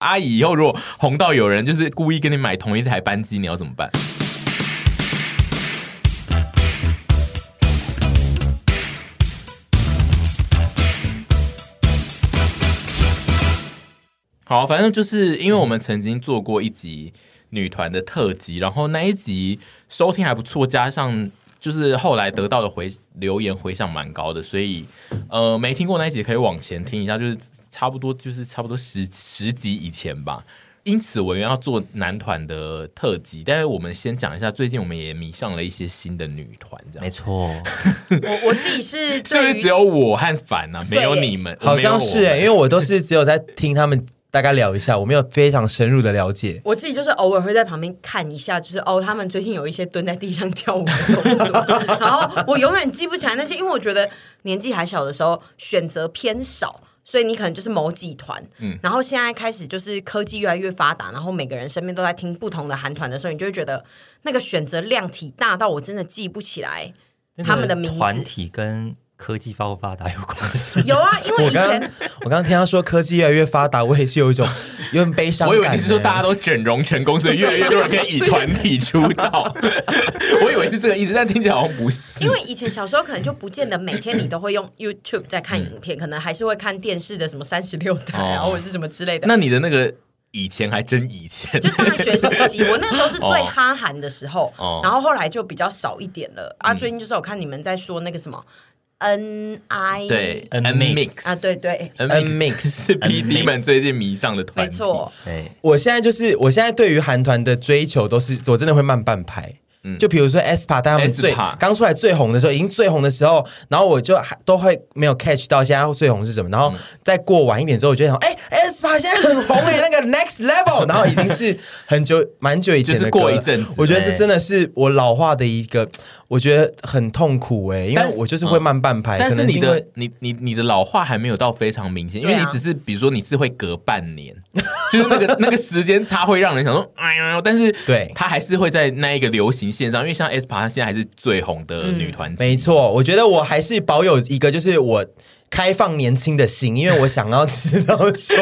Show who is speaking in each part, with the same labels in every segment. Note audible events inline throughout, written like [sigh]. Speaker 1: 阿姨以后如果红到有人就是故意跟你买同一台班机，你要怎么办？好，反正就是因为我们曾经做过一集女团的特辑，然后那一集收听还不错，加上就是后来得到的回留言回响蛮高的，所以呃没听过那一集可以往前听一下，就是差不多就是差不多十十集以前吧。因此，我们要做男团的特辑，但是我们先讲一下，最近我们也迷上了一些新的女团，这样
Speaker 2: 没
Speaker 1: [laughs]
Speaker 2: 错，
Speaker 3: 我我自己是
Speaker 1: 是不
Speaker 3: 对
Speaker 1: 是
Speaker 3: 于
Speaker 1: 只有我和凡呢、啊？没有你们，
Speaker 2: 好像是哎、
Speaker 1: 哎，
Speaker 2: 因为我都是只有在听他们大概聊一下，我没有非常深入的了解。
Speaker 3: 我自己就是偶尔会在旁边看一下，就是哦，他们最近有一些蹲在地上跳舞的动作，然后我永远记不起来那些，因为我觉得年纪还小的时候选择偏少。所以你可能就是某几团，
Speaker 1: 嗯
Speaker 3: 然后现在开始就是科技越来越发达，然后每个人身边都在听不同的韩团的时候，你就会觉得那个选择量体大到我真的记不起来他们的名
Speaker 4: 团
Speaker 3: 字。。
Speaker 4: 体跟科技发不发达有关系
Speaker 2: [laughs]
Speaker 3: 有啊，因为
Speaker 2: 我
Speaker 3: 以
Speaker 2: 刚
Speaker 3: 前
Speaker 2: 刚我刚刚听他说科技越来越发达，我也是有一种有点悲伤
Speaker 1: 我
Speaker 2: 感、欸
Speaker 1: 以为你是说大家都整容成功，所以越来越多人可以以团体出道。 [laughs] 我以为是这个意思，但听起来好像不是。
Speaker 3: 因为以前小时候可能就不见得每天你都会用 YouTube 在看影
Speaker 2: 嗯
Speaker 3: 片，可能还是会看电视的什么三十六台啊，
Speaker 1: 哦
Speaker 3: 或者是什么之类的。
Speaker 1: 那你的那个以前还真以前
Speaker 3: 就，大学时期，我那时候是
Speaker 2: 哦
Speaker 3: 最哈韩的时候，
Speaker 1: 哦
Speaker 3: 然后后来就比较少一点了。
Speaker 2: 嗯
Speaker 3: 啊，最近就是我看你们在说那个什么 N I
Speaker 1: 对
Speaker 4: N
Speaker 1: ，N
Speaker 4: Mix
Speaker 1: Mix
Speaker 3: 啊，对对，
Speaker 1: ，N
Speaker 2: N
Speaker 1: Mix 是 P
Speaker 2: 呃
Speaker 1: D 们最近迷上的团
Speaker 3: 没
Speaker 1: 体，
Speaker 3: 错，
Speaker 4: 对，
Speaker 2: 我现在就是我现在对于韩团的追求都是，我真的会慢半拍。
Speaker 1: 嗯
Speaker 2: 就比如说 s p a 他们最
Speaker 1: aespa
Speaker 2: 刚出来最红的时候，已经最红的时候，然后我就还都会没有 catch 到现在最红是什么，然
Speaker 1: 嗯
Speaker 2: 后再过晚一点之后，我就想，哎、s p a 现在很红哎、那个 Next Level，然后已经是很久蛮久以前的
Speaker 1: 就
Speaker 2: 歌
Speaker 1: 是
Speaker 2: 了，
Speaker 1: 过一阵子
Speaker 2: 我觉得这真的是我老化的一个，我觉得很痛苦哎、因为
Speaker 1: 但是嗯
Speaker 2: 我就是会慢半拍，
Speaker 1: 但
Speaker 2: 哎可
Speaker 1: 是
Speaker 2: 能
Speaker 1: 你
Speaker 2: 因为
Speaker 1: 的你你你的老化还没有到非常明显，因为
Speaker 3: 对
Speaker 1: 你
Speaker 3: 啊
Speaker 1: 只是比如说你是会隔半年， [laughs] 就是那个那个时间差会让人想说哎呀，但是
Speaker 2: 对
Speaker 1: 它还是会在那一个流行线上，因为像 S 趴现在还是最红的女团之一，
Speaker 2: 嗯没错，我觉得我还是保有一个就是我开放年轻的心，因为我想要知道说，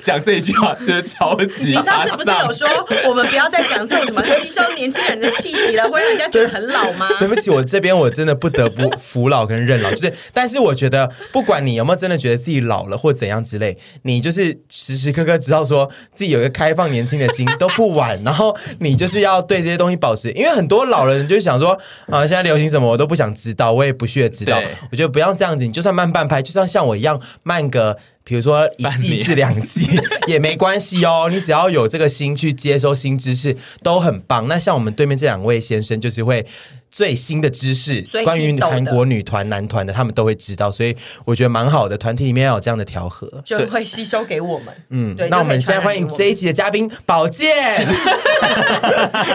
Speaker 1: 讲这一句话真的超级
Speaker 3: 你上
Speaker 1: 阿
Speaker 3: 次不是有
Speaker 1: 丧。
Speaker 3: 说我们不要再讲这种什么吸收年轻人的气息了，会让人家觉得很老吗？
Speaker 2: 对不起，我这边我真的不得不服老跟认老，就是，但是我觉得不管你有没有真的觉得自己老了或怎样之类，你就是时时刻刻知道说自己有一个开放年轻的心都不晚，然后你就是要对这些东西保持，因为很多老人就想说啊，现在流行什么我都不想知道，我也不屑知道
Speaker 1: 对，
Speaker 2: 我觉得不要这样子，你就算慢半拍，就算像我一样慢个。比如说一
Speaker 1: 半
Speaker 2: 季
Speaker 1: 年
Speaker 2: 至两
Speaker 3: [laughs]
Speaker 2: 季也没关系哦，你只要有这个心去接收新知识，都很棒。那像我们对面这两位先生，就是会最新的知识
Speaker 3: 所以，是
Speaker 2: 关于
Speaker 3: 懂的
Speaker 2: 韩国女团、男团的，他们都会知道，所以我觉得蛮好的。团体里面要有这样的调和。
Speaker 3: 就会吸收给我们。
Speaker 2: 嗯
Speaker 3: 对，
Speaker 2: 那我
Speaker 3: 就可
Speaker 2: 们
Speaker 3: 以
Speaker 2: 现
Speaker 3: 传
Speaker 2: 在
Speaker 3: 染给
Speaker 2: 欢迎这一集的嘉宾宝
Speaker 3: [laughs]
Speaker 2: 剑，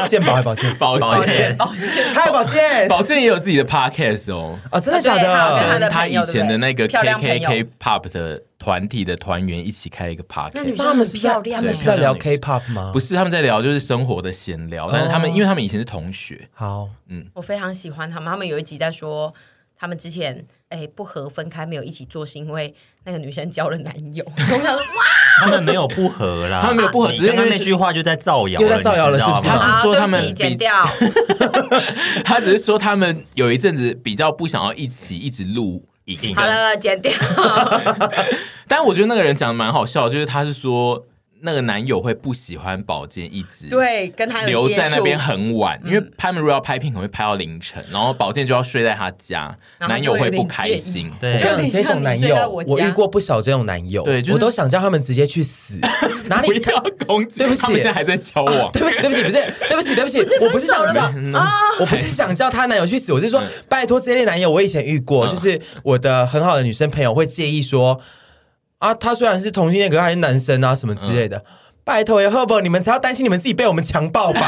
Speaker 2: 剑宝还宝剑，
Speaker 1: 宝
Speaker 3: 我们，抱
Speaker 1: 剑
Speaker 3: 歉，抱歉。
Speaker 2: 嗨宝剑，
Speaker 1: 宝剑也有自己的 podcast 哦，
Speaker 2: 哦，真的假
Speaker 3: 对还有嗯
Speaker 2: 的？
Speaker 3: 跟他的
Speaker 1: 他
Speaker 3: 朋
Speaker 1: 以
Speaker 3: 友
Speaker 1: 前的那个
Speaker 3: 对不对漂亮朋友
Speaker 1: KKK Pop 的团体的团员一起开了一个 podcast。
Speaker 2: 那他们是在
Speaker 3: 漂亮
Speaker 2: 他们
Speaker 3: 欸
Speaker 2: 是在聊
Speaker 1: 漂亮
Speaker 2: K-pop 吗？
Speaker 1: 不
Speaker 2: 是，
Speaker 1: 是他们在聊，就是生活的闲聊。但是
Speaker 2: 哦
Speaker 1: 他们，因为他们以前是同学，
Speaker 2: 好，
Speaker 3: 我非常喜欢他们。他们有一集在说，他们之前哎、不和分开，没有一起做，是因为那个女生交了男 [laughs] 友。我想说，哇，
Speaker 4: 他们没有不合啦，
Speaker 1: 他们没有不合
Speaker 4: 你
Speaker 1: 只是
Speaker 4: 刚刚
Speaker 1: 因为
Speaker 4: 那句话就在造谣了，
Speaker 2: 又在造谣了
Speaker 4: 你知道
Speaker 2: 是不
Speaker 4: 吗
Speaker 2: 他
Speaker 1: 是
Speaker 3: 好，
Speaker 1: 说
Speaker 3: 对
Speaker 1: 他
Speaker 3: 不
Speaker 1: 们
Speaker 3: 起，剪
Speaker 1: 比
Speaker 3: 掉。
Speaker 1: [laughs] 他只是说他们有一阵子比较不想要一起一直录影。
Speaker 3: 好了，剪掉。
Speaker 1: 但我觉得那个人讲的蛮好笑的，就是他是说那个男友会不喜欢宝剑一直
Speaker 3: [laughs] 对，跟他有嗯
Speaker 1: 留
Speaker 3: 接
Speaker 1: 在那
Speaker 3: 触，
Speaker 1: 边很晚，因为他们如果要拍片，可能会拍到凌晨，然后宝剑就要睡在他家，
Speaker 3: 然后
Speaker 1: 男
Speaker 3: 他
Speaker 1: 友
Speaker 3: 就会
Speaker 1: 会
Speaker 3: 有
Speaker 1: 不
Speaker 3: 点
Speaker 1: 开
Speaker 3: 介意
Speaker 1: 心。 [laughs]
Speaker 4: 对
Speaker 3: 就
Speaker 2: 像你这种男
Speaker 3: 就很像你睡在
Speaker 2: 友
Speaker 3: 我，家
Speaker 2: 我遇过不少这种男友，
Speaker 1: 对就是
Speaker 2: 我都想叫他们直接去
Speaker 1: [laughs]
Speaker 2: 死，哪
Speaker 1: 不
Speaker 2: 里
Speaker 1: 要攻击，
Speaker 2: 对不起
Speaker 1: 他们现在还在交往。
Speaker 2: [laughs] 对不起，对不起，不是，对不起，对不起，我不是想叫，
Speaker 3: 嗯啊
Speaker 2: 我不是想叫她男友去死，我是说，拜托这类男友，我以前遇过，
Speaker 1: 嗯
Speaker 2: 就是我的很好的女生朋友会介意说，啊，他虽然是同性恋，可是还是
Speaker 1: 嗯
Speaker 2: 男生啊，什么之类的。拜托耶，赫伯，你们才要担心你们自己被我们强暴吧？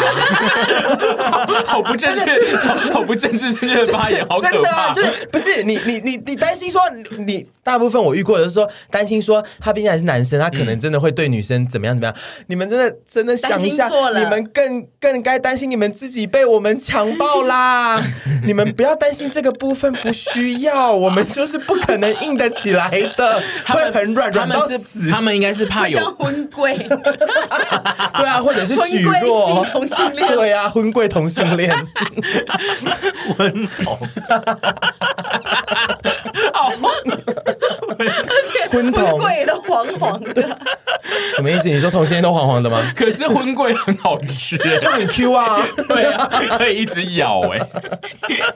Speaker 1: 好不正确，好好不正确正确
Speaker 2: [laughs]
Speaker 1: 的发言，好
Speaker 2: 真
Speaker 1: 可
Speaker 2: 的啊、
Speaker 1: 怕。
Speaker 2: 就是不是你你你你担心说你你大部分我遇过的是说担心说他毕竟还是男生，他可能真的会对女生怎么样怎么样。你们真的真的想一下
Speaker 3: 担心错，了
Speaker 2: 你们更更该担心你们自己被我们强暴 [laughs] 啦！你们不要担心这个部分，不需要，我们就是不可能硬得起来 [laughs] 的，
Speaker 1: 他
Speaker 2: 会
Speaker 1: 们
Speaker 2: 很软，
Speaker 1: 他
Speaker 2: 软
Speaker 1: 们
Speaker 2: 到
Speaker 1: 是
Speaker 2: 死。啊
Speaker 1: 他们应该是怕
Speaker 3: 不
Speaker 2: [laughs]
Speaker 1: 有
Speaker 3: 像婚 [laughs] 贵，
Speaker 2: 对啊，或者是 [laughs]
Speaker 3: 婚
Speaker 2: 举
Speaker 3: 贵
Speaker 2: 弱
Speaker 3: 系。同性恋，
Speaker 2: 对啊，婚贵同性 [laughs] 恋，
Speaker 4: 昏头，
Speaker 3: [laughs] 而且
Speaker 2: 婚
Speaker 3: 婚
Speaker 2: 同
Speaker 3: 贵都黄黄的，
Speaker 2: 什么意思？你说同性恋都黄黄 [laughs] 的吗？
Speaker 1: [laughs] 可是荤桂很好吃、欸，
Speaker 2: 就很 Q 啊，
Speaker 1: [laughs] 对啊，可以一直咬哎、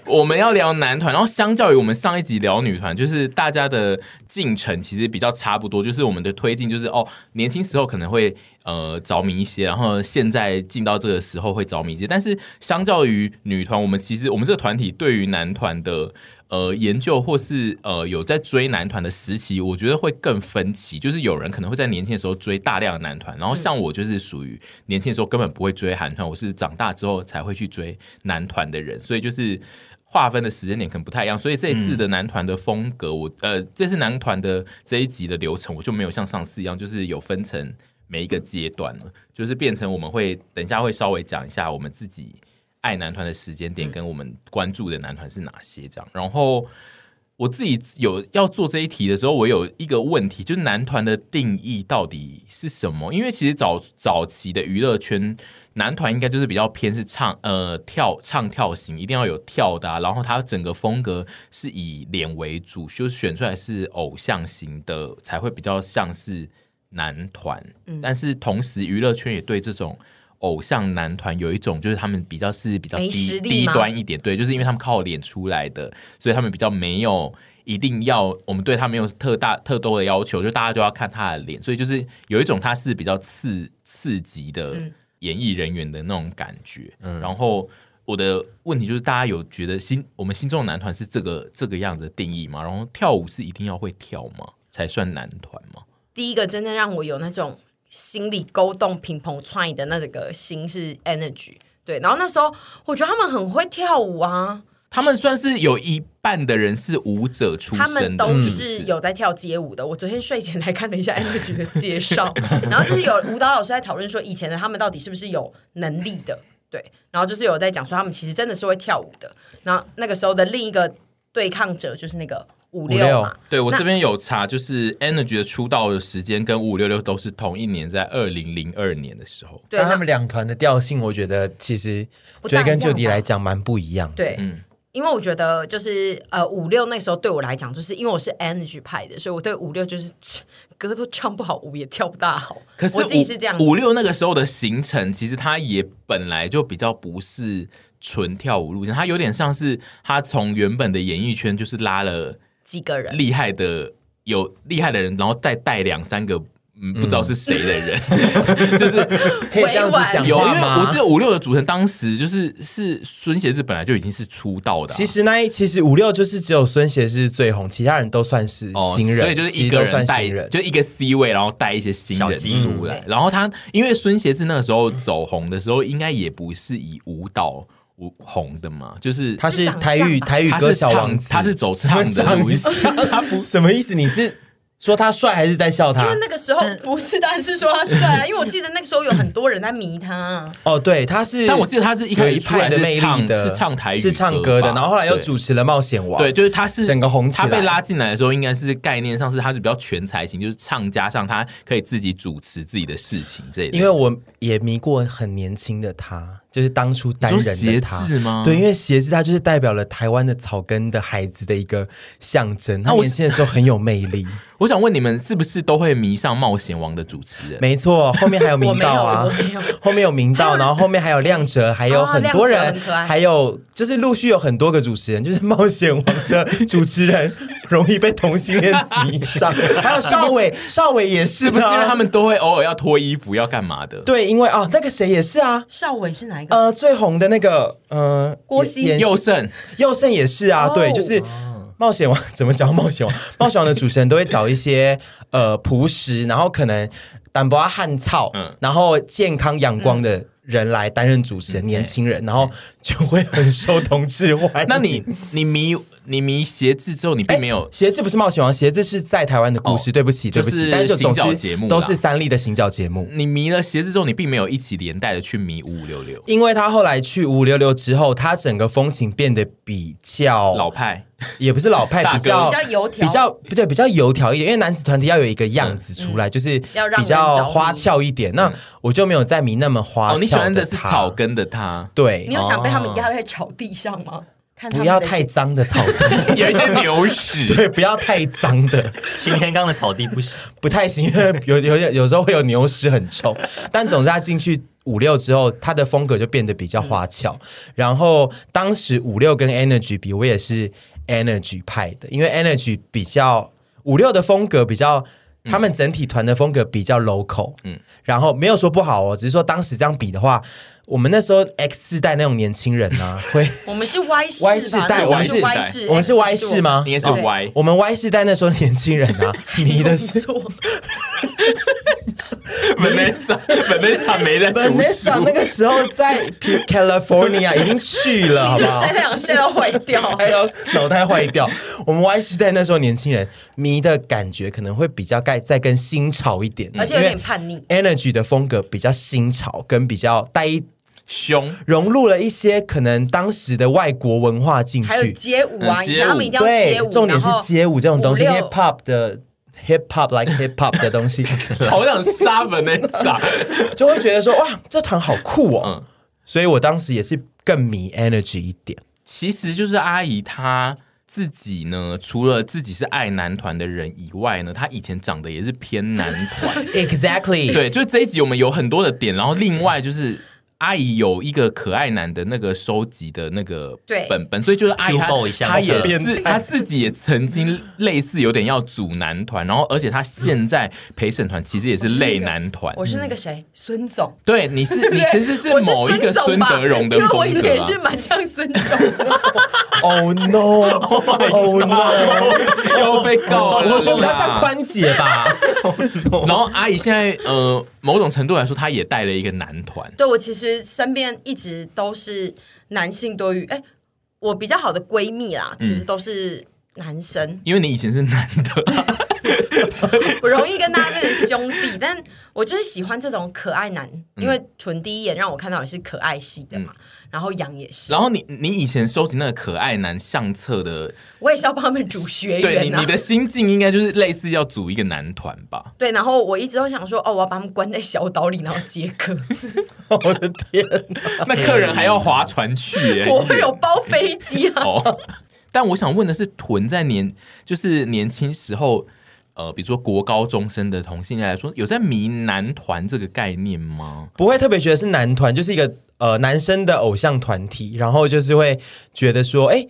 Speaker 1: 我们要聊男团，然后相较于我们上一集聊女团，就是大家的进程其实比较差不多，就是我们的推进就是哦，年轻时候可能会呃着迷一些，然后现在进到这个时候会着迷一些，但是相较于女团，我们其实我们这个团体对于男团的。呃，研究或是呃有在追男团的时期，我觉得会更分歧。就是有人可能会在年轻的时候追大量的男团，然后像我就是属于年轻的时候根本不会追韩团，我是长大之后才会去追男团的人，所以就是。划分的时间点可能不太一样，所以这一次的男团的风格，我呃，这次男团的这一集的流程，我就没有像上次一样，就是有分成每一个阶段了，就是变成我们会等一下会稍微讲一下我们自己爱男团的时间点跟我们关注的男团是哪些这样。然后我自己有要做这一题的时候，我有一个问题，就是男团的定义到底是什么？因为其实早早期的娱乐圈，男团应该就是比较偏是唱呃跳唱跳型，一定要有跳的、啊，然后它整个风格是以脸为主，就是选出来是偶像型的，才会比较像是男团。
Speaker 3: 嗯
Speaker 1: 但是同时，娱乐圈也对这种。偶像男团有一种就是他们比较是比较
Speaker 3: 没
Speaker 1: 低
Speaker 3: 实力
Speaker 1: 低
Speaker 3: 吗
Speaker 1: 端一点，对，就是因为他们靠脸出来的，所以他们比较没有一定要我们对他没有特大特多的要求，就大家就要看他的脸，所以就是有一种他是比较次次级的
Speaker 3: 嗯
Speaker 1: 演艺人员的那种感觉。然后我的问题就是，大家有觉得心我们心中的男团是这个这个样子的定义吗？然后跳舞是一定要会跳吗？才算男团吗？
Speaker 3: [laughs] 第一个真的让我有那种心理勾动、平澎踹的那个心是 energy。对，然后那时候我觉得他们很会跳舞啊，
Speaker 1: 他们算是有一半的人是舞者出
Speaker 3: 他
Speaker 1: 身
Speaker 3: 们
Speaker 1: 的，
Speaker 3: 都
Speaker 1: 是不
Speaker 3: 是有在跳街舞的。我昨天睡前还看了一下 energy 的介绍，然后就是有舞蹈老师在讨论说，以前的他们到底是不是有能力的？对，然后就是有在讲说他们其实真的是会跳舞的。然后那个时候的另一个对抗者就是那个五
Speaker 2: 六
Speaker 3: 六嘛，
Speaker 1: 对我
Speaker 3: 那
Speaker 1: 这边有查，就是 Energy 的出道的时间跟五五六六都是同一年，在二零零二年的时候。
Speaker 3: 对，
Speaker 2: 但他
Speaker 3: 那
Speaker 2: 们两团的调性，我觉得其实
Speaker 3: 不
Speaker 2: 追
Speaker 3: 大一
Speaker 2: 根
Speaker 3: 样吧
Speaker 2: 究底来讲蛮不一样的。
Speaker 3: 对，
Speaker 1: 嗯
Speaker 3: 因为我觉得就是呃五六那时候对我来讲，就是因为我是 energy 派的，所以我对五六就是 [laughs] 切歌都唱不好，舞也跳不大好。
Speaker 1: 可是
Speaker 3: 我自己
Speaker 1: 五
Speaker 3: 是这样，
Speaker 1: 五六那个时候的行程，其实他也本来就比较不是纯跳舞路线，他有点像是他从原本的演艺圈就是拉了
Speaker 3: 几个人，
Speaker 1: 厉害的有厉害的人，然后再带两三个。嗯，不知道是谁的人，
Speaker 2: 可以这样子讲
Speaker 1: 有，因
Speaker 2: 话
Speaker 1: 为我记
Speaker 2: 吗？
Speaker 1: 得五六的组成当时就是是孙协志本来就已经是出道的啊、
Speaker 2: 其实那一其实五六就是只有孙协是最红，其他人都算是新人，
Speaker 1: 哦所以就是
Speaker 2: 其
Speaker 1: 一
Speaker 2: 实
Speaker 1: 个
Speaker 2: 都算
Speaker 1: 人带
Speaker 2: 新，人。
Speaker 1: 就一个 C 位，然后带一些新
Speaker 4: 小
Speaker 1: 人
Speaker 4: 鸡
Speaker 1: 出来。然后他因为孙协志那个时候走红的时候，应该也不是以舞蹈舞红的嘛，就是
Speaker 2: 他是
Speaker 3: 是长
Speaker 2: 台语
Speaker 3: 相吧
Speaker 2: 台语
Speaker 1: 他
Speaker 2: 歌
Speaker 1: 是
Speaker 2: 小王
Speaker 1: 唱
Speaker 2: 子，
Speaker 1: 他是走唱
Speaker 2: [laughs] 什
Speaker 1: 的
Speaker 2: 么
Speaker 1: 路线，
Speaker 2: 长相什么意思？你是说他帅还是在笑
Speaker 3: 因
Speaker 2: 他
Speaker 3: 为？那个时候不是，当然是说他帅
Speaker 2: [laughs]
Speaker 3: 啊，因为我记得那个时候有很多人在迷他啊，
Speaker 2: 哦，对，他是，
Speaker 1: 但我记得他是一
Speaker 2: 有
Speaker 1: 开始
Speaker 2: 一
Speaker 1: 出
Speaker 2: 派
Speaker 1: 来
Speaker 2: 的
Speaker 1: 是
Speaker 2: 魅力
Speaker 1: 唱
Speaker 2: 的，
Speaker 1: 是唱台语
Speaker 2: 是唱歌
Speaker 1: 吧
Speaker 2: 的，然后后来又
Speaker 1: 对
Speaker 2: 主持了《冒险王》，
Speaker 1: [laughs] 对，就是他是
Speaker 2: 整个红起来
Speaker 1: 他被拉进来的时候，应该是概念上是他是比较全才型，就是唱加上他可以自己主持自己的事情这一类。
Speaker 2: 因为我也迷过很年轻的他，就是当初单人
Speaker 1: 你
Speaker 2: 的
Speaker 1: 说
Speaker 2: 他
Speaker 1: 鞋子吗
Speaker 2: 对，因为鞋子他就是代表了台湾的草根的孩子的一个象征。他
Speaker 1: 我
Speaker 2: 年轻的时候很有魅力，
Speaker 1: 我想问你们，是不是都会迷上《冒险王》的主持人？
Speaker 2: 没错。后面还有啊明
Speaker 3: 我没有，
Speaker 2: 道
Speaker 3: 我
Speaker 2: 啊，
Speaker 3: 没有。
Speaker 2: 后面有明道，然后后面还有亮哲，还有很多
Speaker 3: 亮
Speaker 2: 人
Speaker 3: 哲很可，爱
Speaker 2: 还有就是陆续有很多个主持人，就是冒险王的主持人容易被同性恋迷上，还有邵伟，邵伟也是啊，
Speaker 1: 是不是因为他们都会偶尔要脱衣服要干嘛的？
Speaker 2: 对，因为啊、那个谁也是啊。
Speaker 3: 邵伟是哪一个？
Speaker 2: 呃，最红的那个，呃，
Speaker 3: 郭鑫
Speaker 2: 演
Speaker 1: 佑胜，
Speaker 2: 佑胜也是啊，
Speaker 3: 哦
Speaker 2: 对，就是冒险王 [laughs] 怎么讲？冒险王，冒险王的主持人都会找一些呃朴实，然后可能淡薄啊汉草，
Speaker 1: 嗯。
Speaker 2: 然后健康阳光的人来担任主持人，年轻人，然后 [laughs] 就会很受同志欢迎
Speaker 1: 那你你迷你迷鞋子之后，你并没有
Speaker 2: 鞋子不是冒险王，鞋子是在台湾的故事。
Speaker 1: 哦
Speaker 2: 对不起，对不
Speaker 1: 就
Speaker 2: 起，
Speaker 1: 是
Speaker 2: 但
Speaker 1: 行
Speaker 2: 总
Speaker 1: 脚节目
Speaker 2: 之
Speaker 1: 啦
Speaker 2: 都是三立的行脚节目。
Speaker 1: 你迷了鞋子之后，你并没有一起连带的去迷五五六六
Speaker 2: 因为他后来去五六六之后，他整个风情变得比较
Speaker 1: 老派，
Speaker 2: 也不是老派，
Speaker 1: 大哥
Speaker 2: 比较
Speaker 3: 比较油条
Speaker 2: 比较不对，比较油条一点。因为男子团体要有一个样子出来，就是
Speaker 3: 要让
Speaker 2: 比
Speaker 3: 人着
Speaker 2: 较
Speaker 3: 迷
Speaker 2: 花俏一点。那我就没有再迷那么花俏
Speaker 1: 哦，你喜欢
Speaker 2: 的
Speaker 1: 的是
Speaker 2: 他，
Speaker 1: 草根的他 [laughs]
Speaker 2: 对，
Speaker 3: 你有想被他们压在草地上吗？看
Speaker 2: 不
Speaker 3: 他们
Speaker 2: 要
Speaker 3: 的
Speaker 2: 太脏的草 [laughs] 地，
Speaker 1: 有一些牛屎，
Speaker 2: 对，不要太脏的，
Speaker 4: 擎天刚的草地不行，
Speaker 2: 不太行。因为有有有有时候会有牛屎很臭， [laughs] 但总之他进去。五六之后，他的风格就变得比较花俏。然后当时五六跟 Energy 比，我也是 Energy 派的，因为 Energy 比较五六的风格比较，他们整体团的风格比较 local。嗯，然后没有说不好哦，只是说当时这样比的话，我们那时候 X 世代那种年轻人啊，会
Speaker 3: 我们是 Y 式
Speaker 2: Y
Speaker 3: 吧，
Speaker 2: 世代，
Speaker 3: 那
Speaker 2: 我
Speaker 3: 时候
Speaker 2: 们
Speaker 1: 是
Speaker 3: 是哎
Speaker 1: Y
Speaker 3: Y
Speaker 1: 世
Speaker 3: 式，
Speaker 2: 我们是 Y 世
Speaker 3: 式？
Speaker 2: 吗？
Speaker 1: 应该是
Speaker 3: 对
Speaker 1: Y，
Speaker 2: 我们 Y 世代那时候年轻人 [laughs] 啊，你的是
Speaker 3: 错，
Speaker 1: 本来上本来上没在读
Speaker 2: Vanessa 那
Speaker 1: 书，
Speaker 2: 个时候在 California 已经去了，好
Speaker 3: [laughs] 你
Speaker 2: 不
Speaker 3: 就
Speaker 2: 好
Speaker 3: 晒？太阳晒到坏掉。
Speaker 2: 还有脑袋坏掉。我们 Y 世代那时候年轻人迷的感觉可能会比较盖再更新潮一点，
Speaker 3: 而且有点叛逆。
Speaker 2: Energy 的风格比较新潮，跟比较带一
Speaker 1: 凶
Speaker 2: 融入了一些可能当时的外国文化进
Speaker 3: 还有
Speaker 2: 去。
Speaker 3: 街舞啊，
Speaker 1: 嗯
Speaker 3: 以前他们一定要
Speaker 2: 对
Speaker 3: 街舞，，
Speaker 2: 重点是
Speaker 3: 然后
Speaker 2: 街舞这种东西
Speaker 3: 五六
Speaker 2: ，hip hop 的 hip hop like hip hop 的东西，
Speaker 1: 好想杀本来上，
Speaker 2: 就会觉得说哇，这团好酷哦。
Speaker 1: 嗯
Speaker 2: 所以我当时也是更迷 Energy 一点。
Speaker 1: 其实就是阿姨她。自己呢，除了自己是爱男团的人以外呢，她以前长得也是偏男团，
Speaker 2: Exactly，
Speaker 1: 对，就是这一集我们有很多的点，然后另外就是阿姨有一个可爱男的那个收集的那个
Speaker 3: 对
Speaker 1: 本本，所以就是阿姨
Speaker 4: Q 爆
Speaker 1: 她
Speaker 4: 一下
Speaker 1: 她也
Speaker 2: 变
Speaker 1: 自她自己也曾经类似有点要组男团，然后而且她现在陪审团其实也是类男团。嗯
Speaker 3: 我是那个谁，孙总。
Speaker 1: 对，你
Speaker 3: [laughs]
Speaker 1: 是你其实是
Speaker 3: 我
Speaker 1: 某一个
Speaker 3: 总
Speaker 1: 孙
Speaker 3: 吧
Speaker 1: 德荣的
Speaker 3: 因为我
Speaker 1: 风
Speaker 3: 以
Speaker 1: 格
Speaker 3: 前
Speaker 1: 啊
Speaker 3: 是，蛮像孙总的，
Speaker 1: [laughs]
Speaker 2: Oh no，Oh no，
Speaker 1: 又被告了啦。啊
Speaker 2: 我说比较像宽姐吧。
Speaker 1: 然后阿姨现在呃，某种程度来说，她也带了一个男团。
Speaker 3: 对我其实身边一直都是男性多于，哎，我比较好的闺蜜啦，其
Speaker 1: 嗯
Speaker 3: 实都是男生，
Speaker 1: 因为你以前是男的， [laughs]
Speaker 3: 我容易跟大家变成兄弟，但我就是喜欢这种可爱男，因
Speaker 1: 嗯
Speaker 3: 为纯第一眼让我看到也是可爱系的嘛，然后杨也是，
Speaker 1: 然后你你以前收集那个可爱男相册的
Speaker 3: 我也是要帮他们组学
Speaker 1: 对你
Speaker 3: 员啊
Speaker 1: 你。的心境应该就是类似要组一个男团
Speaker 3: [laughs]
Speaker 1: 吧？
Speaker 3: 对，然后我一直都想说，哦，我要把他们关在小岛里，然后接客，
Speaker 2: [laughs] 我的天，
Speaker 1: 那客人还要划船去耶、
Speaker 3: [laughs] 我会有包飞机啊。
Speaker 1: 哦。但我想问的是，屯在年就是年轻时候，呃，比如说国高中生的同性恋来说，有在迷男团这个概念吗？
Speaker 2: 不会特别觉得是男团，就是一个呃男生的偶像团体，然后就是会觉得说，哎、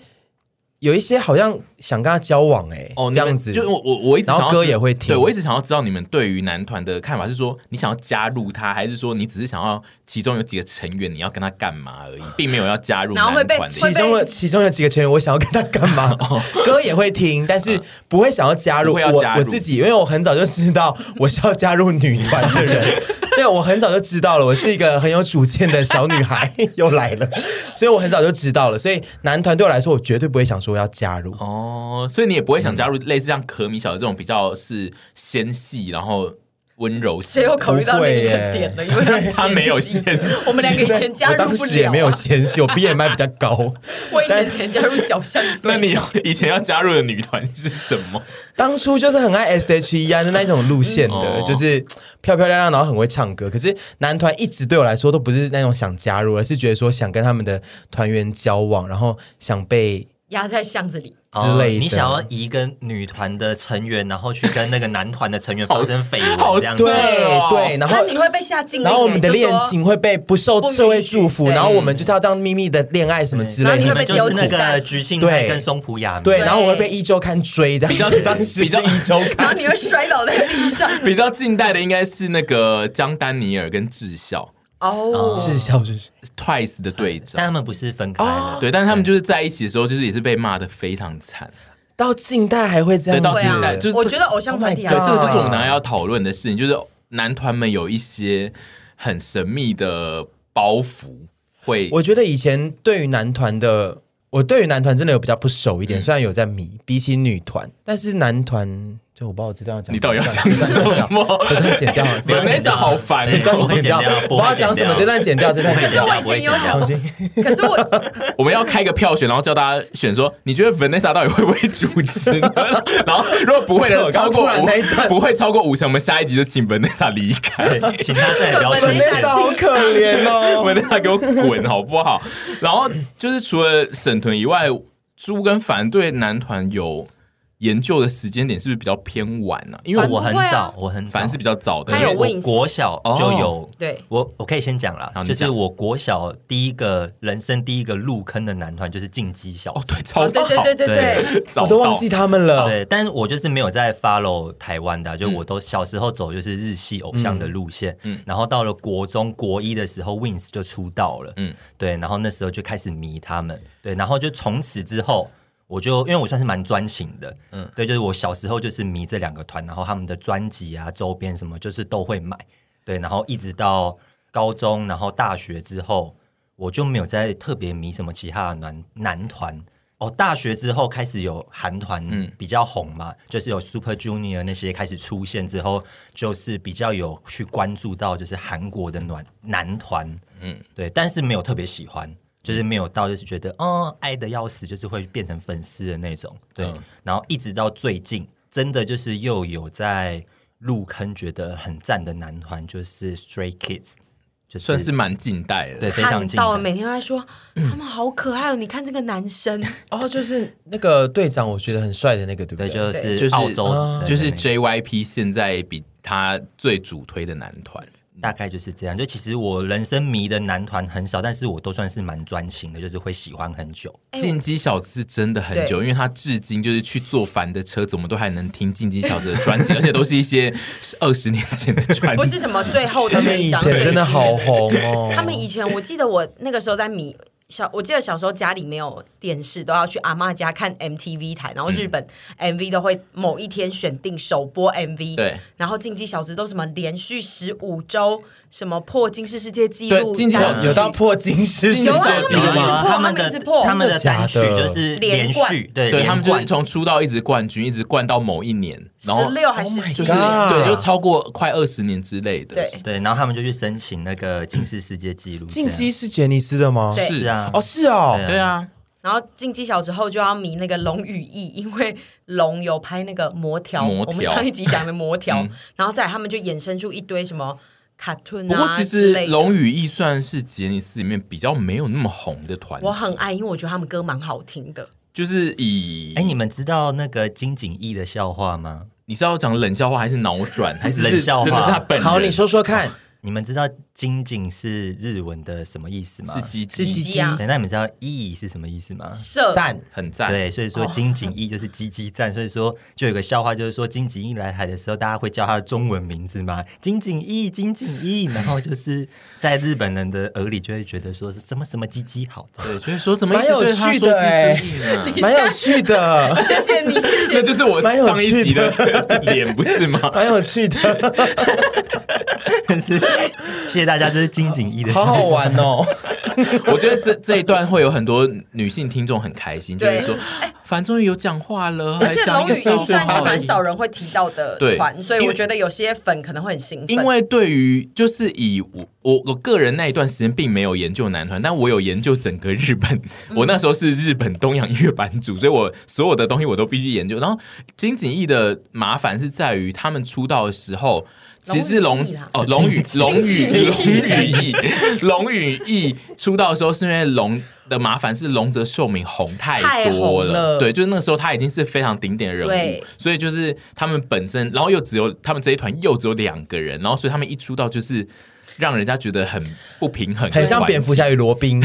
Speaker 2: 有一些好像想跟他交往、哎、
Speaker 1: 哦，你
Speaker 2: 这
Speaker 1: 们
Speaker 2: 样子，
Speaker 1: 就我我我一直
Speaker 2: 然
Speaker 1: 想
Speaker 2: 后
Speaker 1: 要
Speaker 2: 歌
Speaker 1: 知
Speaker 2: 也会听
Speaker 1: 对我一直想要知道你们对于男团的看法是说，你想要加入他，还是说你只是想要其中有几个成员你要跟他干嘛而已，并没有要加入
Speaker 3: [laughs] 然后
Speaker 1: 男
Speaker 3: 会
Speaker 1: 团的
Speaker 3: 被
Speaker 1: 意思。
Speaker 2: 其中的其中有几个成员，我想要跟他干
Speaker 1: [laughs]
Speaker 2: 嘛？歌也会听，但是不会想要加入
Speaker 1: 哦啊不会要
Speaker 2: 我
Speaker 1: 加入
Speaker 2: 我自己，因为我很早就知道 [laughs] 我是要加入女团的人，
Speaker 1: [laughs]
Speaker 2: 这个我很早就知道了。我是一个很有主见的小女孩， [laughs] 又来了，所以我很早就知道了。所以男团对我来说，我绝对不会想说要加入。
Speaker 1: 哦，所以你也不会想加入类似像可米小的这种比较是纤细，然后温柔型
Speaker 3: 谁
Speaker 1: 的。
Speaker 3: 又考虑到另一个点了？因为他
Speaker 1: 他没有限制，
Speaker 3: 我们两个以前加
Speaker 2: 我
Speaker 3: 入
Speaker 2: 当
Speaker 3: 不
Speaker 2: 时也
Speaker 3: 了、
Speaker 2: 没有
Speaker 3: 啊。
Speaker 2: 嫌弃，我 BMI 比较高。
Speaker 3: 我以前前加入小象队，
Speaker 1: 那你以前要加入的女团是什么？
Speaker 2: 当初就是很爱 S.H.E 啊，就那一种路线的，
Speaker 1: 哦
Speaker 2: 就是漂漂亮亮，然后很会唱歌。可是男团一直对我来说都不是那种想加入，而是觉得说想跟他们的团员交往，然后想被
Speaker 3: 压在巷子里，
Speaker 2: [laughs] 之类的。
Speaker 4: 哦你想要以一个女团的成员，然后去跟那个男团的成员发生绯
Speaker 1: 好
Speaker 4: 闻，这样子
Speaker 2: 对
Speaker 1: 哦
Speaker 2: 对，然后
Speaker 3: 那你会被下禁令、欸，
Speaker 2: 然后我们的
Speaker 3: 就说
Speaker 2: 恋情会被不受社会祝福，
Speaker 3: 不允许
Speaker 2: 然后我们就是要当秘密的恋爱什么之
Speaker 3: 然
Speaker 2: 类
Speaker 3: 后你会
Speaker 4: 你
Speaker 2: 的。
Speaker 3: 被
Speaker 4: 们
Speaker 3: 丢
Speaker 4: 就是那
Speaker 3: 子弹
Speaker 4: 个菊性派
Speaker 2: 对
Speaker 4: 跟松浦啊亚弥，
Speaker 2: 对，
Speaker 3: 对
Speaker 2: 然后我会被一周刊追这样子。
Speaker 1: 比较
Speaker 2: 当时
Speaker 1: 比
Speaker 2: 是
Speaker 1: 较
Speaker 2: 一周
Speaker 3: [laughs] 然后
Speaker 2: 刊，
Speaker 3: 你会摔倒在地上。
Speaker 1: 比较近代的应该是那个江丹尼尔跟智孝
Speaker 3: [laughs]
Speaker 2: [laughs]
Speaker 3: 哦，
Speaker 2: 是笑是
Speaker 1: Twice 的队
Speaker 4: 但
Speaker 1: 长。
Speaker 4: 他们不是分开了，
Speaker 2: 哦
Speaker 1: 对，但是他们就是在一起的时候，就是也是被骂的非常惨。
Speaker 2: 到近代还会这
Speaker 1: 对
Speaker 2: 样子，
Speaker 1: 到
Speaker 3: 对
Speaker 1: 近代
Speaker 3: 啊
Speaker 1: 就，是
Speaker 3: 我觉得偶像团体还
Speaker 1: 对，
Speaker 3: 是
Speaker 2: Oh
Speaker 1: 这个
Speaker 2: my god
Speaker 1: 就是我们等一下要讨论的事情，就是男团们有一些很神秘的包袱会
Speaker 2: 我觉得以前对于男团的，我对于男团真的有比较不熟一点，虽然有在迷，比起女团，但是男团就我不知道我这段要讲，
Speaker 1: 你到底要讲什么？
Speaker 2: 这段剪掉，
Speaker 1: 你们讲好烦
Speaker 4: 这
Speaker 1: 哦！
Speaker 4: 段
Speaker 2: 这段剪掉，
Speaker 4: 不
Speaker 2: 我要
Speaker 4: 会
Speaker 2: 讲
Speaker 4: 剪
Speaker 2: 什么？
Speaker 4: 掉
Speaker 2: 这段剪掉，这段
Speaker 3: 可
Speaker 2: 剪
Speaker 3: 是
Speaker 2: 掉
Speaker 3: 我，以前有
Speaker 2: 重
Speaker 3: 想过，
Speaker 2: 新。
Speaker 3: 可是我
Speaker 1: 我们要开个票选，然后叫大家选说，你觉得 Vanessa 到底会不会主持呢？然后如果不会
Speaker 2: 我
Speaker 1: 的，
Speaker 2: 刚
Speaker 1: 超
Speaker 2: 刚
Speaker 1: 过
Speaker 2: 突然那一段
Speaker 1: 五，不会超过五成，我们下一集就请 Vanessa 离
Speaker 3: [laughs]
Speaker 1: 开。
Speaker 4: 请他再
Speaker 2: [laughs]
Speaker 4: 也不要
Speaker 3: 本
Speaker 4: 出
Speaker 3: 来
Speaker 4: 现。
Speaker 3: 想
Speaker 2: Vanessa 好可怜哦。
Speaker 1: 我 Vanessa 给我滚好不好？然后就是除了沈腾以外，朱跟凡对男团有研究的时间点是不是比较偏晚呢、啊？因
Speaker 4: 因为
Speaker 1: 为
Speaker 4: 我很
Speaker 3: 不会啊
Speaker 4: 早，我很早
Speaker 1: 凡，是比较早的，
Speaker 3: 他有
Speaker 1: 因为
Speaker 4: 我国小就有。
Speaker 3: 对
Speaker 4: 我我可以先讲啦
Speaker 1: 哦好，你
Speaker 4: 就
Speaker 1: 讲
Speaker 4: 是我国小第一个人生第一个入坑的男团就是进击小
Speaker 1: 哦
Speaker 4: 子，
Speaker 1: 对，超
Speaker 3: 哦，对对对对对，
Speaker 1: 对，早
Speaker 2: 我都忘记他们了。
Speaker 4: 对，但我就是没有在 follow 台湾的啊、就我都小时候走就是日系偶像的路线，然后到了国中国一的时候，Wins 就出道了，
Speaker 1: 嗯
Speaker 4: 嗯，对，然后那时候就开始迷他们，对，然后就从此之后。我就因为我算是蛮专情的，嗯，对，就是我小时候就是迷这两个团，然后他们的专辑啊、周边什么，就是都会买，对，然后一直到高中，然后大学之后，我就没有再特别迷什么其他的男男团。哦，大学之后开始有韩团比较红嘛，就是有 Super Junior 那些开始出现之后，就是比较有去关注到就是韩国的暖男团，嗯，对，但是没有特别喜欢，就是没有到就是觉得嗯爱的要死，就是会变成粉丝的那种，对，然后一直到最近，真的就是又有在入坑觉得很赞的男团，就是 Stray Kids，就是
Speaker 1: 算是蛮近代的。
Speaker 4: 对非常
Speaker 3: 看
Speaker 4: 近
Speaker 3: 到
Speaker 4: 代。
Speaker 3: 每天都在说他们好可爱哦，你看这个男生，
Speaker 2: 哦，就是那个队长，我觉得很帅的那个，对不
Speaker 4: 对，
Speaker 2: 对？
Speaker 4: 就
Speaker 1: 就是是
Speaker 4: 澳洲，对
Speaker 1: 就是
Speaker 4: 对
Speaker 1: JYP 现在比他最主推的男团，
Speaker 4: 大概就是这样。就其实我人生迷的男团很少，但是我都算是蛮专情的，就是会喜欢很久。
Speaker 3: 哎
Speaker 1: 进击小子是真的很久，因为他至今就是去坐凡的车子，我们都还能听进击小子的专辑，而且都是一些 [laughs] 二十年前的专辑，
Speaker 3: 不是什么最后
Speaker 2: [laughs]
Speaker 3: 的
Speaker 2: 他
Speaker 3: 那
Speaker 2: 们以
Speaker 3: 一张，
Speaker 2: 前真的好红哦。
Speaker 3: 他们以前，我记得我那个时候在米小，我记得小时候家里没有电视，都要去阿嬷家看 MTV 台，然后
Speaker 1: 嗯
Speaker 3: 日本 MV 都会某一天选定首播 MV，
Speaker 1: 对，
Speaker 3: 然后竞技小子都什么连续十五周什么破金氏世界纪
Speaker 1: 对
Speaker 3: 录，
Speaker 1: 竞技小子
Speaker 2: 有到破金世界
Speaker 1: 有啊
Speaker 2: 纪录
Speaker 3: 他们
Speaker 2: 吗？
Speaker 3: 一直破
Speaker 4: 他
Speaker 3: 他们
Speaker 4: 们
Speaker 3: 一直破
Speaker 4: 的他们的单曲
Speaker 2: 真的假的
Speaker 4: 就是连续，对
Speaker 1: 对他
Speaker 4: 连
Speaker 1: 们就是
Speaker 4: 贯。
Speaker 1: 从出道一直冠军，一直冠到某一年，然后
Speaker 3: 十六还是七
Speaker 2: Oh my god
Speaker 1: 对，就超过快二十年之类的。
Speaker 3: 对，
Speaker 4: 对，然后他们就去申请那个金氏世界纪录。
Speaker 2: 进击是杰尼斯的吗？
Speaker 3: 对
Speaker 4: 是啊，
Speaker 2: 哦，是哦
Speaker 4: 对。
Speaker 1: 对啊，
Speaker 3: 然后进击小子后就要迷那个龙羽翼，因为龙有拍那个魔条，
Speaker 1: 魔条嗯
Speaker 3: 我们上一集讲的魔条，然后再来他们就衍生出一堆什么。卡顿
Speaker 1: 不过
Speaker 3: 啊
Speaker 1: 其
Speaker 3: 之
Speaker 1: 实
Speaker 3: 类的，
Speaker 1: 龙与翼算是杰尼斯里面比较没有那么红的团体，
Speaker 3: 我很爱，因为我觉得他们歌蛮好听的。
Speaker 1: 就是以
Speaker 4: 哎，你们知道那个金景逸的笑话吗？
Speaker 1: 你是要讲冷笑话还是脑转还是
Speaker 4: 冷笑话
Speaker 1: 真的是他本人
Speaker 2: 好，你说说看，
Speaker 4: 你们知道金景是日文的什么意思吗？
Speaker 1: 是鸡
Speaker 2: 是
Speaker 1: 鸡
Speaker 2: 鸡
Speaker 3: 鸡
Speaker 2: 鸡
Speaker 3: 啊
Speaker 4: 对，那你们知道意是什么意思吗？
Speaker 1: [laughs]
Speaker 3: 射
Speaker 2: 赞，
Speaker 1: 很赞，
Speaker 4: 对，所以
Speaker 3: 哦
Speaker 4: 说金景一就是鸡鸡赞，所以说就有个笑话，就是说金景一来台的时候，大家会叫他的中文名字嘛，金景一，金景一，然后就是在日本人的耳里就会觉得说是什么什么鸡鸡好，
Speaker 3: [laughs]
Speaker 1: 对，就是说怎么一直
Speaker 2: 蛮有
Speaker 1: 对他
Speaker 2: 趣
Speaker 1: 说
Speaker 2: 的欸
Speaker 1: 鸡鸡呢？
Speaker 2: 蛮有趣的，
Speaker 3: 谢谢你，谢
Speaker 1: [laughs] 那 [laughs]
Speaker 3: 谢。
Speaker 1: 就是我
Speaker 2: 蛮有
Speaker 1: 上一集
Speaker 2: 趣
Speaker 1: 的
Speaker 2: 的
Speaker 1: 脸，不是吗？
Speaker 2: [laughs] 蛮有趣的，
Speaker 4: 但是谢谢大家，这是金景一
Speaker 2: [laughs]
Speaker 4: 的
Speaker 2: 好
Speaker 4: 笑
Speaker 2: 好
Speaker 4: 话。
Speaker 2: 玩哦。
Speaker 1: [laughs] 我觉得这这一段会有很多女性听众很开心，就是
Speaker 3: 对
Speaker 1: 说，反正终于有讲话了，
Speaker 3: 而
Speaker 1: 还
Speaker 3: 且
Speaker 1: 讲
Speaker 3: 龙
Speaker 1: 一个
Speaker 3: 与
Speaker 1: 笑
Speaker 3: 翼算是
Speaker 1: 话而
Speaker 3: 蛮
Speaker 1: 已。
Speaker 3: 少人会提到的
Speaker 1: 对
Speaker 3: 团，所以
Speaker 1: 因
Speaker 3: 我
Speaker 1: 为
Speaker 3: 觉得有些粉可能会很兴奋。
Speaker 1: 因为对于就是以我我我个人那一段时间并没有研究男团，但我有研究整个日本。
Speaker 3: 嗯
Speaker 1: 我那时候是日本东洋音乐版主，所以我所有的东西我都必须研究。然后金景义的麻烦是在于他们出道的时候。其实龙
Speaker 3: 龙羽翼啦
Speaker 1: 哦龙羽龙羽
Speaker 3: [laughs] 金
Speaker 1: 龙
Speaker 3: [laughs] 井
Speaker 1: 羽翼龙羽翼出道的时候，是因为龙的麻烦是龙泽秀明红太
Speaker 3: 太
Speaker 1: 多
Speaker 3: 红了
Speaker 1: 对，就是那个时候他已经是非常顶点的人物
Speaker 3: 对，
Speaker 1: 所以就是他们本身，然后又只有他们这一团又只有两个人，然后所以他们一出道就是让人家觉得很不平衡，
Speaker 2: [laughs] 很像蝙蝠侠与
Speaker 1: [laughs]
Speaker 2: 罗宾，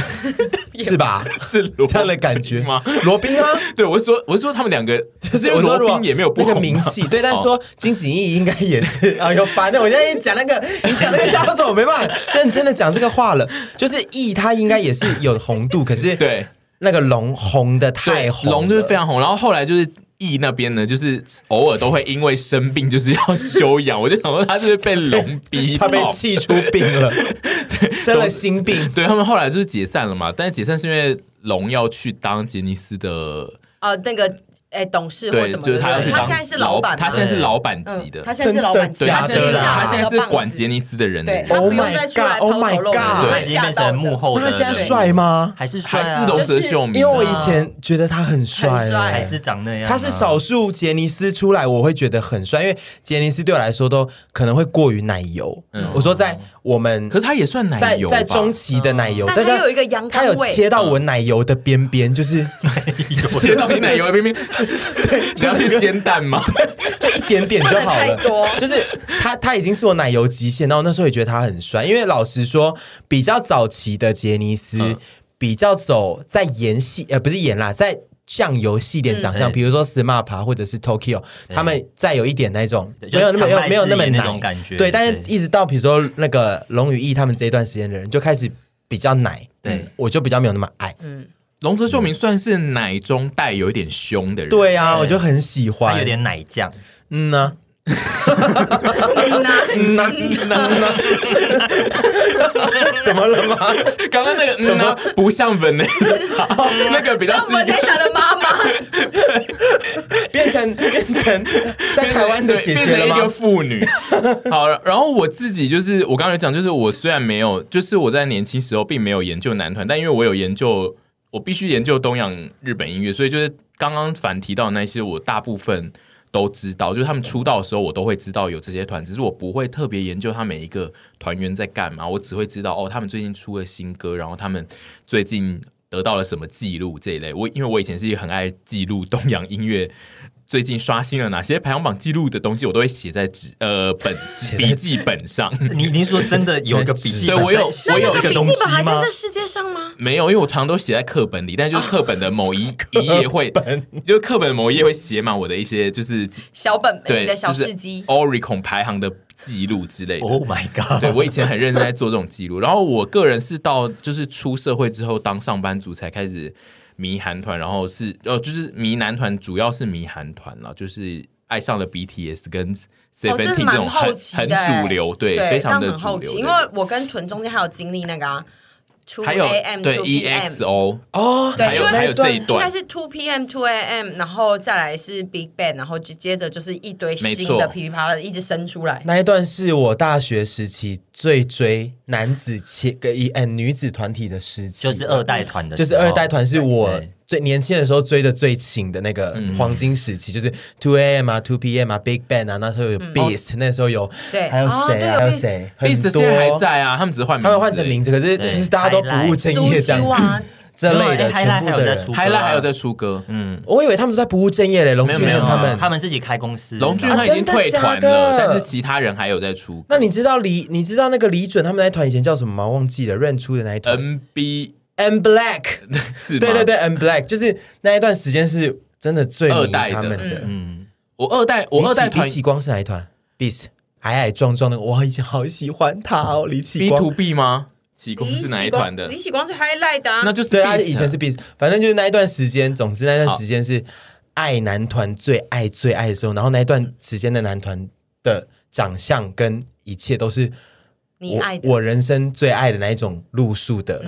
Speaker 2: 是吧？
Speaker 1: 是罗
Speaker 2: 这样的
Speaker 1: [laughs]
Speaker 2: 感觉
Speaker 1: 吗？
Speaker 2: 罗宾啊，
Speaker 1: 对，我是说我是说他们两
Speaker 2: [laughs]
Speaker 1: 个，可是因为
Speaker 2: 我说
Speaker 1: 罗
Speaker 2: 如果
Speaker 1: 宾也没有不
Speaker 2: 那个
Speaker 1: 红
Speaker 2: 名
Speaker 1: 嘛
Speaker 2: 气，对，但
Speaker 1: 哦
Speaker 2: 是说金景逸应该也是 [laughs] 啊，有烦的。我现在讲那个，你讲那个笑话，我没办法认真的讲这个话了。就是逸，他应该也是有红度，可是
Speaker 1: 对
Speaker 2: 那个龙红的太红了，
Speaker 1: 龙就是非常红，然后后来就是。E 那边呢，就是偶尔都会因为生病就是要休养，我就想说他是不是被龙逼
Speaker 2: 他
Speaker 1: 爆， [laughs]
Speaker 2: 被气出病了，生了心病。
Speaker 1: 对他们后来就是解散了嘛，但是解散是因为龙要去当杰尼斯的，
Speaker 3: 呃，那个哎，董事或
Speaker 1: 对，
Speaker 3: 什么
Speaker 1: 就
Speaker 3: 的，
Speaker 1: 是他要
Speaker 3: 对
Speaker 1: 去
Speaker 3: 不对
Speaker 1: 当
Speaker 3: 他现在是老板嘛，
Speaker 1: 他现在是老板级
Speaker 3: 嗯
Speaker 1: 的，
Speaker 3: 他现在是老板级，
Speaker 1: 对，
Speaker 2: 假
Speaker 1: 他
Speaker 2: 的
Speaker 1: 现在是
Speaker 2: 啦
Speaker 1: 他现在是管杰
Speaker 3: 杰，
Speaker 1: 尼斯的人哦
Speaker 3: 对
Speaker 1: 了，
Speaker 3: 他
Speaker 2: Oh
Speaker 3: 不用
Speaker 2: my
Speaker 3: 再出来
Speaker 2: God,
Speaker 3: 抛
Speaker 2: oh my
Speaker 3: 头露面，
Speaker 2: God
Speaker 4: 他
Speaker 3: 会
Speaker 4: 已经
Speaker 3: 吓
Speaker 4: 变
Speaker 3: 到
Speaker 4: 成
Speaker 3: 的
Speaker 4: 幕后
Speaker 2: 那
Speaker 4: 的
Speaker 2: 他
Speaker 4: 人，
Speaker 2: 现在帅吗？
Speaker 4: 还是帅
Speaker 1: 还
Speaker 4: 啊、
Speaker 1: 是龙泽秀明
Speaker 2: 因
Speaker 1: 啊，
Speaker 2: 为我以前觉得他很帅、欸
Speaker 3: 很帅
Speaker 4: 还是长那样啊、
Speaker 2: 他是
Speaker 4: [laughs]
Speaker 2: 少数杰尼斯出来，我会觉得很帅，因为杰尼斯对我来说都可能会过于奶油。
Speaker 1: 嗯
Speaker 2: 我说在我们
Speaker 1: 可是他也算奶
Speaker 2: 在
Speaker 1: 油吧
Speaker 2: 在中期的奶油，
Speaker 3: 嗯但
Speaker 2: 大
Speaker 3: 他
Speaker 2: 家
Speaker 3: 有一个阳
Speaker 2: 他
Speaker 3: 刚
Speaker 2: 有
Speaker 3: 味，
Speaker 2: 切到我奶油的边边，
Speaker 3: [laughs]
Speaker 2: 就是
Speaker 1: 切到你奶油的边边， [laughs] 你要去煎蛋吗？
Speaker 2: 就一点点
Speaker 3: 不
Speaker 2: 就
Speaker 3: 能
Speaker 2: 好
Speaker 3: 太
Speaker 2: 了。
Speaker 3: 多。
Speaker 2: 就是他，他已经是我奶油极限，然后那时候也觉得他很帅，因为老实说，比较早期的杰尼斯、
Speaker 1: 嗯
Speaker 2: 比较走在演戏，呃，不是演啦，在酱油系列长相，
Speaker 4: 嗯
Speaker 2: 比如说 SMAP 啊或者是 Tokyo，他们再有一点那种
Speaker 4: 对
Speaker 2: 没有那么没
Speaker 4: 就
Speaker 2: 有
Speaker 4: 是
Speaker 2: 没有那么
Speaker 4: 长麦
Speaker 2: 奶
Speaker 4: 子那种感觉
Speaker 2: 对，但是
Speaker 4: 对
Speaker 2: 一直到比如说那个龙与翼他们这一段时间的人，就开始比较奶，嗯
Speaker 4: 对
Speaker 2: 我就比较没有那么爱。
Speaker 1: 龙泽秀明算是奶中带有一点凶的人，
Speaker 2: 对啊，
Speaker 4: 对
Speaker 2: 我就很喜欢，
Speaker 4: 他有点奶酱，
Speaker 2: 嗯呢、
Speaker 1: [laughs]
Speaker 3: 那
Speaker 2: 嗯呢、嗯啊嗯啊怎么了
Speaker 4: [laughs]
Speaker 2: 吗？
Speaker 1: 刚刚那个嗯呢，不像 Vanessa，那个比较
Speaker 3: 像
Speaker 1: 是一个
Speaker 3: Vanessa 的妈妈，
Speaker 1: [laughs]
Speaker 2: 变成变成在台湾的姐
Speaker 1: 变
Speaker 2: 姐
Speaker 1: 成
Speaker 2: 了
Speaker 1: 一个
Speaker 2: 吗？
Speaker 1: 妇女。 [laughs] 好，然后我自己就是我刚才讲，就是我虽然没有，就是我在年轻时候并没有研究男团，但因为我有研究，我必须研究东洋日本音乐，所以就是刚刚凡提到的那些，我大部分都知道，就是他们出道的时候我都会知道有这些团，只是我不会特别研究他每一个团员在干嘛，我只会知道哦，他们最近出了新歌，然后他们最近。得到了什么记录这一类，我因为我以前是一个很爱记录东洋音乐最近刷新了哪些排行榜记录的东西，我都会写在纸呃本 [laughs] 笔记本上。
Speaker 4: 你你说真的有一个笔记
Speaker 1: 对
Speaker 4: 本在，
Speaker 1: 我有我有
Speaker 4: 一
Speaker 1: 一
Speaker 4: 个
Speaker 1: 个
Speaker 3: 笔
Speaker 4: 东
Speaker 3: 记
Speaker 4: 西
Speaker 3: 本还在
Speaker 4: 吗
Speaker 3: 这？世界上吗？
Speaker 1: [laughs] 没有，因为我常常都写在课本里，但就是课本的某 [laughs] 一一页会，就是课本的某一页会写满我的一些就是
Speaker 3: 小本本
Speaker 1: 对
Speaker 3: 你的小
Speaker 1: 就是
Speaker 3: 事机，
Speaker 1: Oricon 排行的记录之类的。
Speaker 4: Oh my
Speaker 1: [laughs] 对
Speaker 4: god！
Speaker 1: 我以前很认真在做这种记录，然后我个人是到就是出社会之后当上班族才开始迷韩团，然后是呃就是迷男团，主要是迷韩团了，就是爱上了 BTS 跟 Seventeen
Speaker 3: 哦这
Speaker 1: 这
Speaker 3: 蛮
Speaker 1: 种
Speaker 3: 好
Speaker 1: 很
Speaker 3: 奇
Speaker 1: 很
Speaker 3: 的欸
Speaker 1: 主流，对，非常
Speaker 3: 但
Speaker 1: 的
Speaker 3: 很
Speaker 1: 主
Speaker 3: 好奇，
Speaker 1: 流
Speaker 3: 因为
Speaker 1: 的。
Speaker 3: 我跟屯中间还有经历那个啊，出
Speaker 1: 还有
Speaker 3: AM
Speaker 1: 对 E
Speaker 3: to PM。
Speaker 1: EXO，
Speaker 2: 哦，
Speaker 3: E 对
Speaker 1: 还有
Speaker 3: 因为
Speaker 1: 还有这一
Speaker 3: 应该
Speaker 1: 段，
Speaker 3: 是 two p.m. two a.m. 然后再来是 Big Bang，然后就接着就是一堆
Speaker 1: 没
Speaker 3: 新
Speaker 1: 错
Speaker 3: 的噼里啪啦一直生出来。
Speaker 2: 那一段是我大学时期最追男子切跟一哎女子团体的时期，
Speaker 4: 就是二代团的时
Speaker 2: 就
Speaker 4: 候，
Speaker 2: 是二代团是我
Speaker 4: 对
Speaker 2: 最年轻的时候追的最勤的那个黄金时期，就是 Two A.M. 啊、Two P.M. 啊、Big Bang 啊，那时候有 Beast，那时候有
Speaker 3: 嗯哦对
Speaker 2: 还有
Speaker 3: 哦
Speaker 2: 谁
Speaker 3: 对
Speaker 2: 啊还有
Speaker 3: 有 Beast
Speaker 2: 谁，很
Speaker 1: Beast 现在还
Speaker 2: 多。
Speaker 1: 在啊，他们只是换名字
Speaker 2: 他们换成名字，可是就
Speaker 4: 对
Speaker 2: 是大家都不务正业这
Speaker 3: 猪
Speaker 2: 样，
Speaker 3: 啊，
Speaker 2: 这类的
Speaker 4: 哎
Speaker 2: 全
Speaker 4: ，Highlight
Speaker 2: 部的
Speaker 4: 还有在
Speaker 2: 人
Speaker 4: 出。
Speaker 1: 还来还有在出歌，嗯
Speaker 2: 我以为他们是在不务正业嘞，龙
Speaker 1: 没
Speaker 2: 俊
Speaker 1: 有没有
Speaker 2: 他
Speaker 1: 没
Speaker 2: 们
Speaker 1: 有
Speaker 4: 他们自己开公司，
Speaker 1: 龙俊
Speaker 4: 然后
Speaker 1: 他已经退团
Speaker 2: 啊真的
Speaker 1: 了，
Speaker 2: 假的
Speaker 1: 但是其他人还有在出歌。
Speaker 2: 那你知道李，你知道那个李准他们那一团以前叫什么吗？忘记了，认出的那一团
Speaker 1: NB
Speaker 2: ，N Black，
Speaker 1: 是吗
Speaker 2: 对对对，N Black，就是那一段时间是真的最迷他们
Speaker 1: 二代的
Speaker 2: 的。
Speaker 4: 嗯，
Speaker 1: 我二代，我二代团
Speaker 2: 李启光是哪一团？Beast，矮矮壮壮的，我以前好喜欢他哦，李启
Speaker 1: B
Speaker 2: 光
Speaker 1: to。B 吗？启功是哪一团的
Speaker 3: 李？启光是 highlight 的啊
Speaker 1: 那，就是
Speaker 2: 对，他
Speaker 1: Beast
Speaker 2: 以前是 Beast，反正就是那一段时间，总之那段时间是爱男团最爱最爱的时候，然后那一段时间的男团的长相跟一切都是
Speaker 3: 你爱的嗯
Speaker 2: 我我人生最爱的那一种路数的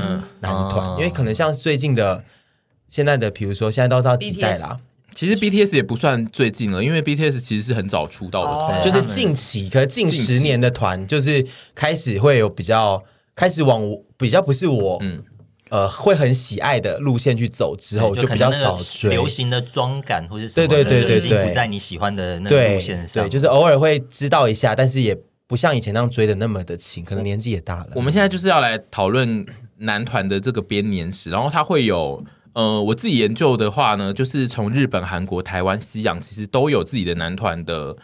Speaker 2: 男团，
Speaker 4: 哦
Speaker 2: 因为可能像最近的现在的，比如说现在都到几代啦，
Speaker 1: 其实 BTS 也不算最近了，因为 BTS 其实是很早出道的团，
Speaker 3: 哦
Speaker 2: 就是近期，可能近
Speaker 1: 近期
Speaker 2: 十年的团，就是开始会有比较开始往我比较不是我，
Speaker 1: 嗯
Speaker 2: 呃，会很喜爱的路线去走之后，
Speaker 4: 对
Speaker 2: 就比较少
Speaker 4: 就可能那个
Speaker 2: 追。
Speaker 4: 流行的妆感或是什么
Speaker 2: 对
Speaker 4: 的，
Speaker 2: 对
Speaker 3: 对对
Speaker 4: 已经
Speaker 2: 对
Speaker 4: 不在你喜欢的那个
Speaker 2: 对
Speaker 4: 路线上，
Speaker 2: 对，就是偶尔会知道一下，但是也不像以前那样追的那么的勤，可能年纪也大了。
Speaker 1: 我们现在就是要来讨论男团的这个编年史，然后它会有。呃，我自己研究的话呢，就是从日本、韩国、台湾、西洋，其实都有自己的男团的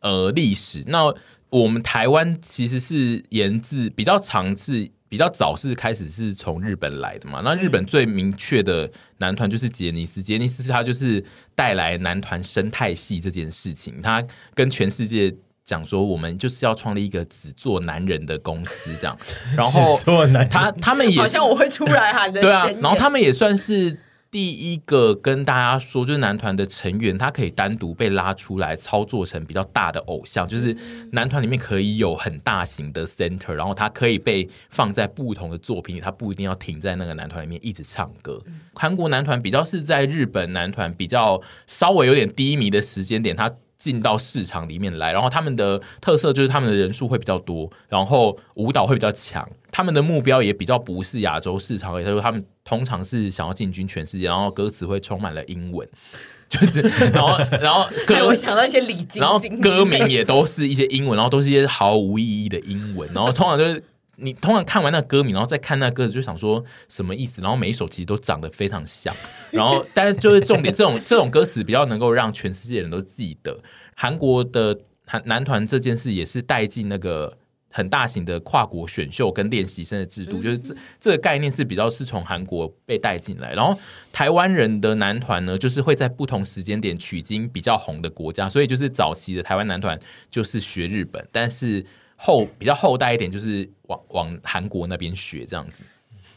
Speaker 1: 呃历史。那我们台湾其实是研自比较长是比较早是开始是从日本来的嘛。那日
Speaker 2: 嗯
Speaker 1: 本最明确的男团就是杰尼斯，杰尼斯他就是带来男团生态系这件事情，他跟全世界。讲说我们就是要创立一个只做男人的公司，这样，然后
Speaker 2: [laughs] 只做男人
Speaker 1: 他他们也
Speaker 3: 好像我会出来喊的
Speaker 1: 对啊
Speaker 3: 宣，言
Speaker 1: 然后他们也算是第一个跟大家说，就是男团的成员他可以单独被拉出来操作成比较大的偶像，就是男团里面可以有很大型的 center，然后他可以被放在不同的作品里，他不一定要停在那个男团里面一直唱歌。韩国男团比较是在日本男团比较稍微有点低迷的时间点，他。进到市场里面来，然后他们的特色就是他们的人数会比较多，然后舞蹈会比较强，他们的目标也比较不是亚洲市场，也就是说他们通常是想要进军全世界，然后歌词会充满了英文， [laughs] 就是然后然后
Speaker 3: [laughs] 哎，
Speaker 1: 歌
Speaker 3: 我想到一些礼金，
Speaker 1: 然后
Speaker 3: 金
Speaker 1: 歌名也都是一些英文，然后都是一些毫无意义的英文，然后通常就是。你通常看完那歌名，然后再看那歌词，就想说什么意思？然后每一首其实都长得非常像，然后但是就是重点，这种这种歌词比较能够让全世界人都记得。韩国的韩男团这件事也是带进那个很大型的跨国选秀跟练习生的制度，就是这这个概念是比较是从韩国被带进来，然后台湾人的男团呢，就是会在不同时间点取经比较红的国家，所以就是早期的台湾男团就是学日本，但是后比较后代一点就是往往韩国那边学这样子。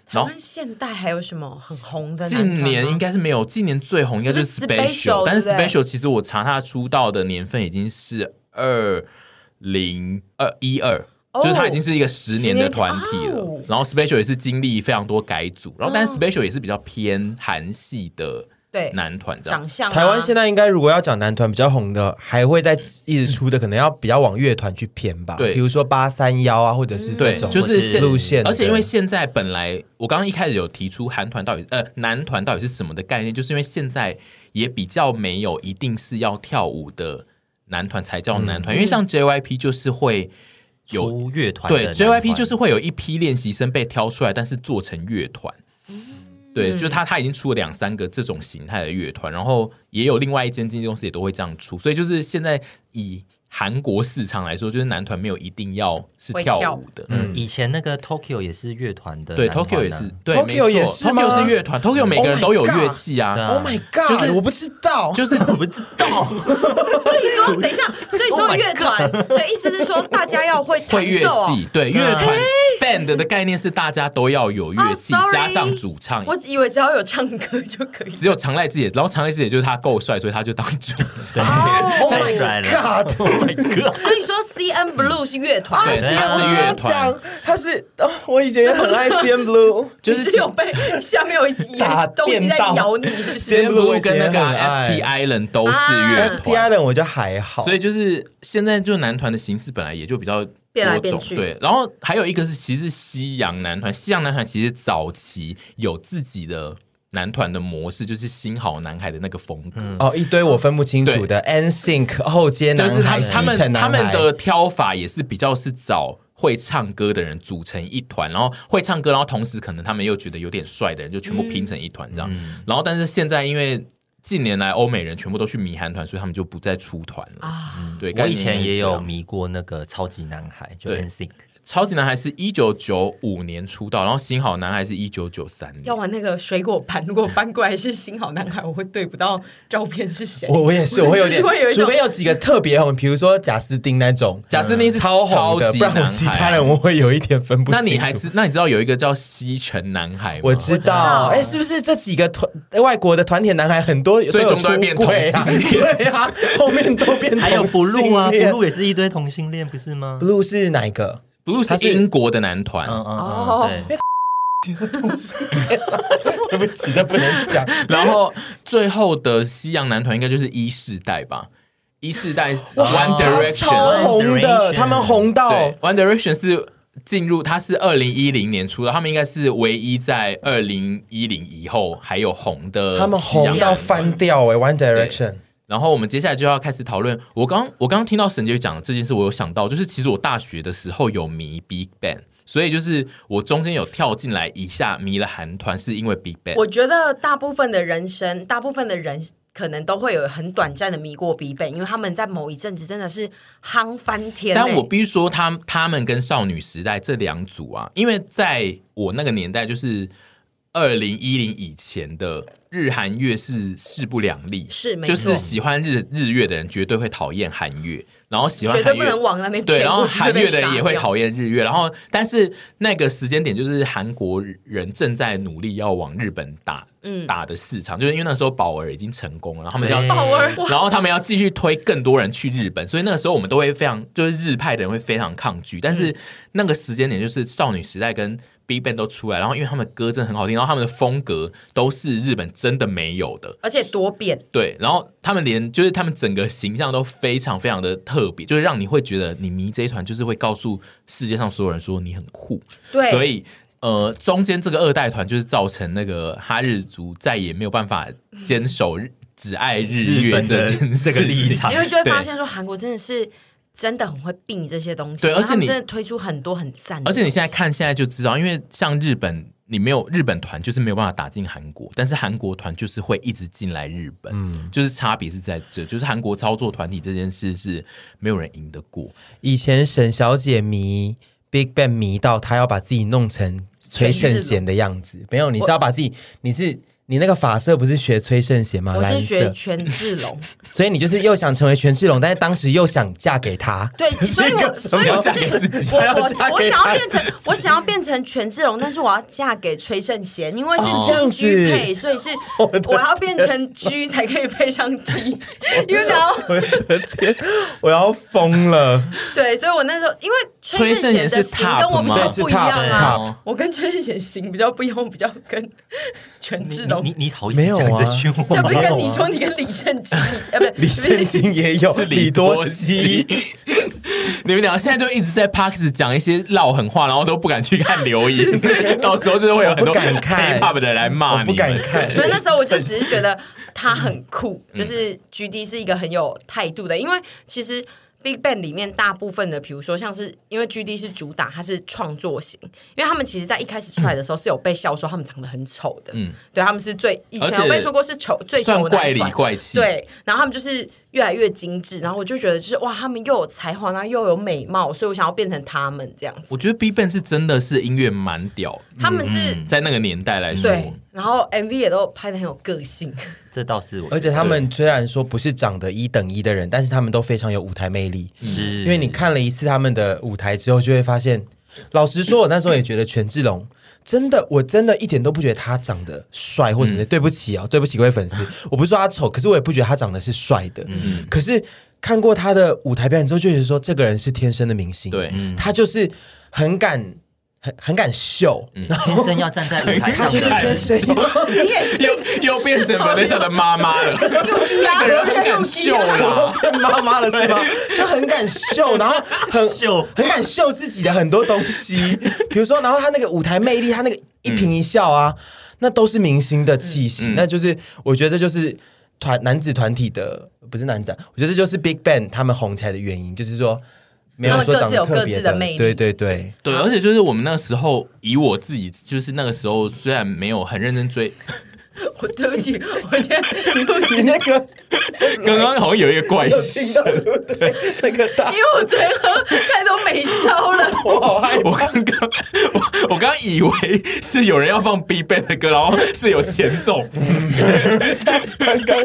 Speaker 3: 台湾现代还有什么很红的男团吗？
Speaker 1: 近年应该是没有，近年最红应该就是
Speaker 3: 是不是 Special，
Speaker 1: 但是
Speaker 3: 对不对
Speaker 1: Special 其实我查他出道的年份已经是二零二一二。
Speaker 3: 哦
Speaker 1: 就是他已经是一个十年的团体
Speaker 3: 十年
Speaker 1: 了，
Speaker 3: 前哦
Speaker 1: 然后 Special 也是经历非常多改组，然后但是
Speaker 3: 哦
Speaker 1: Special 也是比较偏韩系的
Speaker 3: 对
Speaker 1: 男团这样
Speaker 3: 长，相啊、
Speaker 2: 台湾现
Speaker 3: 在
Speaker 2: 在应该如果要讲男团比较红的，还会在一直出的，可能要比较往乐团去偏吧。
Speaker 1: 对嗯
Speaker 2: 比如说八三幺啊，或者是这
Speaker 1: 对，
Speaker 2: 种
Speaker 1: 就是现
Speaker 2: 路线的。
Speaker 1: 而且因为现在本来我刚刚一开始有提出韩团到底呃男团到底是什么的概念，就是因为现在也比较没有一定是要跳舞的男团才叫男团，因为像 JYP 就是会有
Speaker 4: 出乐团
Speaker 1: 对
Speaker 4: 的
Speaker 1: JYP 就是
Speaker 4: 男团
Speaker 1: 会有一批练习生被挑出来，但是做成乐团。对，就是他，他已经出了两三个这种形态的乐团，然后也有另外一间经纪公司也都会这样出，所以就是现在以韩国市场来说，就是男团没有一定要是
Speaker 3: 会
Speaker 1: 跳
Speaker 3: 跳
Speaker 1: 舞的，
Speaker 4: 嗯以前那个 Tokyo 也是乐团的
Speaker 1: 对
Speaker 4: 男团啊
Speaker 1: ，Tokyo 也是，对
Speaker 2: Tokyo
Speaker 1: 没错
Speaker 2: 也是吗
Speaker 1: ，Tokyo 是乐团，Tokyo 每个人都有
Speaker 2: Oh my
Speaker 1: 乐器啊。
Speaker 4: 对啊
Speaker 2: Oh my God，
Speaker 1: 就是
Speaker 2: 我不知道，
Speaker 1: 就是
Speaker 4: 我不知道，
Speaker 3: 所以
Speaker 2: [laughs]
Speaker 3: 说，等一下，所以
Speaker 4: Oh
Speaker 3: 说
Speaker 4: my
Speaker 3: 乐团的意思是说大家要会弹
Speaker 1: 会乐
Speaker 3: 奏哦
Speaker 1: 器，对乐团 band 的概念是大家都要有乐器
Speaker 3: 啊，sorry
Speaker 1: 加上主唱，
Speaker 3: 我以为只要有唱歌就可
Speaker 2: [laughs]
Speaker 3: 以。
Speaker 1: 只有常濑智也，然后常濑智也就是他够帅，所以他就当主
Speaker 2: [laughs]
Speaker 1: 唱。
Speaker 3: 哦
Speaker 4: [laughs] 太
Speaker 3: my
Speaker 4: 帅了
Speaker 2: Oh God，
Speaker 4: [laughs] ，Oh my God！
Speaker 3: 所以说，C N Blue 是乐团，
Speaker 1: 对，
Speaker 4: 啊
Speaker 1: 他是乐团，，
Speaker 2: 他是哦，我以前也很爱 CN [laughs] Blue，
Speaker 1: 就
Speaker 3: 你
Speaker 1: 是
Speaker 3: 是有被下面有一
Speaker 2: 打
Speaker 3: 东西
Speaker 2: 电
Speaker 3: 在
Speaker 2: 到
Speaker 3: 咬你，是不
Speaker 2: 电
Speaker 1: C
Speaker 3: 是？
Speaker 1: Blue 跟那个
Speaker 2: 我以前很
Speaker 1: FT
Speaker 2: 爱
Speaker 1: Island 都是乐
Speaker 2: F T
Speaker 1: 团。
Speaker 2: I 的我就还好，
Speaker 1: 所以就是现在就男团的形式本来也就比较多种
Speaker 3: 变来变去
Speaker 1: 对。然后还有一个是，其实西洋男团，西洋男团其实早期有自己的男团的模式，就是新好男孩的那个风格。
Speaker 2: 哦一堆我分不清楚的 N Sync 后街
Speaker 1: 就
Speaker 2: 男
Speaker 1: 是他
Speaker 2: 孩、
Speaker 1: 们他
Speaker 2: 西城
Speaker 1: 们
Speaker 2: 男
Speaker 1: 他
Speaker 2: 孩
Speaker 1: 们的挑法也是比较是找会唱歌的人组成一团，然后会唱歌，然后同时可能他们又觉得有点帅的人就全部拼成一团这样。然后但是现在因为近年来欧美人全部都去迷韩团，所以他们就不再出团了。嗯
Speaker 3: 啊，
Speaker 1: 对，概
Speaker 4: 我以
Speaker 1: 念
Speaker 4: 前
Speaker 1: 是
Speaker 4: 也
Speaker 1: 这样
Speaker 4: 有迷过那个超级男孩，就
Speaker 1: 对
Speaker 4: NSYNC，
Speaker 1: 超级男孩是一九九五年出道，然后新好男孩是一九九三年
Speaker 3: 要。玩那个水果盘，如果翻过来是新好男孩，我会对不到照片是谁。
Speaker 2: 我我也是，我会
Speaker 1: [laughs]
Speaker 2: 有点，
Speaker 3: [laughs] 就是会有一种
Speaker 2: 除非有几个特别红，比如说贾斯汀那种，
Speaker 1: 贾斯汀是
Speaker 2: 超红的，
Speaker 1: 超级
Speaker 2: 不然我
Speaker 1: 男孩
Speaker 2: 其他人我会有一点分不清
Speaker 1: 那
Speaker 2: 楚。
Speaker 1: 你还知？那你知道有一个叫西城男孩吗？
Speaker 2: 我知道，哎，是不是这几个团外国的团体男孩很多
Speaker 1: 最终都
Speaker 2: 都有
Speaker 1: 会
Speaker 2: 出
Speaker 1: 变
Speaker 2: 轨啊？
Speaker 1: 同性恋
Speaker 2: 对啊，后面都变
Speaker 4: 还有
Speaker 2: 同
Speaker 4: Blue 啊
Speaker 2: 性恋
Speaker 4: ，Blue 也是一堆同性恋，不是吗？
Speaker 2: Blue 是哪一个？
Speaker 1: 不
Speaker 2: 他
Speaker 1: 是
Speaker 2: 是
Speaker 1: 英国的男团，
Speaker 4: 嗯嗯
Speaker 3: 哦
Speaker 4: 嗯，对，
Speaker 2: [laughs] 对不起，这不能讲。
Speaker 1: 然后最后的西洋男团应该就是一世代吧，一世代
Speaker 2: [laughs]
Speaker 1: One
Speaker 2: 他
Speaker 1: Direction，
Speaker 2: 啊超红的，
Speaker 4: Direction
Speaker 2: 他们红到
Speaker 1: 对，One Direction 是进入，他是二零一零年出的，他们应该是唯一在二零一零以后还有红的，
Speaker 2: 他们红到。翻掉哎，One Direction。
Speaker 1: 然后我们接下来就要开始讨论，我刚我刚听到沈姐讲这件事，我有想到，就是其实我大学的时候有迷 Big Bang。所以就是我中间有跳进来一下迷了韩团，是因为 Big Bang。
Speaker 3: 我觉得大部分的人生，大部分的人可能都会有很短暂的迷过鼻本，因为他们在某一阵子真的是夯翻天、欸。
Speaker 1: 但我必须说他，他们跟少女时代这两组啊，因为在我那个年代，就是二零一零以前的日韩乐是势不两立，
Speaker 3: 是没
Speaker 1: 就
Speaker 3: 错
Speaker 1: 是喜欢日日乐的人绝对会讨厌韩乐。然后喜欢
Speaker 3: 绝对
Speaker 1: 韩
Speaker 3: 不
Speaker 1: 乐
Speaker 3: 能往那边
Speaker 1: 对，
Speaker 3: 偏
Speaker 1: 然后
Speaker 3: 过去
Speaker 1: 韩
Speaker 3: 会被
Speaker 1: 乐的人
Speaker 3: 杀
Speaker 1: 也会
Speaker 3: 掉
Speaker 1: 讨厌日月，然后但是那个时间点就是韩国人正在努力要往日本打，
Speaker 3: 嗯
Speaker 1: 打的市场，就是因为那时候宝儿已经成功了，然后他们
Speaker 4: 对
Speaker 1: 要
Speaker 3: [laughs] 鲍尔，哇
Speaker 1: 然后他们要继续推更多人去日本，所以那个时候我们都会非常，就是日派的人会非常抗拒。但
Speaker 3: 嗯
Speaker 1: 是那个时间点就是少女时代跟 Big Bang 都出来，然后因为他们的歌真的很好听，然后他们的风格都是日本真的没有的，
Speaker 3: 而且多变，
Speaker 1: 对。然后他们连就是他们整个形象都非常非常的特别，就是让你会觉得你迷这一团，就是会告诉世界上所有人说你很酷，
Speaker 3: 对，
Speaker 1: 所以。呃，中间这个二代团就是造成那个哈日族再也没有办法坚守日只爱日
Speaker 4: 日
Speaker 1: 月
Speaker 4: 本
Speaker 1: 这
Speaker 4: 的
Speaker 1: 件
Speaker 4: 这
Speaker 1: 事
Speaker 4: 个立
Speaker 1: 情
Speaker 4: 场
Speaker 3: 因，为就会
Speaker 1: 对
Speaker 3: 发现说韩国真的是真的很会并这些东西，
Speaker 1: 对而且
Speaker 3: 然后他们
Speaker 1: 你
Speaker 3: 真的推出很多很赞的
Speaker 1: 而
Speaker 3: 东西，
Speaker 1: 且你现在看现在就知道，因为像日本，你没有日本团就是没有办法打进韩国，但是韩国团就是会一直进来日本，
Speaker 4: 嗯
Speaker 1: 就是差别是在这，就是韩国操作团体这件事是没有人赢得过，
Speaker 2: 以前沈小姐迷 Big Bang 迷到她要把自己弄成崔胜贤的样子，没有，你是要把自己，你是你那个发色不是学崔胜贤吗？
Speaker 3: 我
Speaker 2: 蓝
Speaker 3: 是学
Speaker 2: 色，
Speaker 3: 权志龙，
Speaker 2: [laughs] 所以你就是又想成为权志龙，但是当时又想嫁给他。 [laughs]
Speaker 3: 对，所以我所以我
Speaker 2: 嫁
Speaker 3: 就
Speaker 2: 给
Speaker 3: 是
Speaker 2: 自己
Speaker 3: 我
Speaker 2: 还要
Speaker 3: 我
Speaker 2: 嫁
Speaker 3: 我
Speaker 2: 给
Speaker 3: 想要
Speaker 2: 他
Speaker 3: 变成我想要变成权志龙，但是我要嫁给崔胜贤，因为是
Speaker 2: 哦这样
Speaker 3: T
Speaker 2: 子
Speaker 3: G 配，所以是
Speaker 2: [laughs] 我的
Speaker 3: 我要变成 G 才可以配上 T，因为然后
Speaker 2: 我的天，我要疯 [laughs] 了！
Speaker 3: [laughs] 对，所以我那时候因为
Speaker 1: 崔胜
Speaker 3: 崔胜贤
Speaker 1: 贤
Speaker 3: 的
Speaker 1: 是
Speaker 3: 型跟我比
Speaker 1: top 吗
Speaker 3: 较不一样
Speaker 2: 对是 top，
Speaker 3: 啊
Speaker 2: top，
Speaker 3: 我跟崔胜贤型比较不一样，我比较跟 [laughs] 权
Speaker 4: 你
Speaker 3: 志
Speaker 4: 你
Speaker 3: 龙
Speaker 4: 你你好意
Speaker 2: 没
Speaker 4: 思
Speaker 2: 有
Speaker 4: 讲
Speaker 2: 啊
Speaker 4: 这句话？
Speaker 3: 这不
Speaker 2: 没
Speaker 3: 是
Speaker 2: 有
Speaker 3: 跟
Speaker 2: 啊
Speaker 3: 你说你跟李圣经，呃，不是
Speaker 2: 李圣，
Speaker 3: 不
Speaker 2: 经
Speaker 3: 是
Speaker 2: 也有，
Speaker 1: 是
Speaker 2: 李多熙，
Speaker 1: 你们俩现在就一直在 Parks 讲一些唠狠话，然后都不敢去看留
Speaker 2: [laughs]
Speaker 1: 言，到时候就是会有很
Speaker 2: 我
Speaker 1: 多
Speaker 2: 不敢看
Speaker 1: K-pop 的人来骂
Speaker 2: 我
Speaker 1: 啊你们，
Speaker 2: 不敢
Speaker 1: [laughs]
Speaker 2: 看。
Speaker 3: 没有那时候我就只是觉得他很酷，
Speaker 1: 嗯
Speaker 3: 就是 G D 是一个很有态度的，因为其实。Big Bang 里面大部分的，比如说像是因为 G D 是主打，它是创作型，因为他们其实在一开始出来的时候是有被笑说他们长得很丑的，嗯
Speaker 1: 嗯，
Speaker 3: 对，他们是最以前
Speaker 1: 而且
Speaker 3: 有被说过是丑最
Speaker 1: 算
Speaker 3: 丑的
Speaker 1: 怪
Speaker 3: 男
Speaker 1: 里
Speaker 3: 团，
Speaker 1: 怪气，
Speaker 3: 对，然后他们就是越来越精致，然后我就觉得就是哇，他们又有才华，然后又有美貌，所以我想要变成他们这样子。
Speaker 1: 我觉得 Big Bang 是真的是音乐蛮屌，
Speaker 3: 他们是、
Speaker 1: 在那个年代来说，
Speaker 3: 对，然后 MV 也都拍的很有个性， [laughs]
Speaker 4: 这倒是我觉得，
Speaker 2: 而且他们虽然说不是长得一等一的人，但是他们都非常有舞台魅力。
Speaker 4: 是
Speaker 2: 因为你看了一次他们的舞台之后，就会发现，老实说，我那时候也觉得权志龙真的，我真的一点都不觉得他长得帅或什么的。对不起啊、对不起各位粉丝，我不是说他丑，可是我也不觉得他长得是帅的。可是看过他的舞台表演之后，就觉得说这个人是天生的明星，
Speaker 1: 对
Speaker 2: 他就是很敢。很很敢秀，
Speaker 4: [laughs] 天生要站在舞
Speaker 2: 他
Speaker 4: 台上
Speaker 2: 就是
Speaker 4: 的
Speaker 2: 天
Speaker 4: 人，
Speaker 2: 生
Speaker 3: 你也是
Speaker 1: 又又变成 Vanessa 的妈妈了。
Speaker 2: [laughs]
Speaker 3: 秀弟啊，
Speaker 1: 那个人很敢秀
Speaker 3: [laughs]
Speaker 1: 啦，
Speaker 2: 变妈妈了是吗？就很敢秀，然后很
Speaker 4: 秀
Speaker 2: 很敢秀自己的很多东西，比如说，然后他那个舞台魅力，他那个一颦一笑啊，那都是明星的气息，那就是我觉得就是团男子团体的，不是男子、啊，我觉得这就是 Big Bang 他们红起来的原因，就是说没有说长得特
Speaker 3: 各自有各
Speaker 2: 别
Speaker 3: 自的魅力
Speaker 2: 对对对，
Speaker 1: 对，而且就是我们那时候，以我自己，就是那个时候虽然没有很认真
Speaker 2: [laughs]
Speaker 1: 追，
Speaker 3: 我对不起，我现在因为
Speaker 2: 你那个
Speaker 1: 刚刚好像有一个怪
Speaker 2: 有
Speaker 1: 声，
Speaker 2: 听到对不对？那个大
Speaker 3: [laughs] 因。为我昨天喝太多美招了，
Speaker 2: 我 [laughs] 好害怕
Speaker 1: 我刚刚我我刚刚以为是有人要放 B Ban 的歌，然后是有前
Speaker 2: [laughs]
Speaker 1: 奏，。
Speaker 2: 刚刚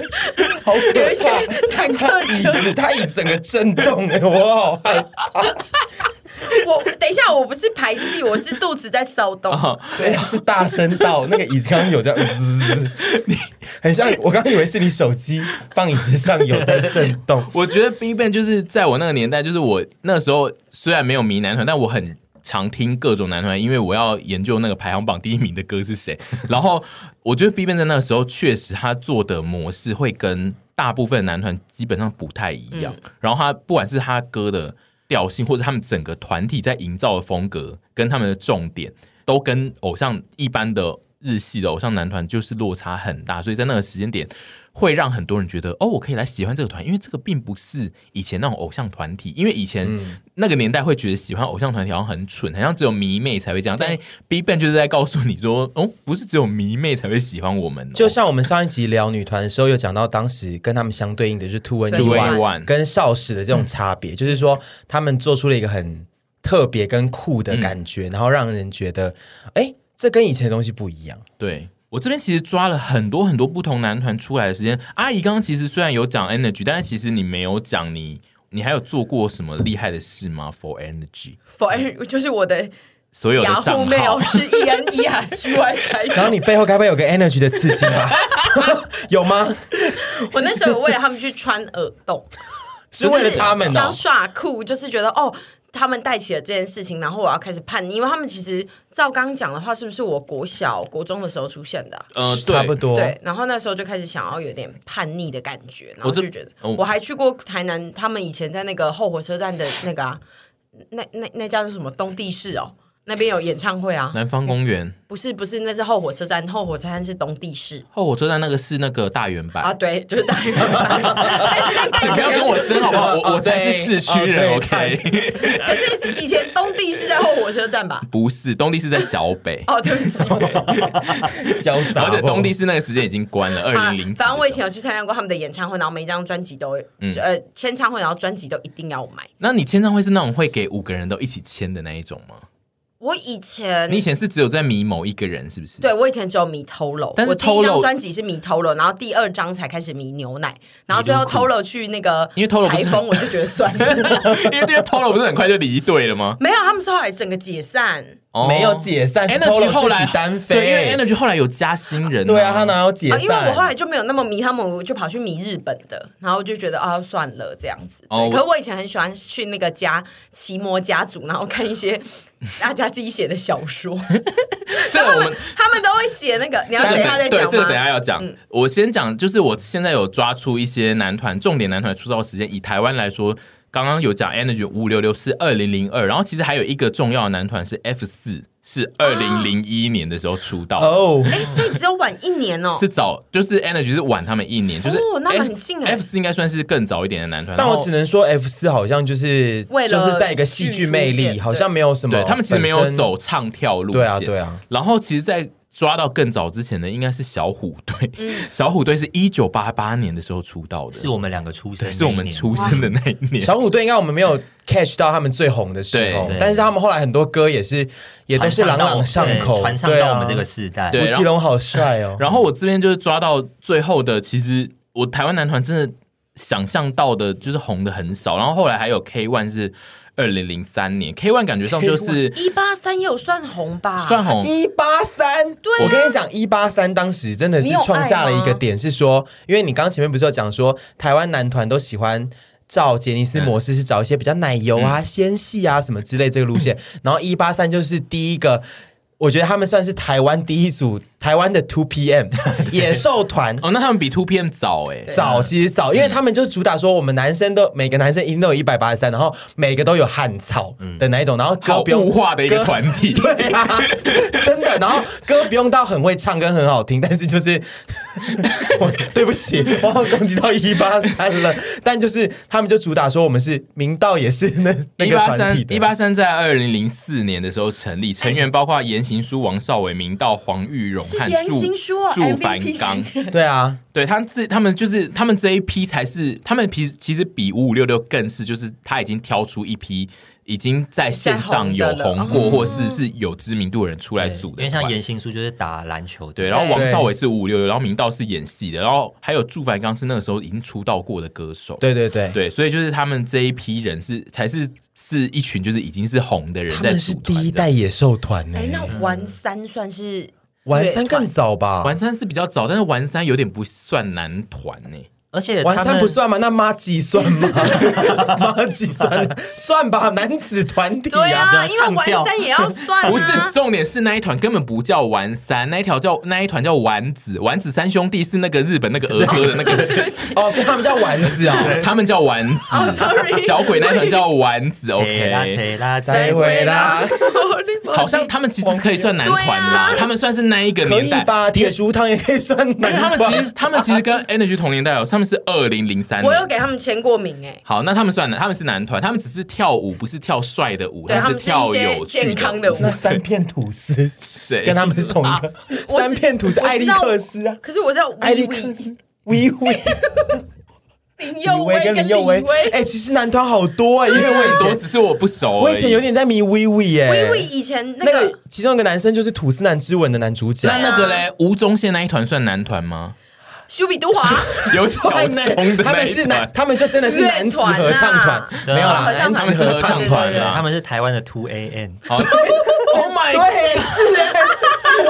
Speaker 2: 好
Speaker 3: 有一
Speaker 2: 可怕
Speaker 3: 些！坦克
Speaker 2: 椅
Speaker 3: 车。
Speaker 2: 子，它椅子整个震动哎、我好害怕。
Speaker 3: 我等一下，我不是排气，我是肚子在骚动。
Speaker 2: 对，是大声到那个椅子刚刚有在滋滋， [laughs] 你很像我刚刚以为是你手机放椅子上有在震动
Speaker 1: [laughs] 我觉得 B Ban 就是在我那个年代，就是我那时候虽然没有迷男团，但我很常听各种男团，因为我要研究那个排行榜第一名的歌是谁。然后我觉得 B Ban 在那个时候确实他做的模式会跟大部分男团基本上不太一样。然后他不管是他歌的调性，或者他们整个团体在营造的风格，跟他们的重点，都跟偶像一般的日系的偶像男团就是落差很大，所以在那个时间点。会让很多人觉得哦，我可以来喜欢这个团，因为这个并不是以前那种偶像团体，因为以前那个年代会觉得喜欢偶像团体好像很蠢，好像只有迷妹才会这样。但是 Big Bang 就是在告诉你说，哦，不是只有迷妹才会喜欢我们、哦，
Speaker 2: [laughs] 就像我们上一集聊女团的时候，有讲到当时跟他们相对应的就是 Two and
Speaker 3: 对
Speaker 1: One
Speaker 2: One 嗯
Speaker 1: One
Speaker 2: 跟少时的这种差别，就是说他们做出了一个很特别跟酷的感觉，然后让人觉得，哎，这跟以前的东西不一 [laughs] 样。
Speaker 1: 对我这边其实抓了很多很多不同男团出来的时间。阿姨刚刚其实虽然有讲 Energy，但是其实你没有讲你你还有做过什么厉害的事吗？For Energy，
Speaker 3: ，for 就是我的
Speaker 1: 所有
Speaker 3: 雅
Speaker 1: 的
Speaker 3: 虎
Speaker 1: 账
Speaker 3: mail
Speaker 1: 号，
Speaker 3: 是 E N E R G Y 开
Speaker 2: 然后
Speaker 3: 头。
Speaker 2: 你背后该不会有个 energy 的刺激 [laughs] 吧？有吗？
Speaker 3: 我那时候有为了他们去穿耳洞，
Speaker 2: 是为了他们
Speaker 3: 想
Speaker 2: 哦。
Speaker 3: 耍酷，就是觉得哦，他们带起了这件事情，然后我要开始叛逆，因为他们其实照刚讲的话，是不是我国小、国中的时候出现的啊、
Speaker 1: 呃，
Speaker 2: 差不
Speaker 1: 对，
Speaker 2: 多。
Speaker 3: 对，然后那时候就开始想要有点叛逆的感觉，然后
Speaker 1: 我这
Speaker 3: 就觉得，
Speaker 1: 哦
Speaker 3: 我还去过台南，他们以前在那个后火车站的那个啊，那那那叫是什么东地市哦，那边有演唱会啊，
Speaker 1: 南方公园
Speaker 3: 不是不是，那是后火车站，后火车站是东地市
Speaker 1: 后火哦车站那个是那个大圆
Speaker 3: 啊，
Speaker 1: 板。
Speaker 3: 对，就是大圆大圆 [laughs] 但是那概
Speaker 1: 你
Speaker 3: 念
Speaker 1: 不要跟我争好不好？我我才是市区人
Speaker 2: 哦对
Speaker 1: ，OK？
Speaker 3: 可是以前东地是在后火车站吧？
Speaker 1: 不是，东帝是在小北，
Speaker 3: 哦，对不起，
Speaker 2: [laughs] 潇洒。哦
Speaker 1: 而且东帝是那个时间已经关了，二
Speaker 3: 啊
Speaker 1: 零零。
Speaker 3: 反正我以前有去参加过他们的演唱会，然后每一张专辑都，
Speaker 1: 嗯
Speaker 3: 呃，签唱会，然后专辑都一定要买。
Speaker 1: 那你签唱会是那种会给五个人都一起签的那一种吗？
Speaker 3: 我以前
Speaker 1: 你以前是只有在迷某一个人，是不是？
Speaker 3: 对，我以前只有迷 Tolo，
Speaker 1: 但是
Speaker 3: 我第一
Speaker 1: Tolo-
Speaker 3: 张专辑是迷 Tolo，然后第二张才开始迷牛奶，然后最后 Tolo 去那个
Speaker 1: 因为 Tolo 不
Speaker 3: 台
Speaker 1: 是
Speaker 3: 风，我就觉得算了， [laughs]
Speaker 1: 因为这个 Tolo 不是很快就离队了吗？
Speaker 3: 没有，他们是后来整个解散。
Speaker 1: 哦
Speaker 2: 没有解散是 Tolo
Speaker 1: Energy 后来
Speaker 2: 自己单飞
Speaker 1: 对，因为 Energy 后来有加新人、
Speaker 2: 对啊，他哪有解
Speaker 3: 啊，
Speaker 2: 散？
Speaker 3: 因为我后来就没有那么迷他们，我就跑去迷日本的，然后就觉得啊，算了这样子。
Speaker 1: 哦
Speaker 3: 对
Speaker 1: 我
Speaker 3: 可是我以前很喜欢去那个家奇摩家族，然后看一些大家自己写的小说， [laughs]
Speaker 1: 这个我们
Speaker 3: 他们都会写那个，你要等一下再
Speaker 1: 对
Speaker 3: 讲吗？嗯
Speaker 1: 这个等一下要讲。我先讲，就是我现在有抓出一些男团重点男团的出道时间，以台湾来说。刚刚有讲 Energy 五六六是二零零二，然后其实还有一个重要的男团是 F 四，是二零零一年的时候出道的
Speaker 2: 哦，
Speaker 3: 哎、所以只有晚一年哦、
Speaker 1: 是早，就是 Energy 是晚他们一年，就是
Speaker 3: 哦那
Speaker 1: F-
Speaker 3: 很近欸
Speaker 1: F 四应该算是更早一点的男团，
Speaker 2: 但我
Speaker 1: 然后
Speaker 2: 只能说 F 四好像就是
Speaker 3: 为了
Speaker 2: 就是在一个戏剧魅
Speaker 3: 剧出
Speaker 2: 力，
Speaker 3: 现
Speaker 2: 好像没有什么。
Speaker 1: 对他们其实没有
Speaker 2: 哦本身
Speaker 1: 走唱跳路线，
Speaker 2: 对啊对啊。
Speaker 1: 然后其实，在抓到更早之前的应该是小虎队，小虎队是一九八八年的时候出道的，
Speaker 4: 是我们两个出生
Speaker 1: 对，
Speaker 4: 那一年，
Speaker 1: 是我们出生的那一年。
Speaker 2: 小虎队应该我们没有 catch 到他们最红的时候
Speaker 1: 对
Speaker 4: 对，
Speaker 2: 但是他们后来很多歌也是也都是朗朗上口，
Speaker 4: 传唱
Speaker 2: 对
Speaker 4: 到
Speaker 2: 啊
Speaker 4: 我们这个时代。
Speaker 1: 对
Speaker 2: 吴奇隆好帅哦，
Speaker 1: 然后我这边就是抓到最后的，其实我台湾男团真的想象到的就是红的很少，然后后来还有 K One 是二零零三年，K One 感觉上就是
Speaker 3: 一八三也有算红吧？
Speaker 1: 算红，
Speaker 2: 一八三，
Speaker 3: 对啊
Speaker 2: 我跟你讲，一八三当时真的是
Speaker 3: 你有
Speaker 2: 创下了
Speaker 3: 爱
Speaker 2: 一
Speaker 3: 吗
Speaker 2: 个点，是说，因为你刚前面不是有讲说，台湾男团都喜欢。照杰尼斯模式是找一些比较奶油
Speaker 1: 嗯
Speaker 2: 啊、纤细啊什么之类这个路线，然后一八三就是第一个，我觉得他们算是台湾第一组台湾的
Speaker 1: [laughs]
Speaker 2: Two PM 野兽团，
Speaker 1: 哦，那他们比 Two PM 早哎、
Speaker 2: 早其实早，因为他们就是主打说我们男生都每个男生一定都有一百八十三，然后每个都有汗草的那一种，然后歌
Speaker 1: 嗯好
Speaker 2: 不用
Speaker 1: 物化的一个
Speaker 2: 歌
Speaker 1: 团体。
Speaker 2: 对啊，真的。然后歌不用到很会唱跟很好听，但是就是 [laughs] 我对不起，我好像攻击到一八三了。但就是他们就主打说我们是明道，也是那那
Speaker 1: 一
Speaker 2: 个
Speaker 1: 八
Speaker 2: 团
Speaker 1: 三
Speaker 2: 体的。
Speaker 1: 一八三在二零零四年的时候成立，成员包括严行书、王少伟、明道、黄玉荣
Speaker 3: 哎是
Speaker 1: 和
Speaker 3: 严
Speaker 1: 祝
Speaker 3: 行书哦
Speaker 1: 祝凡
Speaker 3: MVP
Speaker 1: 刚。
Speaker 2: 对啊，
Speaker 1: 对，他自他们就是他们这一批才是他们其实其实比五五六六更是就是他已经挑出一批已经在线上有
Speaker 3: [laughs] 在红
Speaker 1: 红
Speaker 3: 的了
Speaker 1: 过或是是有知名度的人出来
Speaker 4: 对
Speaker 1: 组
Speaker 4: 因
Speaker 1: 的团，
Speaker 4: 为像严心书就是打篮球的，
Speaker 1: 对，然后
Speaker 3: 对
Speaker 1: 王少伟是五五六六，然后明道是演戏的，然后还有祝凡刚是那个时候已经出道过的歌手。
Speaker 2: 对对对，
Speaker 1: 对，所以就是他们这一批人是才是是一群就是已经是红的人
Speaker 2: 他
Speaker 1: 在
Speaker 2: 们
Speaker 1: 组
Speaker 2: 是
Speaker 1: 团这
Speaker 2: 第
Speaker 1: 样。
Speaker 2: 一代野兽团呢
Speaker 3: 哎、。那
Speaker 2: 嗯
Speaker 3: 丸三算是
Speaker 2: 丸三更
Speaker 3: 乐团
Speaker 2: 早吧？
Speaker 1: 丸山是比较早，但是丸山有点不算男团呢、
Speaker 4: 而且
Speaker 2: 丸
Speaker 4: 他
Speaker 2: 三
Speaker 4: 们
Speaker 2: 不算吗？那妈几算
Speaker 1: [laughs]
Speaker 2: 吗？妈几算？算吧，男子团体
Speaker 3: 对
Speaker 2: 啊。
Speaker 3: 啊，
Speaker 4: 对啊
Speaker 3: 因为丸三也要算啊。
Speaker 1: 不是，重点是那一团根本不叫丸山，那一条叫那一团叫丸子，丸子三兄弟是那个日本那个儿歌的那个，
Speaker 3: [laughs] 对不起，
Speaker 2: 哦，所以他们叫丸子啊。
Speaker 1: 他们叫丸子。
Speaker 3: 哦，sorry，
Speaker 1: 小鬼那一团叫丸子
Speaker 4: 切啦
Speaker 1: ，OK。
Speaker 4: 切啦
Speaker 2: 再
Speaker 4: 切啦，
Speaker 2: 回啦，
Speaker 1: 好像他们其实可以算男团啦，
Speaker 3: 对啊
Speaker 1: 他们算是那一个
Speaker 2: 可
Speaker 1: 年
Speaker 2: 以
Speaker 1: 代。
Speaker 2: 吧？铁竹汤也可以算
Speaker 1: 但是他
Speaker 2: 男
Speaker 1: 们其
Speaker 2: 团
Speaker 1: 实，他们其实跟 Energy 同年代哦，他们是二零零三
Speaker 3: [laughs] 我有
Speaker 1: 年。
Speaker 3: 给他们签过名哎、
Speaker 1: 好，那他们算了，他们是男团，他们只是跳舞，不是跳帅的舞，
Speaker 3: 对他
Speaker 1: 是
Speaker 3: 们是
Speaker 1: 跳
Speaker 3: 一些
Speaker 1: 有趣
Speaker 3: 健康
Speaker 1: [laughs]
Speaker 3: 的舞。
Speaker 2: [laughs] 那三片吐司
Speaker 1: 谁
Speaker 2: 跟他们是同一个，
Speaker 3: 啊我
Speaker 2: 三片吐司
Speaker 3: 我知
Speaker 2: 艾利
Speaker 3: 道
Speaker 2: 克斯啊，
Speaker 3: 可是我知道
Speaker 2: [laughs] 艾利
Speaker 3: 微 [laughs] 微
Speaker 2: 克斯。微微、
Speaker 3: 林
Speaker 2: 李
Speaker 3: 佑
Speaker 2: 薇跟
Speaker 3: 威跟
Speaker 2: 林
Speaker 3: 李
Speaker 2: 佑
Speaker 3: 威
Speaker 2: 威，哎、其实男团好多哎、因为我以
Speaker 1: 我
Speaker 2: 前
Speaker 1: 只是我不熟而已。
Speaker 2: 我以前有点在迷微微耶，
Speaker 3: 微微以前那
Speaker 2: 哎那
Speaker 3: 个
Speaker 2: 个其中一个男生就是吐司男之吻的男主角，
Speaker 1: 那那个嘞，吴宗宪那一团算男团吗？
Speaker 3: 修比都华，
Speaker 1: [laughs]
Speaker 2: [laughs]
Speaker 1: 有 [laughs] 小冲的那
Speaker 2: 他们
Speaker 1: 一
Speaker 2: 是男，
Speaker 1: 团，
Speaker 2: 他们就真的是男子合唱团，
Speaker 3: 乐
Speaker 4: 团啊
Speaker 2: 没有啦，
Speaker 4: 合
Speaker 3: 唱团
Speaker 2: 男子合唱团
Speaker 1: 对啊
Speaker 4: 他们是台湾的 Two AM，
Speaker 3: [laughs]
Speaker 1: 好，Oh
Speaker 2: 对
Speaker 3: 啊
Speaker 1: my，，
Speaker 2: 是哎，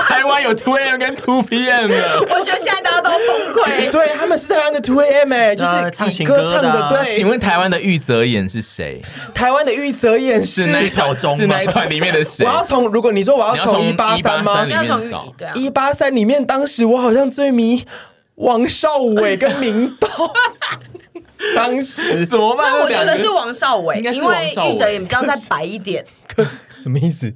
Speaker 1: 台湾有 Two AM 跟 Two PM 的。
Speaker 3: 我觉得现在大家都崩溃。
Speaker 2: 对，他们是台湾的 Two AM 哎，就
Speaker 4: 对啊
Speaker 2: 是
Speaker 4: 唱
Speaker 2: 以
Speaker 4: 情
Speaker 2: 歌
Speaker 4: 歌
Speaker 2: 唱
Speaker 4: 的
Speaker 2: 的，
Speaker 4: 啊
Speaker 1: [laughs]
Speaker 2: 对，
Speaker 1: 请问台湾的玉泽演是谁？
Speaker 2: 台湾的玉泽演
Speaker 1: 是那一
Speaker 2: 是。
Speaker 1: 团
Speaker 4: 小钟吗
Speaker 1: 是那一团里面的谁
Speaker 2: 我？要从，如果你说我
Speaker 1: 你要
Speaker 2: 要从
Speaker 1: 从
Speaker 2: 一八三吗
Speaker 1: 183？
Speaker 3: 要从
Speaker 1: 里面找
Speaker 3: 对啊，
Speaker 2: 一八三里面，当时我好像最迷王少伟跟明
Speaker 3: [laughs]
Speaker 2: 道，当时
Speaker 1: 怎么办？
Speaker 3: 那
Speaker 1: 这
Speaker 3: 我觉
Speaker 1: 两
Speaker 3: 得
Speaker 1: 个
Speaker 3: 是王少伟，
Speaker 1: 应该是
Speaker 3: 因为
Speaker 1: 王少伟
Speaker 3: 玉哲也比较再白一点，
Speaker 2: 什么意思？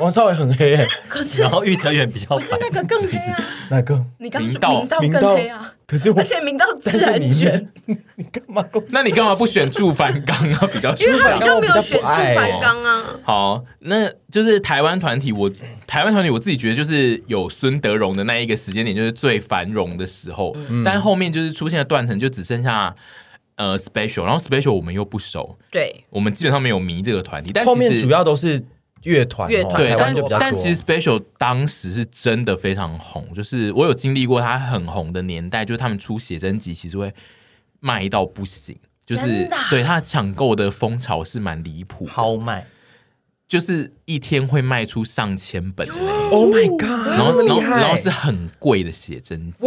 Speaker 2: 王少伟很黑哎，
Speaker 3: 可是
Speaker 4: 然后预测员比较
Speaker 3: 不是
Speaker 4: [laughs] 烦。
Speaker 3: 那个更黑啊，
Speaker 2: 哪个？
Speaker 3: 你刚
Speaker 1: 明
Speaker 3: 说
Speaker 1: 道
Speaker 3: 明道
Speaker 2: 明
Speaker 3: 更
Speaker 2: 道
Speaker 3: 黑啊，
Speaker 2: 可是我
Speaker 3: 而且明道自
Speaker 2: 但是
Speaker 3: 然
Speaker 2: 里
Speaker 3: 卷
Speaker 2: 面，， [laughs] 你干嘛攻击？
Speaker 1: 那你干嘛不选祝凡刚啊？比较
Speaker 3: 因为他
Speaker 1: 帅
Speaker 3: 比较没有
Speaker 2: 我比较
Speaker 3: 选
Speaker 2: 不
Speaker 3: 朱
Speaker 2: 爱
Speaker 3: 凡刚啊，
Speaker 1: 好，那就是台湾团体我，台湾团体我自己觉得就是有孙德荣的那一个时间点，就是最繁荣的时候，
Speaker 2: 嗯
Speaker 1: 但后面就是出现了断层，就只剩下呃 special，然后 special 我们又不熟，
Speaker 3: 对，
Speaker 1: 我们基本上没有迷这个团体，但
Speaker 2: 后
Speaker 1: 其实
Speaker 2: 面主要都是乐团哦，
Speaker 3: 乐团
Speaker 1: 对，
Speaker 2: 台湾
Speaker 1: 但
Speaker 2: 就比较多。
Speaker 1: 但其实 Special 当时是真的非常红，就是我有经历过他很红的年代，就是他们出写真集其实会卖到不行，就是
Speaker 3: 真的啊
Speaker 1: 对他抢购的风潮是蛮离谱的，
Speaker 4: 抛卖，
Speaker 1: 就是一天会卖出上千本的那种。
Speaker 2: Oh my
Speaker 3: 哦
Speaker 2: God，
Speaker 1: 然后，
Speaker 2: 那
Speaker 1: 然
Speaker 2: 么
Speaker 1: 后，
Speaker 2: 厉害哦
Speaker 1: 然后是很贵的写真集，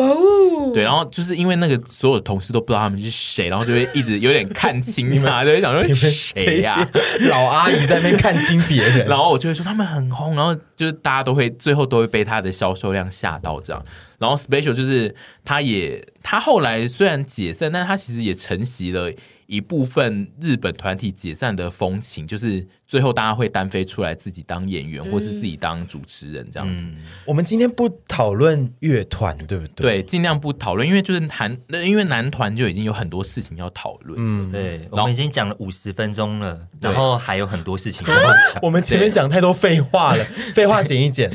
Speaker 1: 对，然后就是因为那个所有同事都不知道他们是谁，然后就会一直有点看清他，就会想说
Speaker 2: 你们
Speaker 1: 谁呀、
Speaker 2: 这些老阿姨在那边看清别人，
Speaker 1: 然后我就会说他们很红，然后就是大家都会最后都会被他的销售量吓到这样。然后 Special 就是他也他后来虽然解散，但他其实也承袭了一部分日本团体解散的风情，就是最后大家会单飞出来自己当演员、或是自己当主持人这样子。
Speaker 2: 我们今天不讨论乐团，对不对？
Speaker 1: 对，尽量不讨论，因为就是男，那因为男团就已经有很多事情要讨论。嗯，
Speaker 4: 对，
Speaker 1: 后
Speaker 4: 我们已经讲了五十分钟了，然后还有很
Speaker 1: [laughs]
Speaker 4: 多事情要讲。
Speaker 2: 我们前面讲太多废话了，废话剪一剪。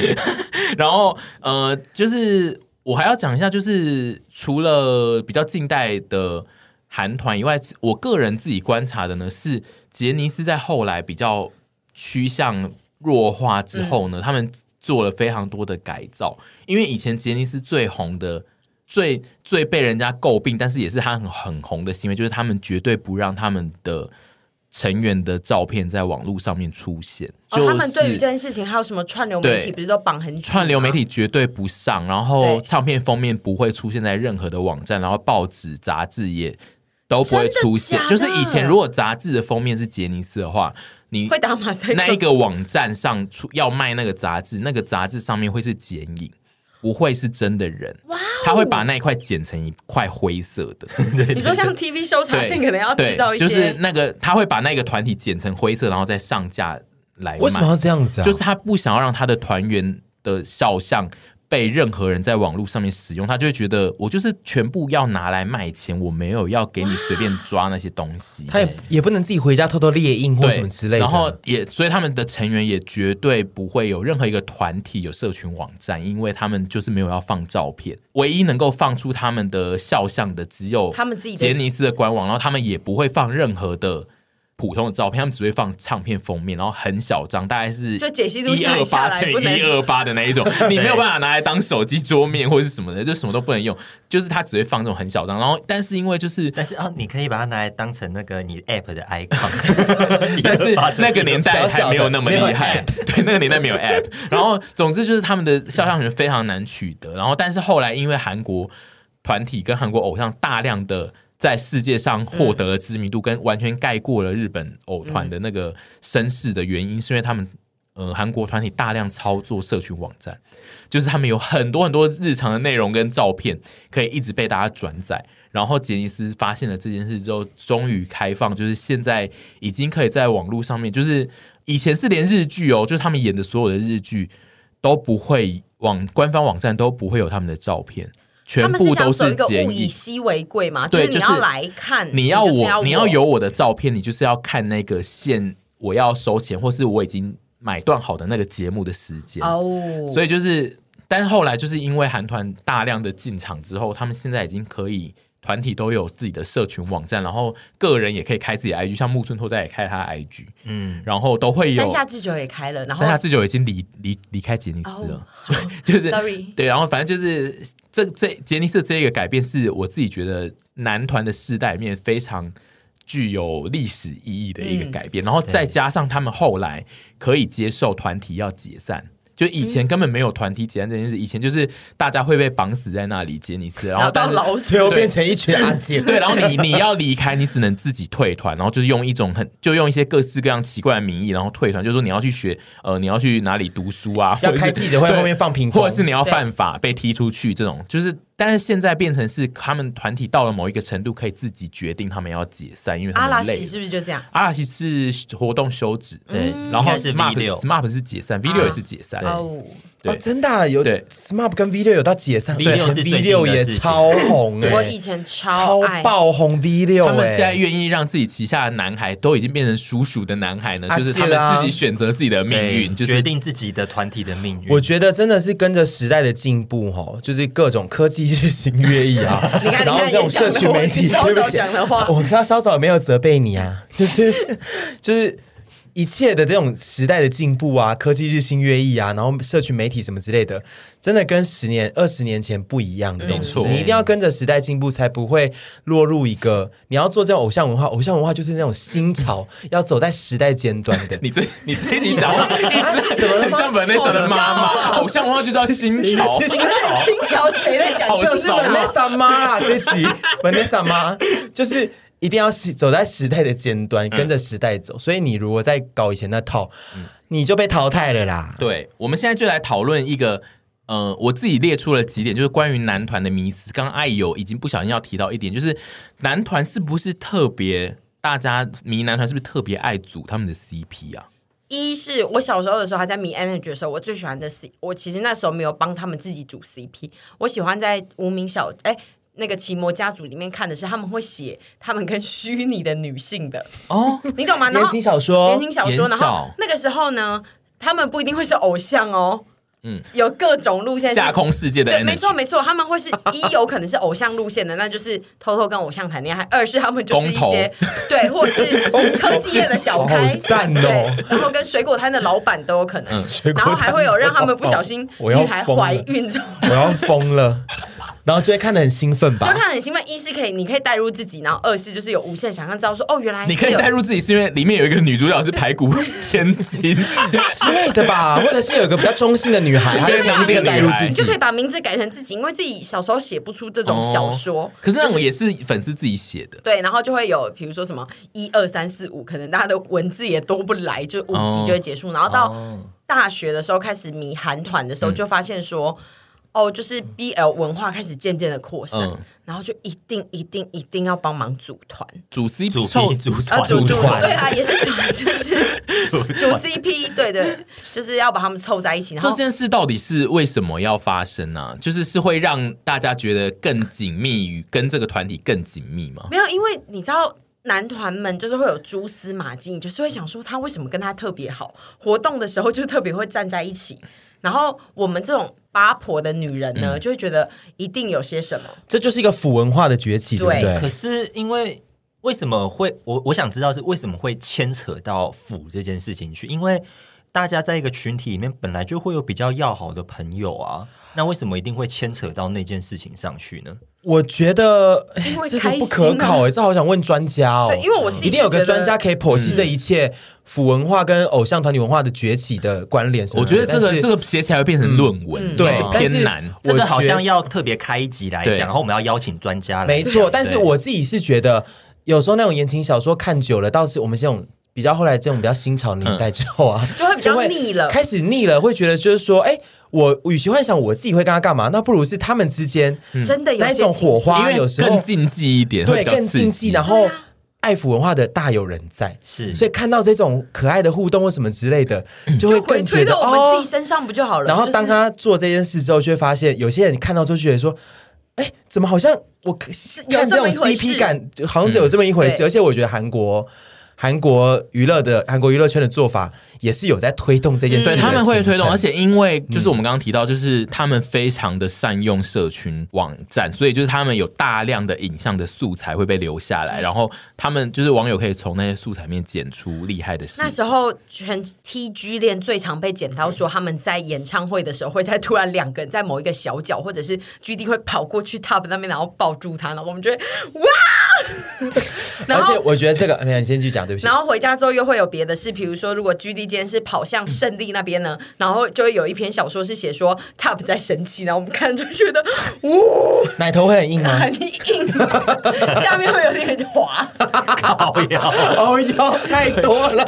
Speaker 1: 然后呃，就是我还要讲一下，就是除了比较近代的韩团以外，我个人自己观察的呢，是杰尼斯在后来比较趋向弱化之后
Speaker 3: 嗯
Speaker 1: 呢，他们做了非常多的改造，因为以前杰尼斯最红的。最最被人家诟病，但是也是他很很红的行为，就是他们绝对不让他们的成员的照片在网络上面出现。就
Speaker 3: 哦，
Speaker 1: 是、
Speaker 3: 他们对于这件事情还有什么串流媒体
Speaker 1: 对
Speaker 3: 不是都绑很紧吗啊
Speaker 1: 串流媒体绝对不上，然后
Speaker 3: 对
Speaker 1: 唱片封面不会出现在任何的网站，然后报纸、杂志也都不会出现。
Speaker 3: 真
Speaker 1: 就
Speaker 3: 的假的
Speaker 1: 是以前如果杂志的封面是杰尼斯的话，你
Speaker 3: 会打马赛克
Speaker 1: 那一个网站上出要卖那个杂志，那个杂志上面会是剪影。不会是真的人，
Speaker 3: 哦
Speaker 1: 他会把那一块剪成一块灰色
Speaker 3: [laughs]
Speaker 1: 的，
Speaker 3: 你说像 TV 修长
Speaker 1: 对，
Speaker 3: 线可能要制造一
Speaker 1: 对就是
Speaker 3: 些，
Speaker 1: 那个他会把那个团体剪成灰色，然后再上架来卖。
Speaker 2: 为什么要这样子啊？
Speaker 1: 就是他不想要让他的团员的肖像被任何人在网络上面使用，他就会觉得我就是全部要拿来卖钱，我没有要给你随便抓那些东西。
Speaker 2: 他也也不能自己回家偷偷列印或
Speaker 1: 对
Speaker 2: 什么之类的。
Speaker 1: 然后也所以他们的成员也绝对不会有任何一个团体有社群网站，因为他们就是没有要放照片，唯一能够放出他们的肖像的只有
Speaker 3: 他们自己的
Speaker 1: 杰尼斯的官网，然后他们也不会放任何的。普通的照片，他们只会放唱片封面，然后很小张，大概是
Speaker 3: 就解析度
Speaker 1: 一
Speaker 3: 下
Speaker 1: 二
Speaker 3: 来下
Speaker 1: 八
Speaker 3: 来
Speaker 1: 乘
Speaker 3: 不能
Speaker 1: 以一二八的那一
Speaker 3: [laughs]
Speaker 1: 种，你没有办法拿来当手机桌面或者是什么的，就什么都不能用，就是他只会放这种很小张。然后，但是因为就是
Speaker 3: [laughs]
Speaker 4: 但是哦，你可以把它拿来当成
Speaker 1: [laughs]
Speaker 4: 那个你 app 的 icon，
Speaker 1: 但是那个年代还没有那么厉害，
Speaker 2: 小
Speaker 1: [laughs]
Speaker 2: 小
Speaker 1: 对，那个年代没有 app。然后，总之就是他们的肖像权非常难取得。然后，但是后来因为韩国团体跟韩国偶像大量的在世界上获得了知名度，跟完全盖过了日本偶团的那个声势的原因，是因为他们。呃，韩国团体大量操作社群网站，就是他们有很多很多日常的内容跟照片，可以一直被大家转载。然后杰尼斯发现了这件事之后，终于开放，就是现在已经可以在网络上面，就是以前是连日剧哦，就是他们演的所有的日剧都不会网官方网站都不会有他们的照片，
Speaker 3: 他
Speaker 1: 全
Speaker 3: 们
Speaker 1: 部
Speaker 3: 想
Speaker 1: 都
Speaker 3: 走一
Speaker 1: 是
Speaker 3: 个
Speaker 1: 剪
Speaker 3: 物以
Speaker 1: 影。
Speaker 3: 稀为贵嘛，
Speaker 1: 对
Speaker 3: 是你
Speaker 1: 就
Speaker 3: 要
Speaker 1: 是
Speaker 3: 来看，
Speaker 1: 你
Speaker 3: 要
Speaker 1: 要我，你
Speaker 3: 要
Speaker 1: 有我的照片，你就是要看那个线，我要收钱，或是我已经买断好的那个节目的时间。
Speaker 3: 哦，
Speaker 1: 所
Speaker 3: 以
Speaker 1: 以就是，但是后来就是因为韩团大量的进场之后，他们现在已经可以团体都有自己的社群网站，然后个人也可以开自己的 IG，像木村拓哉也开他的 IG，
Speaker 4: 嗯，
Speaker 1: 然后都会有
Speaker 3: 山下智久也开了，然后
Speaker 1: 山下智久已经离离离开杰尼斯了
Speaker 3: 哦，
Speaker 1: [laughs] 就是
Speaker 3: Sorry
Speaker 1: 对，然后反正就是这这杰尼斯这个改变是我自己觉得男团的世代里面非常具有历史意义的一个
Speaker 3: 嗯
Speaker 1: 改变，然后再加上他们后来可以接受团体要解散。就以
Speaker 3: 嗯
Speaker 1: 前根本没有团体解散这件事，以前就是大家会被绑死在那里，杰尼斯，然
Speaker 3: 然
Speaker 1: 后
Speaker 3: 后
Speaker 1: 但
Speaker 3: 到
Speaker 1: 是
Speaker 3: 老
Speaker 2: 最
Speaker 3: 祖
Speaker 2: 后变成一群阿姐， [laughs]
Speaker 1: 对，然后你你要离开，你只能自己退团，然后就是用一种很就用一些各式各样奇怪的名义，然后退团，就是说你要去学呃，你要去哪里读书啊，
Speaker 2: 要
Speaker 1: 或者是
Speaker 2: 开记者会
Speaker 1: 对
Speaker 2: 后面放屏风
Speaker 1: 或者是你要犯法被踢出去这种，就是但是现在变成是他们团体到了某一个程度，可以自己决定他们要解散，因为他
Speaker 3: 阿拉
Speaker 1: 们累
Speaker 3: 西
Speaker 1: 了。
Speaker 3: 是不是就这样？
Speaker 1: 呃阿拉西是活动休止，
Speaker 4: 对，
Speaker 1: 然
Speaker 4: 应
Speaker 1: 后
Speaker 4: 该是
Speaker 1: SMAP
Speaker 4: V 六
Speaker 1: SMAP 是解散，V 六也是解散，
Speaker 3: 哦，
Speaker 1: [laughs] 对
Speaker 2: 哦，真的啊有
Speaker 1: 对
Speaker 2: SMAP 跟 V 六有到解散
Speaker 4: V6 是最近的
Speaker 2: V 六也超红哎，
Speaker 3: 我以前超
Speaker 2: 超
Speaker 3: 爱，
Speaker 2: 爆红 V 六
Speaker 1: 他们现在
Speaker 2: 哎，
Speaker 1: 愿意让自己旗下的男孩都已经变成叔叔的男孩呢，
Speaker 2: 啊
Speaker 1: 就是他
Speaker 2: 是啊
Speaker 1: 们自己选择自己的命运，
Speaker 4: 对
Speaker 1: 就是
Speaker 4: 决定自己的团体的命运。
Speaker 2: 我觉得真的是跟着时代的进步哈，就是各种科技日新月异啊
Speaker 3: [laughs] 你，看，你
Speaker 2: 然后
Speaker 3: 看，
Speaker 2: 这种
Speaker 3: 也
Speaker 2: 社
Speaker 3: 讲
Speaker 2: 群
Speaker 3: 了我
Speaker 2: 媒体，
Speaker 3: 稍
Speaker 2: 对不
Speaker 3: 早
Speaker 2: 起，
Speaker 3: 讲的话，
Speaker 2: 我刚稍早没有责备你啊， [laughs] 就是就是一切的这种时代的进步啊，科技日新月异啊，然后社群媒体什么之类的，真的跟十年、二十年前不一
Speaker 3: 嗯
Speaker 2: 样的东
Speaker 1: 没
Speaker 2: 西。
Speaker 1: 错
Speaker 2: 你一定要跟着时代进步，才不会落入一个你要做这种偶像文化，偶像文化就是那种新潮，要走在时代尖端的。
Speaker 1: 你最你这一集讲话一直
Speaker 2: 怎么了
Speaker 1: 很
Speaker 2: 吗
Speaker 1: 像 Vanessa 的妈妈，偶像文化就是要新潮。
Speaker 3: 这新潮谁在讲
Speaker 1: 好
Speaker 3: 这
Speaker 2: 就
Speaker 3: 种
Speaker 2: 是
Speaker 1: 少啊
Speaker 2: Vanessa 妈啦，这集 Vanessa 妈 [laughs] 就是一定要是走在时代的尖端，跟着时代
Speaker 1: 嗯
Speaker 2: 走。所以你如果在搞以前那套，你就被淘汰了啦。
Speaker 1: 对，我们现在就来讨论一个，呃，我自己列出了几点，就是关于男团的迷思。刚刚艾友已经不小心要提到一点，就是男团是不是特别，大家迷男团是不是特别爱组他们的 CP 啊？
Speaker 3: 一是我小时候的时候还在迷 Energy 的时候，我最喜欢的 C，我其实那时候没有帮他们自己组 CP，我喜欢在无名小哎。那个奇魔家族里面看的是他们会写他们跟虚拟的女性的
Speaker 1: 哦，
Speaker 3: 你懂吗？然
Speaker 2: 言
Speaker 3: 后
Speaker 2: 情小说
Speaker 3: 言，情小说，
Speaker 1: 言
Speaker 3: 然后
Speaker 1: 少
Speaker 3: 那个时候呢，他们不一定会是偶像哦，嗯，有各种路线是
Speaker 1: 架空世界的
Speaker 3: 对，没错
Speaker 1: energy，
Speaker 3: 没错，他
Speaker 2: [laughs]
Speaker 3: 们会是一有可能是偶像路线的，那就是偷偷跟偶像谈恋爱； [laughs] 二是他们就是一些 [laughs] 对，或者是科技业的小开
Speaker 2: 好，赞哦嗯
Speaker 3: 对，然后跟水果摊的老板都有可能，
Speaker 2: 水果
Speaker 3: 然
Speaker 2: 摊哦
Speaker 3: 后还会有让他们不小心
Speaker 2: 我要
Speaker 3: 女孩
Speaker 2: 疯了
Speaker 3: 怀孕这种。
Speaker 2: 我要疯了，然后就会看得很兴奋
Speaker 3: 就
Speaker 2: 吧。
Speaker 3: 看得很兴奋，一是可以，你可以带入自己，然后二是就是有无限想象，知道说哦，原来
Speaker 1: 你可
Speaker 3: 是
Speaker 1: 以
Speaker 3: 有
Speaker 1: 带入自己，是因为里面有一个女主角是排骨千金，
Speaker 2: 之类的吧，或者是有一个比较中性的女孩，她
Speaker 1: 就可
Speaker 2: 就
Speaker 1: 以
Speaker 2: 能力
Speaker 1: 把
Speaker 2: 带
Speaker 1: 女
Speaker 2: 入
Speaker 1: 孩
Speaker 2: 自
Speaker 3: 你就可
Speaker 2: 己
Speaker 3: 以。把名字改成自己，因为自己小时候写不出这种小说。
Speaker 1: 可是那种也是粉丝自己写的。
Speaker 3: 对，然后就会有，比如说什么一二三四五，可能大家的文字也多不来，就五
Speaker 1: 哦
Speaker 3: 集就会结束。然后到
Speaker 1: 哦
Speaker 3: 大学的时候开始迷韩团的时候，就发现说，哦，就是 BL 文化开始渐渐的扩散，
Speaker 1: 嗯
Speaker 3: 然后就一定一定一定要帮忙组团，
Speaker 1: 主 CP
Speaker 4: 组
Speaker 1: 凑
Speaker 4: P 组
Speaker 3: 啊，
Speaker 4: 团，
Speaker 3: 组
Speaker 2: 组团
Speaker 3: 对啊，也是组，就是组 CP，对对，就是要把他们凑在一起，然
Speaker 1: 这
Speaker 3: 后
Speaker 1: 件事到底是为什么要发生呢、啊就是是会让大家觉得更紧密与跟这个团体更紧密吗？
Speaker 3: 没有，因为你知道。男团们就是会有蛛丝马迹，你就是会想说他为什么跟他特别好，活动的时候就特别会站在一起。然后我们这种八婆的女人
Speaker 2: 嗯
Speaker 3: 呢，就会觉得一定有些什么。
Speaker 2: 这就是一个腐文化的崛起，对不
Speaker 3: 对
Speaker 4: 可
Speaker 2: 对？
Speaker 4: 是因为为什么会我我想知道是为什么会牵扯到腐这件事情去？因为大家在一个群体里面本来就会有比较要好的朋友啊，那为什么一定会牵扯到那件事情上去呢？
Speaker 2: 我觉得
Speaker 3: 因为
Speaker 2: 这个
Speaker 3: 开心
Speaker 2: 不
Speaker 3: 啊
Speaker 2: 可考哎，这好想问专家哦
Speaker 3: 对，。因为我自己
Speaker 2: 一定有个
Speaker 3: 觉得
Speaker 2: 专家可以剖析这一切腐文化跟偶像团体文化的崛起的关联什么
Speaker 1: 我
Speaker 2: 的。
Speaker 1: 觉得这
Speaker 2: 但
Speaker 1: 个
Speaker 2: 是嗯
Speaker 1: 这个写起来会变成论文，
Speaker 2: 对
Speaker 1: 是
Speaker 2: 但是
Speaker 1: 偏难。
Speaker 2: 我
Speaker 4: 这个好
Speaker 2: 觉
Speaker 4: 像要特别开一集来
Speaker 1: 对
Speaker 4: 讲，然后我们要邀请专家来。
Speaker 2: 没错，但是我自己是觉得，有时候那种言情小说看久了，倒是我们这种比较后来这种比较新潮年代之后啊，
Speaker 3: [laughs] 就会比较腻了
Speaker 2: 开始腻了，会觉得就是说，哎，我与其幻想我自己会跟他干嘛，那不如是他们之间
Speaker 3: 嗯真的有
Speaker 2: 那一
Speaker 3: 些
Speaker 2: 种
Speaker 3: 情啊
Speaker 2: 火
Speaker 3: 愫
Speaker 2: 花，
Speaker 1: 因为
Speaker 2: 有时
Speaker 1: 更
Speaker 2: 候
Speaker 1: 禁忌一点，会
Speaker 2: 对
Speaker 1: 比较
Speaker 2: 更
Speaker 1: 刺
Speaker 2: 禁忌，然后爱抚文化的大有人在。
Speaker 1: 嗯
Speaker 2: [laughs]
Speaker 4: 是，
Speaker 2: 所以看到这种可爱的互动或什么之类的，就会
Speaker 3: 就回
Speaker 2: 更觉
Speaker 3: 推
Speaker 2: 得
Speaker 3: 到我们
Speaker 2: 哦
Speaker 3: 自己，身上不就好了？
Speaker 2: 然后
Speaker 3: 就是
Speaker 2: 当他做这件事之后，就会发现有些人看到之后就觉得说，哎、怎么好像我看
Speaker 3: 有
Speaker 2: 这
Speaker 3: 这
Speaker 2: 种
Speaker 3: 么一回事
Speaker 2: CP 感，就好像只有这么一回事。
Speaker 3: 对
Speaker 2: 而且我觉得韩国。韩国娱乐的韩国娱乐圈的做法也是有在推动这件事
Speaker 1: 对，
Speaker 2: 情的形成。
Speaker 1: 他们会推动，而且因为
Speaker 2: 嗯
Speaker 1: 就是我们刚刚提到，就是他们非常的善用社群网站，所以就是他们有大量的影像的素材会被留下
Speaker 2: 嗯
Speaker 1: 来，然后他们就是网友可以从那些素材里面剪出厉害的事情。
Speaker 3: 那时候全 T G 恋最常被剪到说他们在演唱会的时候，会在突然两个人在某一个小角，或者是 G D 会跑过去 Top 那边，然后抱住他，然后我们就会哇，然
Speaker 2: 而且
Speaker 3: 后。
Speaker 2: 我觉得这个，哎呀，你先继续讲，对不起
Speaker 3: 然。后回家之后又会有别的事，比如说，如果 G D 今天是跑向胜利那边呢，然后就会有一篇小说是写说 Top 在生气，然后我们看就觉得，呜、
Speaker 2: 奶头会很硬
Speaker 3: [laughs]
Speaker 2: 吗？
Speaker 3: 很硬，下面会有点滑。
Speaker 2: [laughs]
Speaker 4: 靠呀！
Speaker 2: 哦哟，太多了。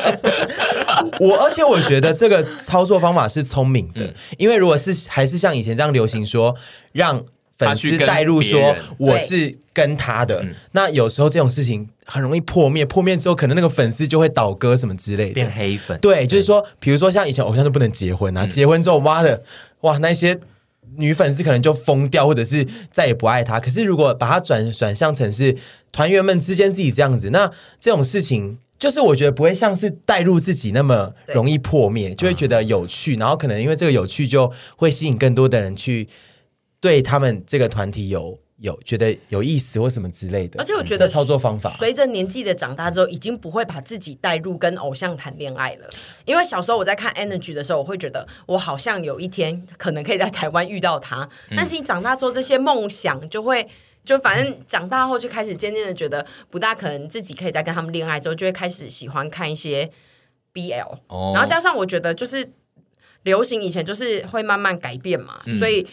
Speaker 2: [laughs] 我而且我觉得这个操作方法是聪明的，因为如果是还是像以前这样流行说，让粉丝带入
Speaker 1: 他去
Speaker 2: 说
Speaker 1: 跟别人
Speaker 2: 我是跟他的，那有时候这种事情很容易破灭，破灭之后可能那个粉丝就会倒戈什么之类的
Speaker 4: 变。黑粉，
Speaker 2: 对，就是说，比如说像以前偶像都不能结婚
Speaker 3: 嗯
Speaker 2: 啊，结婚之后，妈的，哇，那些女粉丝可能就疯掉，或者是再也不爱他。可是如果把它转转向成是团员们之间自己这样子，那这种事情。就是我觉得不会像是带入自己那么
Speaker 3: 对
Speaker 2: 容易破灭，就会觉得有趣，然后可能因为这个有趣，就会吸引更多的人去对他们这个团体有有觉得有意思或什么之类的。
Speaker 3: 而且我觉得
Speaker 2: 这操作方法，
Speaker 3: 随着年纪的长大之后，已经不会把自己带入跟偶像谈恋爱了。因为小时候我在看 Energy 的时候，我会觉得我好像有一天可能可以在台湾遇到他，但是你长大之后，这些梦想就会。就反正长大后就开始渐渐的觉得不大可能自己可以再跟他们恋爱，之后就会开始喜欢看一些 BL，、
Speaker 1: 哦
Speaker 3: 然后加上我觉得就是流行以前就是会慢慢改变嘛，所以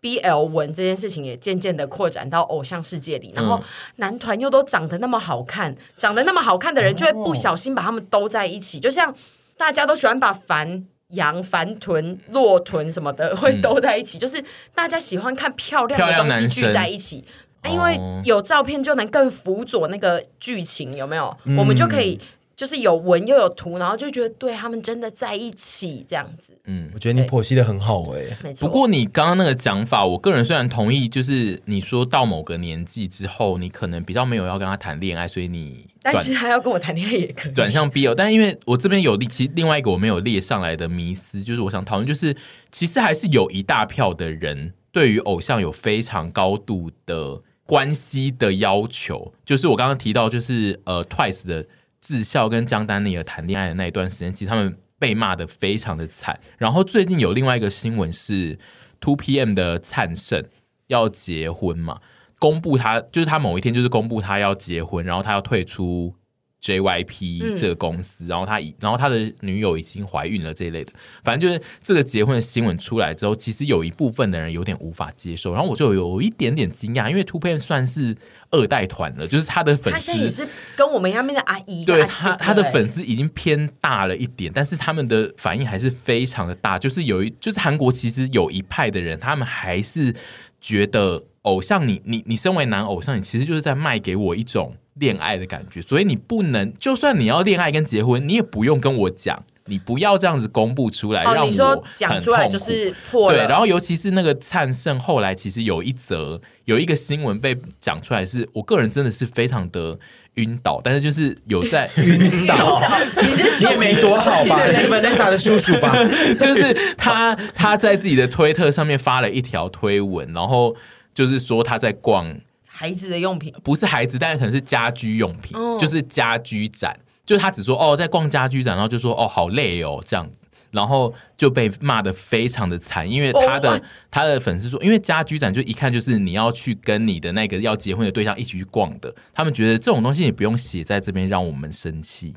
Speaker 3: BL 文这件事情也渐渐的扩展到偶像世界里，然
Speaker 1: 嗯
Speaker 3: 后男团又都长得那么好看，长得那么好看的人就会
Speaker 1: 哦
Speaker 3: 不小心把他们兜在一起，就像大家都喜欢把凡。羊、凡臀、骆臀什么的会
Speaker 1: 嗯
Speaker 3: 兜在一起，就是大家喜欢看漂亮
Speaker 1: 漂
Speaker 3: 的
Speaker 1: 亮
Speaker 3: 东西
Speaker 1: 男
Speaker 3: 聚
Speaker 1: 生哦
Speaker 3: 在一起，啊因为有照片就能更辅佐那个剧情，有没有？
Speaker 1: 嗯
Speaker 3: 我们就可以就是有文又有图，然后就觉得对他们真的在一起这样子，
Speaker 2: 嗯我觉得你剖析的很好哎、
Speaker 3: 没错。
Speaker 1: 不过你刚刚那个讲法，我个人虽然同意，就是你说到某个年纪之后，你可能比较没有要跟他谈恋爱，所以你
Speaker 3: 但
Speaker 1: 转
Speaker 3: 是他要跟我谈恋爱也 [laughs] 可以，
Speaker 1: 转向 BL，但因为我这边有另其实另外一个我没有列上来的迷思，就是我想讨论，就是其实还是有一大票的人对于偶像有非常高度的关系的要求，就是我刚刚提到，就是呃 Twice 的智孝跟江丹妮儿谈恋爱的那一段时间，其实他们被骂的非常的惨。然后最近有另外一个新闻是 Two PM 的灿盛要结婚嘛。公布他就是他某一天就是公布他要结婚，然后他要退出
Speaker 3: 嗯
Speaker 1: JYP 这个公司，然后他已然后他的女友已经怀孕了这一类的，反正就是这个结婚的新闻出来之后，其实有一部分的人有点无法接受，然后我就有一点点惊讶，因为 Two PM 算是二代团了，就是他的粉
Speaker 3: 他
Speaker 1: 丝
Speaker 3: 现在也是跟我们一样那边的阿姨，
Speaker 1: 对
Speaker 3: 阿静
Speaker 1: 他他的
Speaker 3: 对
Speaker 1: 粉丝已经偏大了一点，但是他们的反应还是非常的大，就是有一就是韩国其实有一派的人，他们还是觉得偶像你你你身为男偶像，你其实就是在卖给我一种恋爱的感觉，所以你不能就算你要恋爱跟结婚，你也不用跟我讲，你不要这样子公布出来，让
Speaker 3: 哦，
Speaker 1: 我
Speaker 3: 你说讲
Speaker 1: 很
Speaker 3: 出来
Speaker 1: 痛
Speaker 3: 就
Speaker 1: 苦
Speaker 3: 是破
Speaker 1: 对，
Speaker 3: 了，
Speaker 1: 然后尤其是那个灿盛，后来其实有一则有一个新闻被讲出来是，我个人真的是非常的晕倒，但是就是有在晕
Speaker 3: [laughs] 倒，其实
Speaker 2: 你也没多好
Speaker 1: [laughs]
Speaker 2: 吧？你是 Vanessa 的叔叔吧？
Speaker 1: 就是他他在自己的推特上面发了一条推文，然后就是说他在逛
Speaker 3: 孩子的用品，
Speaker 1: 不是孩子，但是可能是家居用品，
Speaker 3: 哦
Speaker 1: 就是家居展。就是他只说哦，在逛家居展，然后就说哦，好累哦，这样，然后就被骂的非常的惨，因为他的、
Speaker 3: Oh, what？
Speaker 1: 他的粉丝说，因为家居展就一看就是你要去跟你的那个要结婚的对象一起去逛的，他们觉得这种东西你不用写在这边让我们生气。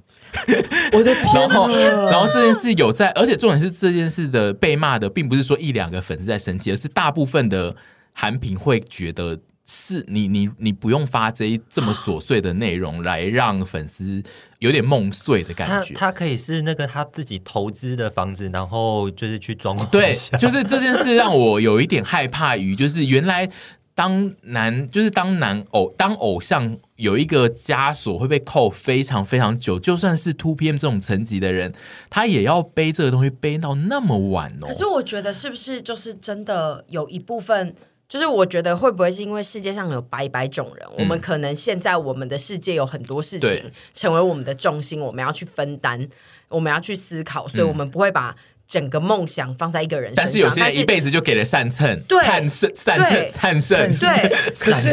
Speaker 2: 我的天
Speaker 1: 然后，
Speaker 2: 哪！
Speaker 1: 然后这件事有在，而且重点是这件事的被骂的，并不是说一两个粉丝在生气，而是大部分的韩评会觉得是你你你不用发这一这么琐碎的内容来让粉丝有点梦碎的感
Speaker 4: 他
Speaker 1: 觉。
Speaker 4: 他可以是那个他自己投资的房子，然后就是去装潢
Speaker 1: 对
Speaker 4: 一下，
Speaker 1: 就是这件事让我有一点害怕于，就是原来当男就是当男偶当偶像有一个枷锁会被扣非常非常久，就算是 Two PM 这种层级的人，他也要背这个东西背到那么晚哦。
Speaker 3: 可是我觉得是不是就是真的有一部分就是我觉得会不会是因为世界上有百百种人，我们可能现在我们的世界有很多事
Speaker 1: 嗯对
Speaker 3: 情成为我们的重心，我们要去分担，我们要去思考，所以我们不会把整个梦想放在一个人身上。
Speaker 1: 嗯但是有些人一辈子就给了善称，
Speaker 3: 对
Speaker 1: 善胜，善
Speaker 3: 对
Speaker 1: 称，善胜， [laughs]
Speaker 3: 对，
Speaker 2: 可是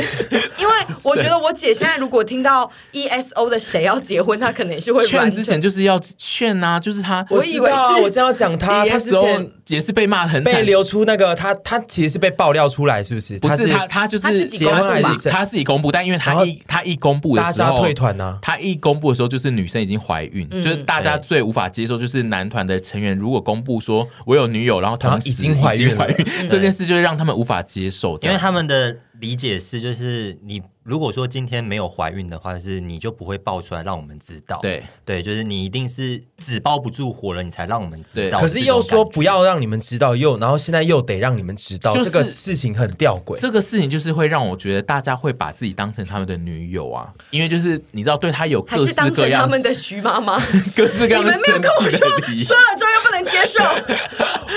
Speaker 3: 因为我觉得我姐现在如果听到 ESO 的谁要结婚，她可能也是会软
Speaker 1: 劝之前就是要劝啊，就是他，
Speaker 3: 我以为
Speaker 2: 知道啊
Speaker 3: 是
Speaker 2: 我正要讲他，他之
Speaker 1: 时候
Speaker 2: 前
Speaker 1: 也是被骂得很
Speaker 2: 被
Speaker 1: 惨。
Speaker 2: 流出那个，他他其实是被爆料出来，是不是？
Speaker 1: 不是
Speaker 2: 是
Speaker 1: 他，他就是
Speaker 3: 他自己公
Speaker 1: 他
Speaker 3: 布吧
Speaker 1: 自己他自己公布，但因为
Speaker 2: 然
Speaker 1: 他
Speaker 2: 后
Speaker 1: 一他一公布
Speaker 2: 大
Speaker 1: 的时
Speaker 2: 家
Speaker 1: 候，
Speaker 2: 退团啊呐、
Speaker 1: 他一公布的时候，就是女生已经怀孕，
Speaker 3: 嗯
Speaker 1: 就是大家最无法接受，就是男团的成员如果公布说我有女友，然后同时
Speaker 2: 然后已经怀孕了
Speaker 1: 已经
Speaker 3: 嗯
Speaker 1: 这件事就是让他们无法接受，
Speaker 4: 因为
Speaker 1: 这样
Speaker 4: 他们的理解是，就是你如果说今天没有怀孕的话，是你就不会爆出来让我们知道。
Speaker 1: 对
Speaker 4: 对，就是你一定是纸包不住火了，你才让我们知道。
Speaker 1: 对
Speaker 2: 可是又说不，要让你们知道，又然后现在又得让你们知道，
Speaker 1: 就是
Speaker 2: 这个事情很吊诡。
Speaker 1: 这个事情就是会让我觉得大家会把自己当成他们的女友啊，因为就是你知道对他有
Speaker 3: 还
Speaker 1: 各
Speaker 3: 是
Speaker 1: 式
Speaker 3: 当
Speaker 1: 各
Speaker 3: 成
Speaker 1: 样
Speaker 3: 他们的徐妈妈。
Speaker 1: [laughs] 各式各
Speaker 3: 你
Speaker 1: 样的
Speaker 3: 们没有
Speaker 1: 生
Speaker 3: 跟我
Speaker 1: 气
Speaker 3: 说，
Speaker 1: 的理由
Speaker 3: 说。了之后又不能
Speaker 1: [laughs]
Speaker 3: 接受，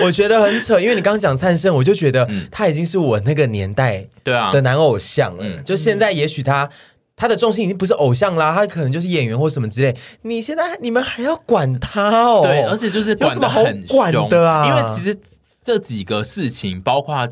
Speaker 2: 我觉得很扯，因为你刚刚讲灿盛，我就觉得他已经是我那个年代
Speaker 1: 对嗯啊，
Speaker 2: 的男偶像了。
Speaker 1: 嗯
Speaker 2: 就现在，也许他他的重心已经不是偶像啦，他可能就是演员或什么之类。你现在你们还要管他哦？
Speaker 1: 对，而且就是
Speaker 2: 有
Speaker 1: 管
Speaker 2: 什么
Speaker 1: 的
Speaker 2: 好
Speaker 1: 很
Speaker 2: 管
Speaker 1: 凶
Speaker 2: 的啊
Speaker 1: 因为其实这几个事情，包括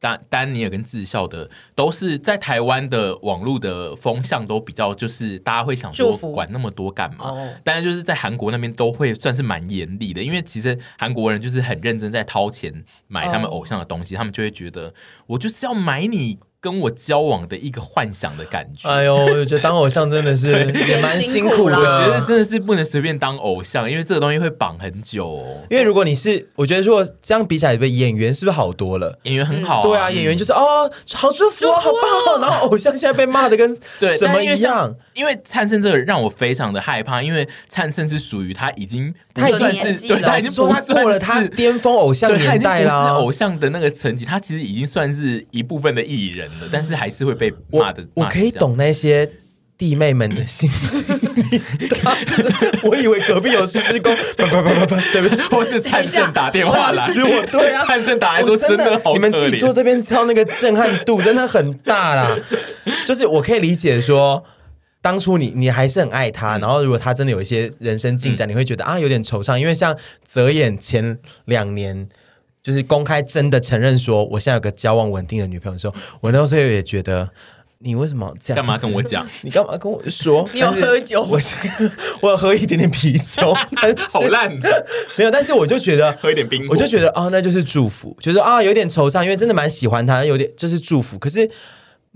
Speaker 1: 丹丹尼尔跟智孝的，都是在台湾的网络的风向都比较，就是大家会想说
Speaker 3: 祝福
Speaker 1: 管那么多干嘛
Speaker 3: 哦？
Speaker 1: 当然就是在韩国那边都会算是蛮严厉的，因为其实韩国人就是很认真在掏钱买他们
Speaker 3: 哦
Speaker 1: 偶像的东西，他们就会觉得我就是要买你跟我交往的一个幻想的感觉。
Speaker 2: 哎呦，我觉得当偶像真的是也蛮辛苦
Speaker 3: 也辛苦
Speaker 1: 我
Speaker 3: 啦
Speaker 1: 觉得
Speaker 2: 的。
Speaker 1: 真的是不能随便当偶像，因为这个东西会绑很久哦。
Speaker 2: 因为如果你是，我觉得如果这样比起来，演员是不是好多了？
Speaker 1: 演员很好、
Speaker 2: 对啊，演员就是哦，好祝福哦，好棒哦。然后偶像现在被骂的跟
Speaker 1: 啊对，
Speaker 2: 什
Speaker 1: 但
Speaker 2: 么
Speaker 1: 是因为
Speaker 2: 一
Speaker 1: 像
Speaker 2: 样，，
Speaker 1: 因为灿盛这个人让我非常的害怕，因为灿盛是属于他已经不
Speaker 2: 他已经
Speaker 1: 算
Speaker 3: 年
Speaker 1: 是
Speaker 3: 纪
Speaker 1: 对
Speaker 3: 了
Speaker 1: 他
Speaker 2: 老
Speaker 1: 已
Speaker 2: 实
Speaker 1: 经
Speaker 2: 说
Speaker 1: 不
Speaker 2: 他
Speaker 1: 算
Speaker 2: 过了
Speaker 1: 是
Speaker 2: 他巅峰偶像
Speaker 1: 对他已经
Speaker 2: 年
Speaker 1: 不
Speaker 2: 代
Speaker 1: 是
Speaker 2: 啦。
Speaker 1: 偶像的那个层级，他其实已经算是一部分的艺人了，但是还是会被骂
Speaker 2: 我
Speaker 1: 的。
Speaker 2: 我
Speaker 1: 骂得
Speaker 2: 可以
Speaker 1: 这样，
Speaker 2: 懂那些弟妹们的心
Speaker 1: [laughs]
Speaker 2: 情。你当时我以为隔壁有施
Speaker 1: [laughs]
Speaker 2: 工，不不不不不，对不起。
Speaker 1: 或是灿盛打电话
Speaker 2: [laughs]
Speaker 1: 来，
Speaker 2: 死我对啊
Speaker 1: 灿盛打来
Speaker 2: 我
Speaker 1: 说真的好可
Speaker 2: 你们自己坐
Speaker 1: 怜。
Speaker 2: 这边知道那个震撼度真的很大啦。 [laughs] 就是我可以理解说，当初你你还是很爱他，然后如果他真的有一些人生进
Speaker 1: 嗯
Speaker 2: 展，你会觉得啊有点惆怅，因为像泽演前两年。就是公开真的承认说，我现在有个交往稳定的女朋友的时候，我那时候也觉得，你为什么这样？
Speaker 1: 干嘛跟我讲？
Speaker 2: [laughs] 你干嘛跟我说？
Speaker 3: 你有
Speaker 2: 但是
Speaker 3: 喝酒
Speaker 2: 我我有喝一点点啤酒，
Speaker 1: [laughs]
Speaker 2: 但是
Speaker 1: 好烂，
Speaker 2: [laughs] 没有，但是我就觉得
Speaker 1: [laughs] 喝一点冰。
Speaker 2: 我就觉得啊，那就是祝福，就是啊，有点惆怅，因为真的蛮喜欢他，有点就是祝福。可是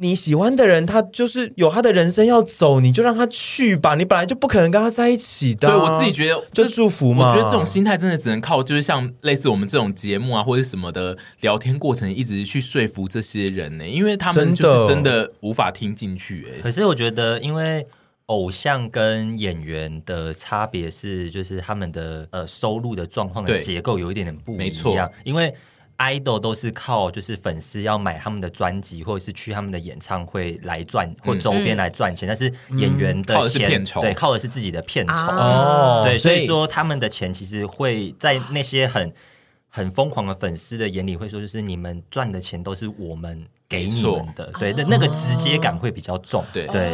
Speaker 2: 你喜欢的人，他就是有他的人生要走，你就让他去吧，你本来就不可能跟他在一起的啊、
Speaker 1: 对我自己觉得
Speaker 2: 就
Speaker 1: 这
Speaker 2: 祝福
Speaker 1: 我
Speaker 2: 嘛。
Speaker 1: 觉得这种心态真的只能靠，就是像类似我们这种节目啊，或者什么的聊天过程，一直去说服这些人呢、因为他们就是
Speaker 2: 真
Speaker 1: 真
Speaker 2: 的
Speaker 1: 的无法听进去、欸。
Speaker 4: 可是我觉得，因为偶像跟演员的差别是，就是他们的呃收入的状况的
Speaker 1: 对
Speaker 4: 结构有一点点不
Speaker 1: 没
Speaker 4: 一样
Speaker 1: 错，
Speaker 4: 因为。idol 都是靠就是粉丝要买他们的专辑，或者是去他们的演唱会来赚或周边来赚钱，但是演员的
Speaker 1: 嗯靠的是
Speaker 4: 钱、
Speaker 1: 片酬
Speaker 4: 对靠的是自己的片酬。
Speaker 2: 哦，
Speaker 4: 对，所
Speaker 2: 所
Speaker 4: 以说他们的钱其实会在那些很很疯狂的粉丝的眼里，会说就是你们赚的钱都是我们给你们的，对，那那个直接感会比较重，
Speaker 1: 对
Speaker 4: 对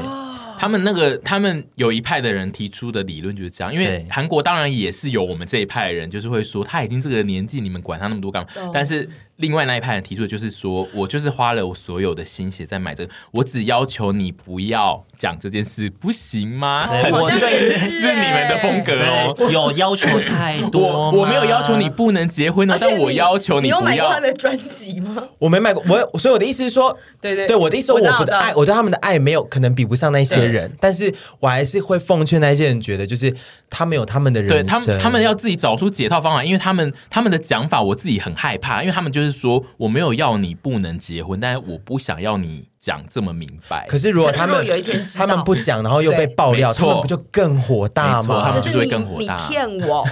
Speaker 1: 他们那个，他们有一派的人提出的理论就是这样，因为
Speaker 4: 对
Speaker 1: 韩国当然也是有我们这一派的人，就是会说他已经这个年纪，你们管他那么多干嘛
Speaker 3: 懂？
Speaker 1: 但是另外那一派人提出的就是说，我就是花了我所有的心血在买这个，我只要求你不要讲这件事，不行吗？
Speaker 4: 对
Speaker 1: 很
Speaker 4: 我
Speaker 3: 好像也
Speaker 1: 是
Speaker 3: 是欸
Speaker 1: 你们的风格哦。
Speaker 4: 对，有要求太
Speaker 1: 我
Speaker 4: 多吗，
Speaker 1: 我没有要求你不能结婚哦
Speaker 3: 而，且
Speaker 1: 但我要求
Speaker 3: 你
Speaker 1: 不
Speaker 3: 有买过
Speaker 1: 要
Speaker 3: 他。的专辑吗？
Speaker 2: 我没买过，我所以我的意思是说，
Speaker 3: 对对
Speaker 2: 对我的意思说，
Speaker 3: 我知道
Speaker 2: 我不的
Speaker 3: 我知道
Speaker 2: 爱，我对他们的爱没有可能比不上那些人，但是我还是会奉劝那些人，觉得就是他们有他们的人
Speaker 1: 对
Speaker 2: 生，
Speaker 1: 他们，他们要自己找出解套方法，因为他们他们的讲法我自己很害怕，因为他们就是说我没有要你不能结婚，但是我不想要你讲这么明白。
Speaker 2: 可是如果他
Speaker 3: 可
Speaker 2: 们
Speaker 3: 是如果有一天知道
Speaker 2: 他们不讲，然后又被爆料，
Speaker 1: 对没
Speaker 2: 他
Speaker 1: 错
Speaker 2: 们不就更火大
Speaker 1: 没错 [laughs] 他
Speaker 2: 吗
Speaker 1: 们？
Speaker 3: 是
Speaker 1: 就会
Speaker 3: 你
Speaker 1: 更火
Speaker 3: 你
Speaker 1: 大
Speaker 3: 骗我，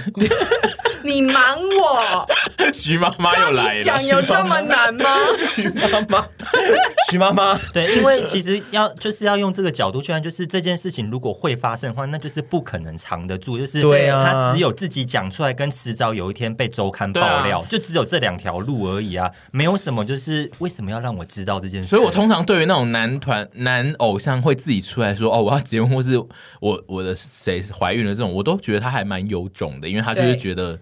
Speaker 3: [laughs] 你瞒我，
Speaker 1: [laughs] 徐妈妈又
Speaker 3: 让
Speaker 1: 来
Speaker 3: 你讲
Speaker 1: 了，[laughs]
Speaker 4: [laughs]
Speaker 3: 有这么难吗？
Speaker 2: 妈妈，徐妈妈，
Speaker 4: 对，因为其实要就是要用这个角度去看，就是这件事情如果会发生的话，那就是不可能藏得住，就是
Speaker 2: 对啊
Speaker 4: 他只有自己讲出来，跟迟早有一天被周刊爆料，
Speaker 1: 啊
Speaker 4: 就只有这两条路而已啊，没有什么就是为什么要让我知道这件事，
Speaker 1: 所以我通常对于那种男团、男偶像会自己出来说哦，我要结婚，或是我我的谁怀孕了这种，我都觉得他还蛮有种的，因为他就是
Speaker 3: 对嗯
Speaker 1: 觉得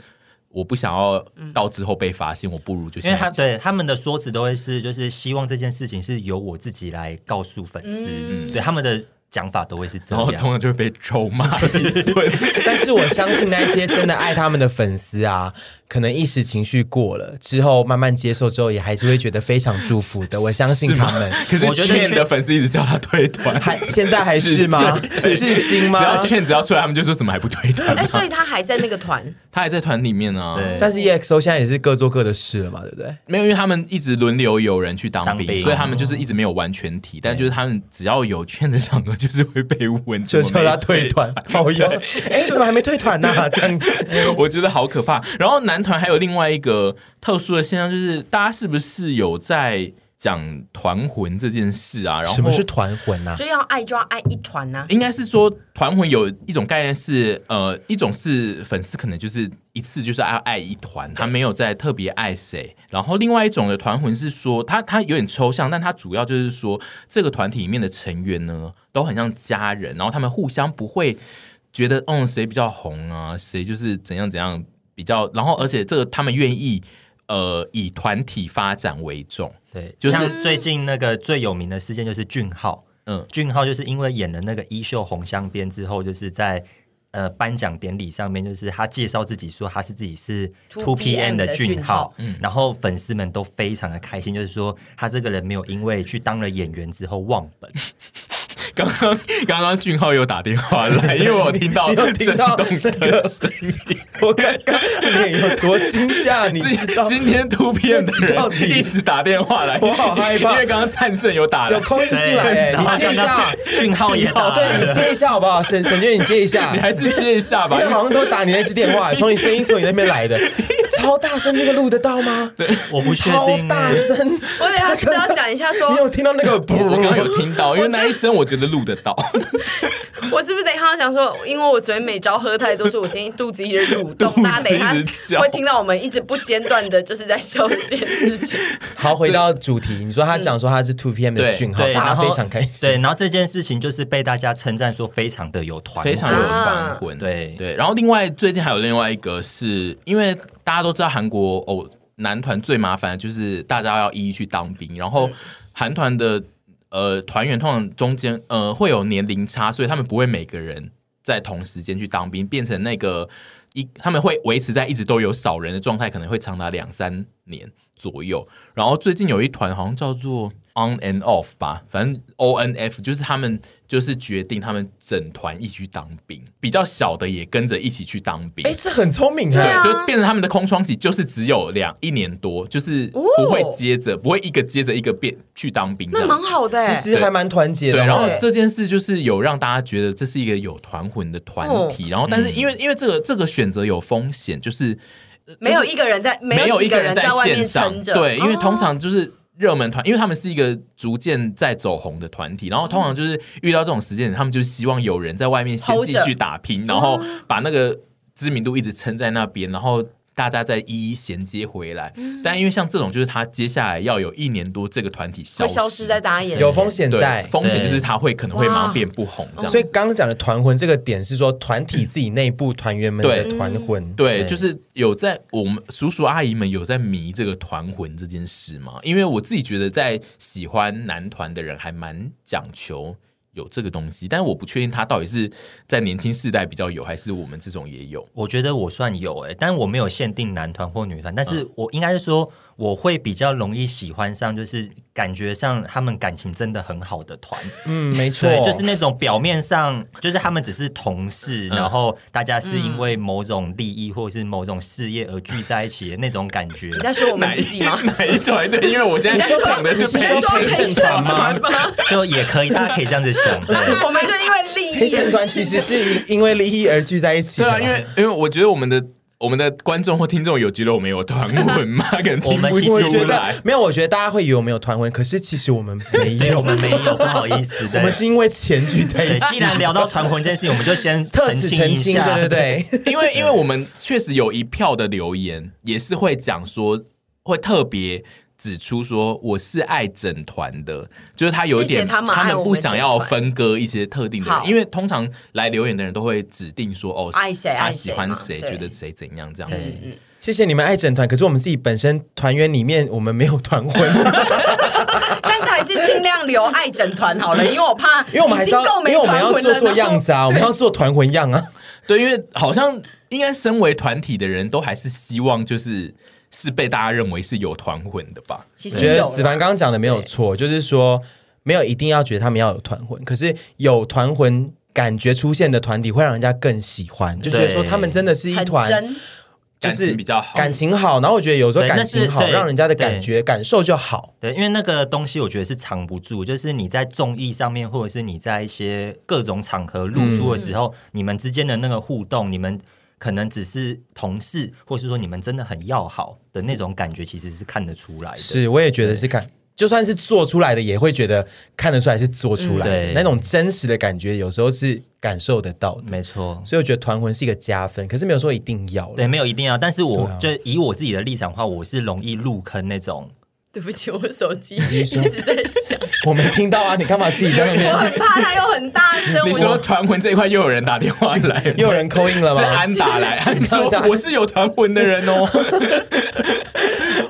Speaker 1: 我不想要到之后被发现，我不如就
Speaker 4: 因
Speaker 1: 现
Speaker 4: 为
Speaker 1: 在
Speaker 4: 他对他们的说辞都会是，就是希望这件事情是由我自己来告诉粉丝，对他们的讲法都会是这
Speaker 1: 然后
Speaker 4: 样。
Speaker 1: 通常就会被咒
Speaker 2: [laughs]
Speaker 1: 骂一顿。
Speaker 2: 但是我相信那些真的爱他们的粉丝啊，可能一时情绪过了之后，慢慢接受之后，也还是会觉得非常祝福的。我相信他们，
Speaker 1: 可是
Speaker 4: 我觉得
Speaker 1: 劝
Speaker 4: 劝
Speaker 1: 的粉丝一直叫他退团，
Speaker 2: 还现在还是吗？至今
Speaker 1: 只要
Speaker 2: 吗？
Speaker 1: 劝只要出来，他们就说怎么还不退团？
Speaker 3: 哎，所以他还在那个团，
Speaker 1: 他还在团里面呢。
Speaker 4: 对
Speaker 2: 但是 EXO 现在也是各做各的事了嘛，对不对？
Speaker 1: 没有，因为他们一直轮流有人去当兵，
Speaker 4: 当兵
Speaker 1: 所以他们就是一直没有完全体，但就是他们只要有劝的场合，就是会被问，
Speaker 2: 就
Speaker 1: 怎
Speaker 2: 叫
Speaker 1: 么没
Speaker 2: 他退团，好哟！哎，怎么还没退团呢、这样
Speaker 1: 我觉得好可怕。然后男团还有另外一个特殊的现象，就是大家是不是有在讲团魂这件事啊？然后
Speaker 2: 什么是团魂啊？
Speaker 3: 所以要爱就要爱一团啊呐。
Speaker 1: 应该是说团魂有一种概念是，呃，一种是粉丝可能就是一次就是爱爱一团，他没有在特别爱谁。然后另外一种的团魂是说，他他有点抽象，但他主要就是说这个团体里面的成员呢都很像家人，然后他们互相不会觉得，嗯，谁比较红啊，谁就是怎样怎样比较，然后而且这个他们愿意呃以团体发展为重。
Speaker 4: 对，
Speaker 1: 就是
Speaker 4: 像最近那个最有名的事件就是俊浩，
Speaker 1: 嗯
Speaker 4: 嗯，俊浩就是因为演了那个《衣袖红镶边》之后，就是在呃颁奖典礼上面，就是他介绍自己说他是自己是 Two
Speaker 3: 2PM
Speaker 4: PM
Speaker 3: 的
Speaker 4: 的
Speaker 3: 俊
Speaker 4: 俊浩，嗯，然后粉丝们都非常的开心，就是说他这个人没有因为去当了演员之后忘本，
Speaker 1: 刚刚刚刚俊浩有打电话
Speaker 2: [laughs]
Speaker 1: 来，因为我听到
Speaker 2: 你有听到
Speaker 1: 震动
Speaker 2: 那
Speaker 1: 的
Speaker 2: 个
Speaker 1: 声音。
Speaker 2: 我刚刚脸有多惊吓，你
Speaker 1: 今
Speaker 2: 知道？
Speaker 1: 今天突变的
Speaker 2: 这到
Speaker 1: 人
Speaker 2: 底
Speaker 1: 一直打电话来，
Speaker 2: 我好害怕
Speaker 1: 因为刚刚灿盛有打
Speaker 2: 有
Speaker 1: 来，
Speaker 2: 空进来、
Speaker 4: 然后
Speaker 2: 哎，你接一
Speaker 4: 刚
Speaker 2: 下
Speaker 4: 刚。俊浩啊也打来
Speaker 2: 对
Speaker 4: 了
Speaker 2: 你接一下好不好？沈沈娟，你接一下
Speaker 1: 你。还是接一下吧
Speaker 2: 因。为好像都打你那支电话，从你声音从你那边来的，超大声，那个录得到吗？对，
Speaker 4: 我不确
Speaker 2: 超
Speaker 4: 定、
Speaker 2: 大
Speaker 4: 欸。
Speaker 2: 声，
Speaker 3: 我等一下都要讲一下，说
Speaker 2: 你有听到那个？
Speaker 1: 我我刚刚有听到，因为那一声我觉得录得到，
Speaker 3: 我是不是等一下要讲说，因为我昨天每招喝太多，所以我今天肚子一直蠕
Speaker 1: 肚子
Speaker 3: 动，大家等一
Speaker 1: 一直叫
Speaker 3: 下会听到我们一直不间断的，就是在笑这件事情。
Speaker 2: 好，回到主题，你说他讲说他是 Two PM 的俊浩，
Speaker 4: 对，
Speaker 2: 大
Speaker 4: 然
Speaker 2: 家
Speaker 4: 后
Speaker 2: 非常开心。
Speaker 4: 对，然后这件事情就是被大家称赞说非常的有团，
Speaker 1: 非常有团魂。
Speaker 4: 啊对
Speaker 1: 对，然后另外最近还有另外一个是，因为大家都知道韩国偶男团最麻烦的就是大家要一一去当兵，然后韩团的呃团员通常中间呃会有年龄差，所以他们不会每个人在同时间去当兵，变成那个一他们会维持在一直都有少人的状态，可能会长达两三年左右。然后最近有一团好像叫做 On and Off 吧，反正 O N F 就是他们就是决定他们整团一起去当兵，比较小的也跟着一起去当兵。
Speaker 2: 哎，这很聪明
Speaker 3: 对
Speaker 2: 哎
Speaker 3: 啊，
Speaker 1: 就变成他们的空窗期就是只有两一年多，就是不会接着，不会一个接着一个变去当兵这
Speaker 3: 哦那
Speaker 1: 样。
Speaker 3: 蛮好欸的、欸，
Speaker 2: 其实还蛮团结
Speaker 1: 对，
Speaker 2: 的。哦
Speaker 1: 然后
Speaker 3: 对
Speaker 1: 这件事就是有让大家觉得这是一个有团魂的团
Speaker 3: 哦
Speaker 1: 体，然后但是因为、因为这个这个选择有风险，就是
Speaker 3: 没有一个人在，没
Speaker 1: 没有
Speaker 3: 几
Speaker 1: 一个
Speaker 3: 人
Speaker 1: 在
Speaker 3: 外
Speaker 1: 线
Speaker 3: 面
Speaker 1: 上，
Speaker 3: 撑着，
Speaker 1: 对，因为
Speaker 3: 哦
Speaker 1: 通常就是热门团，因为他们是一个逐渐在走红的团体，然后通常就是遇到这种时间点，他们就是希望有人在外面先
Speaker 3: Hold
Speaker 1: 继
Speaker 3: 着哦
Speaker 1: 续打拼，然后把那个知名度一直撑在那边，然后。大家再一一衔接回来，
Speaker 3: 嗯
Speaker 1: 但因为像这种，就是他接下来要有一年多，这个团体消
Speaker 3: 会
Speaker 1: 失，
Speaker 3: 消失在大家眼前。
Speaker 2: 有风险
Speaker 1: 对
Speaker 2: 在，
Speaker 1: 风险
Speaker 4: 对
Speaker 1: 就是他会可能会马上变不红这样。
Speaker 2: 所以刚刚讲的团魂这个点是说团体自己内部团员们的
Speaker 1: 对
Speaker 2: 团魂。
Speaker 1: 对，
Speaker 4: 对
Speaker 1: 就是有在我们叔叔阿姨们有在迷这个团魂这件事吗？因为我自己觉得，在喜欢男团的人还蛮讲求有这个东西，但是我不确定他到底是在年轻世代比较有，还是我们这种也有。
Speaker 4: 我觉得我算有诶、但我没有限定男团或女团，但
Speaker 2: 嗯
Speaker 4: 是我应该是说我会比较容易喜欢上，就是感觉上他们感情真的很好的团，
Speaker 2: 嗯，没错
Speaker 4: 对，，就是那种表面上就是他们只是同事，
Speaker 2: 嗯
Speaker 4: 然后大家是因为某种利益或者是某种事业而聚在一起的那种感觉。
Speaker 2: 嗯
Speaker 3: 你在说我们
Speaker 1: 哪一
Speaker 3: 自己吗？
Speaker 1: [laughs] 哪一团？对，因为我今天
Speaker 3: [laughs] 你在说
Speaker 1: 想的是
Speaker 2: 你是
Speaker 3: 你在
Speaker 1: 培
Speaker 3: 说
Speaker 2: 培
Speaker 1: 训
Speaker 2: 训
Speaker 3: 陪
Speaker 2: 团
Speaker 3: 审
Speaker 2: 吗
Speaker 3: 团吗？
Speaker 4: [laughs] 就也可以，大家可以这样子想，对，
Speaker 3: 我们就因为利益，
Speaker 2: 陪审团其实是因因为利益而聚在一起
Speaker 1: 对
Speaker 2: 的
Speaker 1: 啊，
Speaker 2: 啦。
Speaker 1: 因为因为我觉得我们的我们的观众或听众有觉得我们有团魂吗？可能听
Speaker 4: 我们
Speaker 1: 不
Speaker 4: 其实
Speaker 2: 我
Speaker 1: 出
Speaker 2: 觉
Speaker 1: 来
Speaker 2: 得。没有，我觉得大家会以为我们有团婚，可是其实我们 [laughs] 没
Speaker 3: [laughs]
Speaker 4: 因为我
Speaker 2: 有，
Speaker 4: 们没有，不好意思，
Speaker 2: 我
Speaker 4: 对
Speaker 2: 们。是因为钱聚在一
Speaker 4: 对，
Speaker 2: 起。
Speaker 4: 既然聊到团魂这件事情，我们就先
Speaker 2: 特此
Speaker 4: 清
Speaker 2: 澄
Speaker 4: 一
Speaker 2: 清，
Speaker 4: 下，
Speaker 2: 对对
Speaker 4: [laughs]
Speaker 1: [laughs]
Speaker 2: 对，
Speaker 1: 因为因为我们确实有一票的留言也是会讲说，会特别指出说我是爱整团的，就是他有一点
Speaker 3: 谢谢他们爱
Speaker 1: 们
Speaker 3: 我
Speaker 1: 不
Speaker 3: 们
Speaker 1: 想
Speaker 3: 整
Speaker 1: 要
Speaker 3: 团
Speaker 1: 分割一些特定的人，
Speaker 3: 好
Speaker 1: 因为通常来留言的人都会指定说哦，
Speaker 3: 爱谁
Speaker 1: 他
Speaker 3: 爱
Speaker 1: 喜
Speaker 3: 谁
Speaker 1: 欢
Speaker 3: 嘛
Speaker 1: 谁，
Speaker 3: 对嗯
Speaker 1: 觉得谁怎样这样子
Speaker 4: 对。
Speaker 2: 谢谢你们爱整团，可是我们自己本身团员里面我们没有团
Speaker 3: [laughs]
Speaker 2: 婚，
Speaker 3: 但是还是尽量留爱整团好了，因为我怕，
Speaker 2: 因为我们还
Speaker 3: 已
Speaker 2: 是
Speaker 3: 经
Speaker 2: 要
Speaker 3: 够，
Speaker 2: 因
Speaker 3: 没
Speaker 2: 为我们
Speaker 3: 团
Speaker 2: 要
Speaker 3: 魂
Speaker 2: 做
Speaker 3: 了，
Speaker 2: 做
Speaker 3: 然后
Speaker 2: 样子啊，我们要做团魂样啊。
Speaker 1: 对，因为好像应该身为团体的人都还是希望就是是被大家认为是有团魂的吧。
Speaker 3: 其
Speaker 2: 我
Speaker 3: 实
Speaker 2: 觉得
Speaker 3: 有啦
Speaker 2: 子凡刚刚讲的没有错，就是说没有一定要觉得他们要有团魂，可是有团魂感觉出现的团体会让人家更喜欢，就觉得说
Speaker 4: 对
Speaker 2: 他们真的是一
Speaker 3: 很
Speaker 2: 团，
Speaker 3: 真，
Speaker 2: 就
Speaker 1: 感
Speaker 2: 是
Speaker 1: 情比较好
Speaker 2: 感情好。然后我觉得有时候
Speaker 4: 对
Speaker 2: 感
Speaker 4: 那是
Speaker 2: 情好，
Speaker 4: 对
Speaker 2: 让人家的感觉感受就好。
Speaker 4: 对，因为那个东西我觉得是藏不住，就是你在综艺上面，或者是你在一些各种场合露出
Speaker 2: 嗯
Speaker 4: 的时候，你们之间的那个互动，你们可能只是同事，或是说你们真的很要好的那种感觉，其实是看得出来的。
Speaker 2: 是，我也觉得是感，就算是做出来的，也会觉得看得出来是做出来的、
Speaker 4: 嗯对
Speaker 2: 那种真实的感觉，有时候是感受得到的。
Speaker 4: 没错。
Speaker 2: 所以我觉得团魂是一个加分，可是没有说一定要了。
Speaker 4: 对，没有一定要，但是我、
Speaker 2: 对啊
Speaker 4: 就以我自己的立场的话，我是容易入坑那种。
Speaker 3: 对不起，我手机
Speaker 2: 继
Speaker 3: 一
Speaker 2: 续说
Speaker 3: 直在响，
Speaker 2: 我没听到啊，你干嘛自己在那
Speaker 3: 我
Speaker 2: 边？
Speaker 3: 很怕它又很大声，
Speaker 1: 你
Speaker 3: 我
Speaker 1: 说
Speaker 3: 就
Speaker 1: 团魂这一块又有人打电
Speaker 2: [laughs]
Speaker 1: 话来吗，
Speaker 2: 又有人扣音了吗？
Speaker 1: 是
Speaker 3: 啊
Speaker 1: 安打来， [laughs] 安
Speaker 2: 刚
Speaker 1: 说
Speaker 2: 讲
Speaker 1: 我是有团魂的人哦。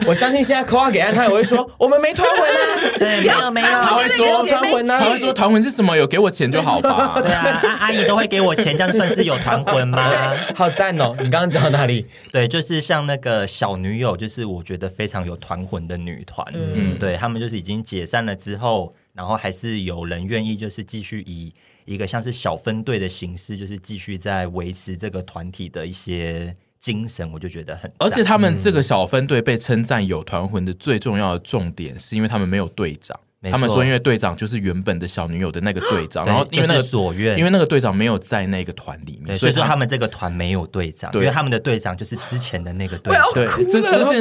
Speaker 2: 我相信现在 call 给安泰，我会说我们没团魂啊，
Speaker 4: 对，没有没有，
Speaker 1: 他会说
Speaker 3: 我在跟姐妹
Speaker 2: 团魂啊
Speaker 1: 他会说团魂是什么？有给我钱就好吧。
Speaker 4: 对啊，阿阿姨都会给我钱，这样算是有团魂吗？
Speaker 2: [laughs] 好赞哦！你刚刚讲到哪里？
Speaker 4: 对，就是像那个小女友，就是我觉得非常有团魂的女团，嗯，对他们就是已经解散了之后，然后还是有人愿意就是继续以一个像是小分队的形式，就是继续在维持这个团体的一些精神，我就觉得很赞，
Speaker 1: [laughs] 而且他们这个小分队被称赞有团魂的最重要的重点，是因为他们没有队长。
Speaker 4: 没错
Speaker 1: 他们说，因为队长就是原本的小女友的那个队长，
Speaker 4: 对
Speaker 1: 然后因为那
Speaker 4: 就
Speaker 1: 个
Speaker 4: 是所愿
Speaker 1: 因为那个队长没有在那个团里
Speaker 4: 对，
Speaker 1: 面，
Speaker 4: 所以说他
Speaker 1: 们
Speaker 4: 们这个团没有队长，因
Speaker 1: 对
Speaker 4: 为他们的队长就是之前的那个队
Speaker 3: 我要
Speaker 4: 长。
Speaker 1: 对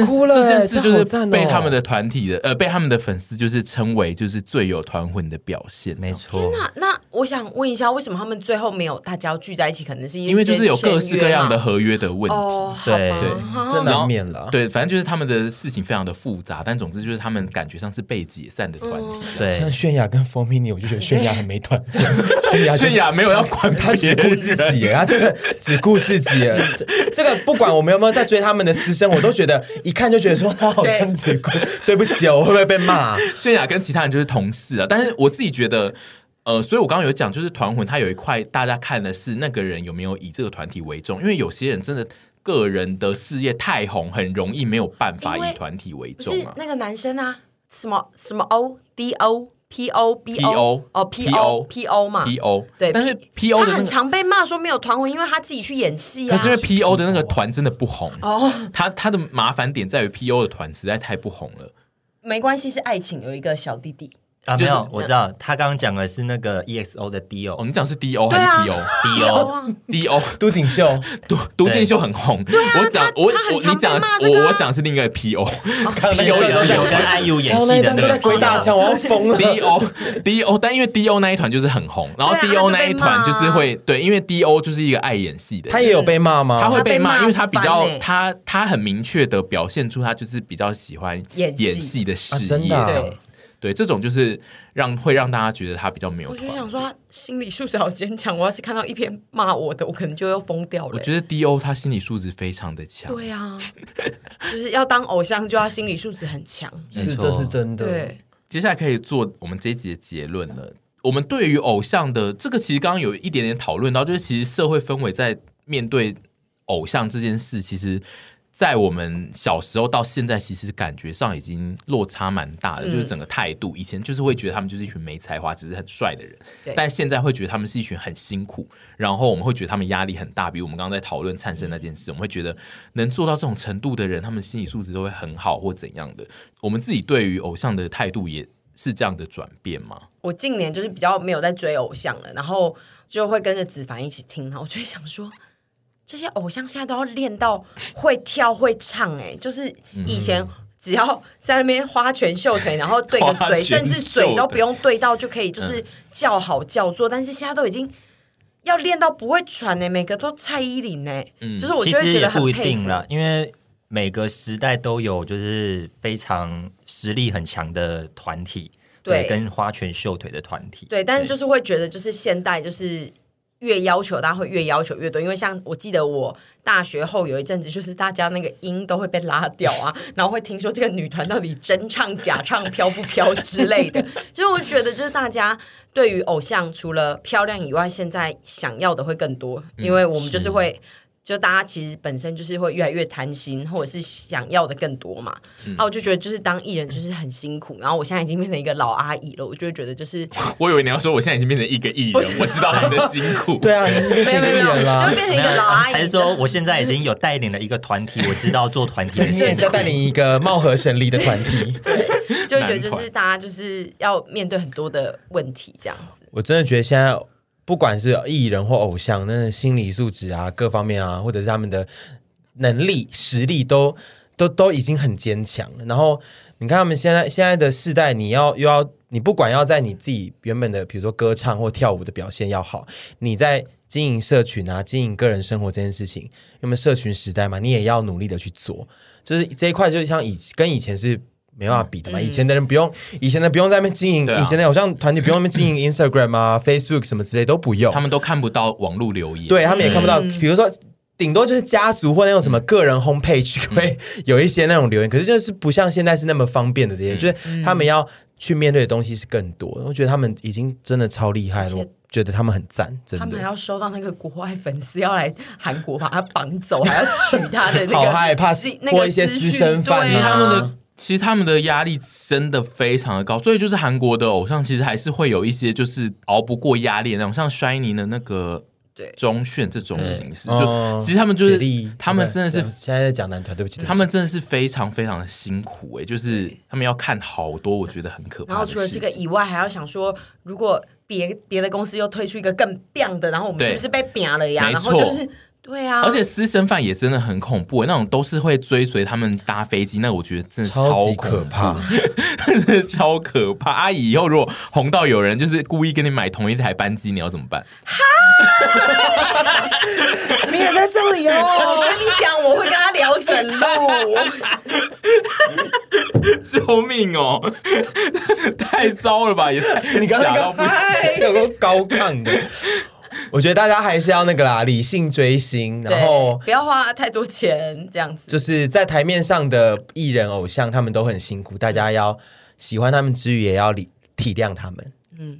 Speaker 3: 哦哭了啊
Speaker 1: 这这件这件事
Speaker 2: 我要哭了这好
Speaker 1: 就是
Speaker 2: 赞哦
Speaker 1: 被他们的团体的呃被他们的粉丝就是称为就是最有团魂的表现，
Speaker 4: 没
Speaker 3: 天
Speaker 4: 错，
Speaker 3: 哪！那我想问一下，为什么他们最后没有大家要聚在一起？可能是
Speaker 1: 因为就是有各式各样的
Speaker 3: 签约嘛
Speaker 1: 合约的问题。
Speaker 3: 哦，
Speaker 4: 对
Speaker 3: 好吧
Speaker 1: 对
Speaker 3: 哈
Speaker 2: 真
Speaker 1: 然后
Speaker 2: 难免了。
Speaker 1: 对，反正就是他们的事情非常的复杂，但总之就是他们感觉像是被解散的团
Speaker 3: 嗯
Speaker 1: 体。
Speaker 4: 对，
Speaker 2: 像泫雅跟 For Mini，我就觉得泫雅很没团魂，泫啊雅就
Speaker 1: 泫。雅没有要管
Speaker 2: 她
Speaker 1: 别
Speaker 2: 只顾
Speaker 1: 人，
Speaker 2: 自己耶，她真的只顾自己耶。这这个不管我们有没有在追他们的私生，我都觉得一看就觉得说她好像只顾。对不起哦，我会不会被骂啊？
Speaker 1: 泫雅跟其他人就是同事啊。但是我自己觉得，呃，所以我刚刚有讲，就是团魂它有一块大家看的是那个人有没有以这个团体为重，因为有些人真的个人的事业太红，很容易没有办法
Speaker 3: 因为
Speaker 1: 以团体为
Speaker 3: 不
Speaker 1: 重
Speaker 3: 是
Speaker 1: 啊。
Speaker 3: 那个男生啊，什么什么 O D O P O B
Speaker 1: PO
Speaker 3: 哦 P O P O 嘛
Speaker 1: P O
Speaker 3: 对
Speaker 1: 但是 P O
Speaker 3: 他
Speaker 1: 的那
Speaker 3: 很
Speaker 1: 个，
Speaker 3: 常被骂说没有团魂，因为他自己去演戏啊。
Speaker 1: 可是因为 P O 的那个团真的不红，
Speaker 3: 哦，
Speaker 1: 他他的麻烦点在于 P O 的团实在太不红了。
Speaker 3: 没关系，是爱情有一个小弟弟，
Speaker 4: 啊，
Speaker 1: 就
Speaker 4: 没
Speaker 1: 是
Speaker 4: 有，我知道他刚刚讲的是那个 EXO 的 D
Speaker 1: 哦，
Speaker 4: O
Speaker 1: 你讲是 D O 还
Speaker 3: 对啊
Speaker 1: 是 P O？D
Speaker 3: 有啊，
Speaker 1: D O [laughs]
Speaker 2: 都锦绣，
Speaker 1: 独独剑秀很红，我讲我
Speaker 3: 啊他很
Speaker 1: 我
Speaker 3: 常
Speaker 1: 你讲的
Speaker 3: 被骂
Speaker 1: 是
Speaker 3: 这个啊哦
Speaker 1: 我我讲的是另一个 [laughs] P O
Speaker 2: 刚刚那
Speaker 4: P O
Speaker 2: 个
Speaker 4: 也
Speaker 2: 都
Speaker 4: 是
Speaker 2: 在
Speaker 4: 有跟 IU
Speaker 2: 然
Speaker 4: 演戏的
Speaker 2: 后那一段都在
Speaker 4: 那
Speaker 2: 鬼
Speaker 4: 个
Speaker 2: 打墙，我要疯 [laughs]
Speaker 1: [laughs]
Speaker 2: 了。
Speaker 1: D O D O，但因为 D O 那一团就是很红，然后
Speaker 3: 对啊
Speaker 1: D
Speaker 3: 那
Speaker 1: O
Speaker 3: 就
Speaker 1: 那一
Speaker 3: 被骂
Speaker 1: 团
Speaker 3: 啊
Speaker 1: 就是会对，因为 D O 就是一个爱演戏的
Speaker 2: 他
Speaker 1: 人。
Speaker 2: 也有被骂吗？
Speaker 1: 他会被骂，
Speaker 3: 他被骂
Speaker 1: 因为他比较
Speaker 3: 翻欸
Speaker 1: 他他很明确的表现出他就是比较喜欢
Speaker 3: 演戏
Speaker 1: 演戏的事
Speaker 2: 啊
Speaker 1: 业这
Speaker 2: 真的啊
Speaker 1: 样
Speaker 3: 对
Speaker 1: 子。对，这种就是让会让大家觉得他比较没有
Speaker 3: 我就
Speaker 1: 团。
Speaker 3: 想说他心理素质好坚强，我要是看到一篇骂我的，我可能就要疯掉了
Speaker 1: 我。觉得 D O 他心理素质非常的强，
Speaker 3: 对啊，就是要当偶像就要心理素质很强。
Speaker 2: 是
Speaker 4: 没
Speaker 2: 这
Speaker 4: 错
Speaker 2: 是真的。
Speaker 3: 对，
Speaker 1: 接下来可以做我们这一集的结论了。我们对于偶像的这个，其实刚刚有一点点讨论到，就是其实社会氛围在面对偶像这件事，其实，在我们小时候到现在，其实感觉上已经落差蛮大的，就是整个态度。以前就是会觉得他们就是一群没才华、只是很帅的人
Speaker 3: 对，
Speaker 1: 但现在会觉得他们是一群很辛苦，然后我们会觉得他们压力很大。比如我们刚刚在讨论灿生那件事，我们会觉得能做到这种程度的人，他们心理素质都会很好或怎样的。我们自己对于偶像的态度也是这样的转变吗？
Speaker 3: 我近年就是比较没有在追偶像了，然后就会跟着子凡一起听，然后我就会想说，这些偶像现在都要练到会跳会唱、哎，就是以
Speaker 4: 嗯
Speaker 3: 前只要在那边花拳绣腿，然后对个
Speaker 1: 花
Speaker 3: 嘴，
Speaker 1: 拳
Speaker 3: 甚至嘴都
Speaker 1: 绣
Speaker 3: 不
Speaker 1: 腿
Speaker 3: 用对到就可以，
Speaker 4: 嗯
Speaker 3: 就是叫好叫座，但是现在都已经。要练到不会喘呢、每个都蔡依林呢、欸就是我
Speaker 4: 嗯其
Speaker 3: 就会
Speaker 4: 实
Speaker 3: 觉
Speaker 4: 也
Speaker 3: 得很
Speaker 4: 不一
Speaker 3: 佩
Speaker 4: 定
Speaker 3: 服。
Speaker 4: 啦，因为每个时代都有就是非常实力很强的团体，
Speaker 3: 对
Speaker 4: 跟花拳绣腿的团体，
Speaker 3: 对，但是
Speaker 4: 对
Speaker 3: 就是会觉得，就是现代就是越要求，大家会越要求越多。因为像我记得我大学后有一阵子，就是大家那个音都会被拉掉 [laughs] 啊，然后会听说这个女团到底真唱假唱飘不飘之类 [laughs] 的。就是我觉得，就是大家对于偶像除了漂亮以外，现在想要的会更多，因为我们嗯就是会。就大家其实本身就是会越来越贪心，或者是想要的更多嘛。然后我就觉得，就是当艺人就是很辛苦。然后我现在已经变成一个老阿姨了，我就会觉得就是
Speaker 1: 我以为你要说我现在已经变成一个艺人，我知道你的辛苦。
Speaker 2: [laughs] 对啊，你变
Speaker 3: 没
Speaker 2: 成
Speaker 3: 有没
Speaker 2: 艺
Speaker 3: 有没
Speaker 2: 人啊
Speaker 3: 有，就
Speaker 2: 啦。
Speaker 3: 变成
Speaker 4: 没
Speaker 3: 一
Speaker 4: 有
Speaker 3: 个老阿姨。
Speaker 4: 啊还是说我现在已经有带领了一个团体，我知道做
Speaker 3: [laughs]
Speaker 4: 团体的
Speaker 2: 你也
Speaker 4: 限
Speaker 2: 在
Speaker 4: 制。
Speaker 2: 带领一个貌合神离的团体，
Speaker 3: 就会觉得就
Speaker 1: 男
Speaker 3: 是
Speaker 1: 团
Speaker 3: 大家就是要面对很多的问题这样子。
Speaker 2: 我真的觉得现在不管是艺人或偶像，那心理素质啊，各方面啊，或者是他们的能力、实力都都都已经很坚强了。然后你看他们现在现在的世代，你要又要你不管要在你自己原本的，比如说歌唱或跳舞的表现要好，你在经营社群啊、经营个人生活这件事情，因为社群时代嘛，你也要努力的去做。就是这一块，就像以跟以前是。没办法比的嘛，以前的人不用，以前的不用在那边经营，
Speaker 1: 对啊
Speaker 2: 以前的偶像团体不用在那边经营 Instagram 啊、Facebook 什么之类都不用
Speaker 1: 嗯他，们嗯都看不到网络留言。
Speaker 2: 对他们也看不到，比如说。顶多就是家族或那种什么
Speaker 1: 嗯
Speaker 2: 个人 homepage 会有一些那种留言，可是就是不像现在是那么方便的
Speaker 1: 嗯
Speaker 2: 这些，就是他们要去面对的东西是更多。我觉得他们已经真的超厉害
Speaker 3: 而
Speaker 2: 了，
Speaker 3: 且
Speaker 2: 我觉得他们很赞，真
Speaker 3: 他们
Speaker 2: 的。
Speaker 3: 还要收到那个国外粉丝要来韩国把他绑走，还要取他的那个
Speaker 2: 好害怕
Speaker 3: 信那个
Speaker 2: 过一些
Speaker 3: 私讯
Speaker 2: 私生饭啊
Speaker 1: 其
Speaker 3: 对
Speaker 1: 实他
Speaker 3: 啊。
Speaker 1: 们的其实他们的压力真的非常的高，所以就是韩国的偶像其实还是会有一些就是熬不过压力的那种，像衰尼的那个
Speaker 3: 对
Speaker 1: 钟铉这种形式，
Speaker 2: 哦
Speaker 1: 就其实他们就
Speaker 2: 雪
Speaker 1: 是
Speaker 2: 莉
Speaker 1: 他们真的是
Speaker 2: 对。现在在讲男团，对不起，对不起
Speaker 1: 他们真的是非常非常的辛苦哎、就是他们要看好多，我觉得很可怕的
Speaker 3: 然后
Speaker 1: 事情。
Speaker 3: 除了这个以外，还要想说，如果别别的公司又推出一个更 b 的，然后我们
Speaker 1: 对
Speaker 3: 是不是被扁了呀？
Speaker 1: 没
Speaker 3: 然
Speaker 1: 错
Speaker 3: 后就是对啊，
Speaker 1: 而且私生饭也真的很恐怖、欸，那种都是会追随他们搭飞机，那我觉得真的
Speaker 2: 超
Speaker 1: 恐
Speaker 2: 级可
Speaker 1: 怖，
Speaker 2: 怕。
Speaker 1: 真的超可怕。阿姨以后如果红到有人就是故意跟你买同一台班机，你要怎么办？
Speaker 2: 你也在这里
Speaker 3: 我
Speaker 2: 哦，
Speaker 3: 跟你讲，我会跟他聊整路。
Speaker 1: 救命哦！太糟了吧，也太
Speaker 2: [laughs] 你刚刚
Speaker 1: 假到
Speaker 2: 刚
Speaker 1: 不行
Speaker 2: 嗨，有个高亢的。我觉得大家还是要那个啦，理性追星，然后
Speaker 3: 对不要花太多钱，这样子。
Speaker 2: 就是在台面上的艺人偶像，他们都很辛苦，大家要喜欢他们之余，也要理体谅他们。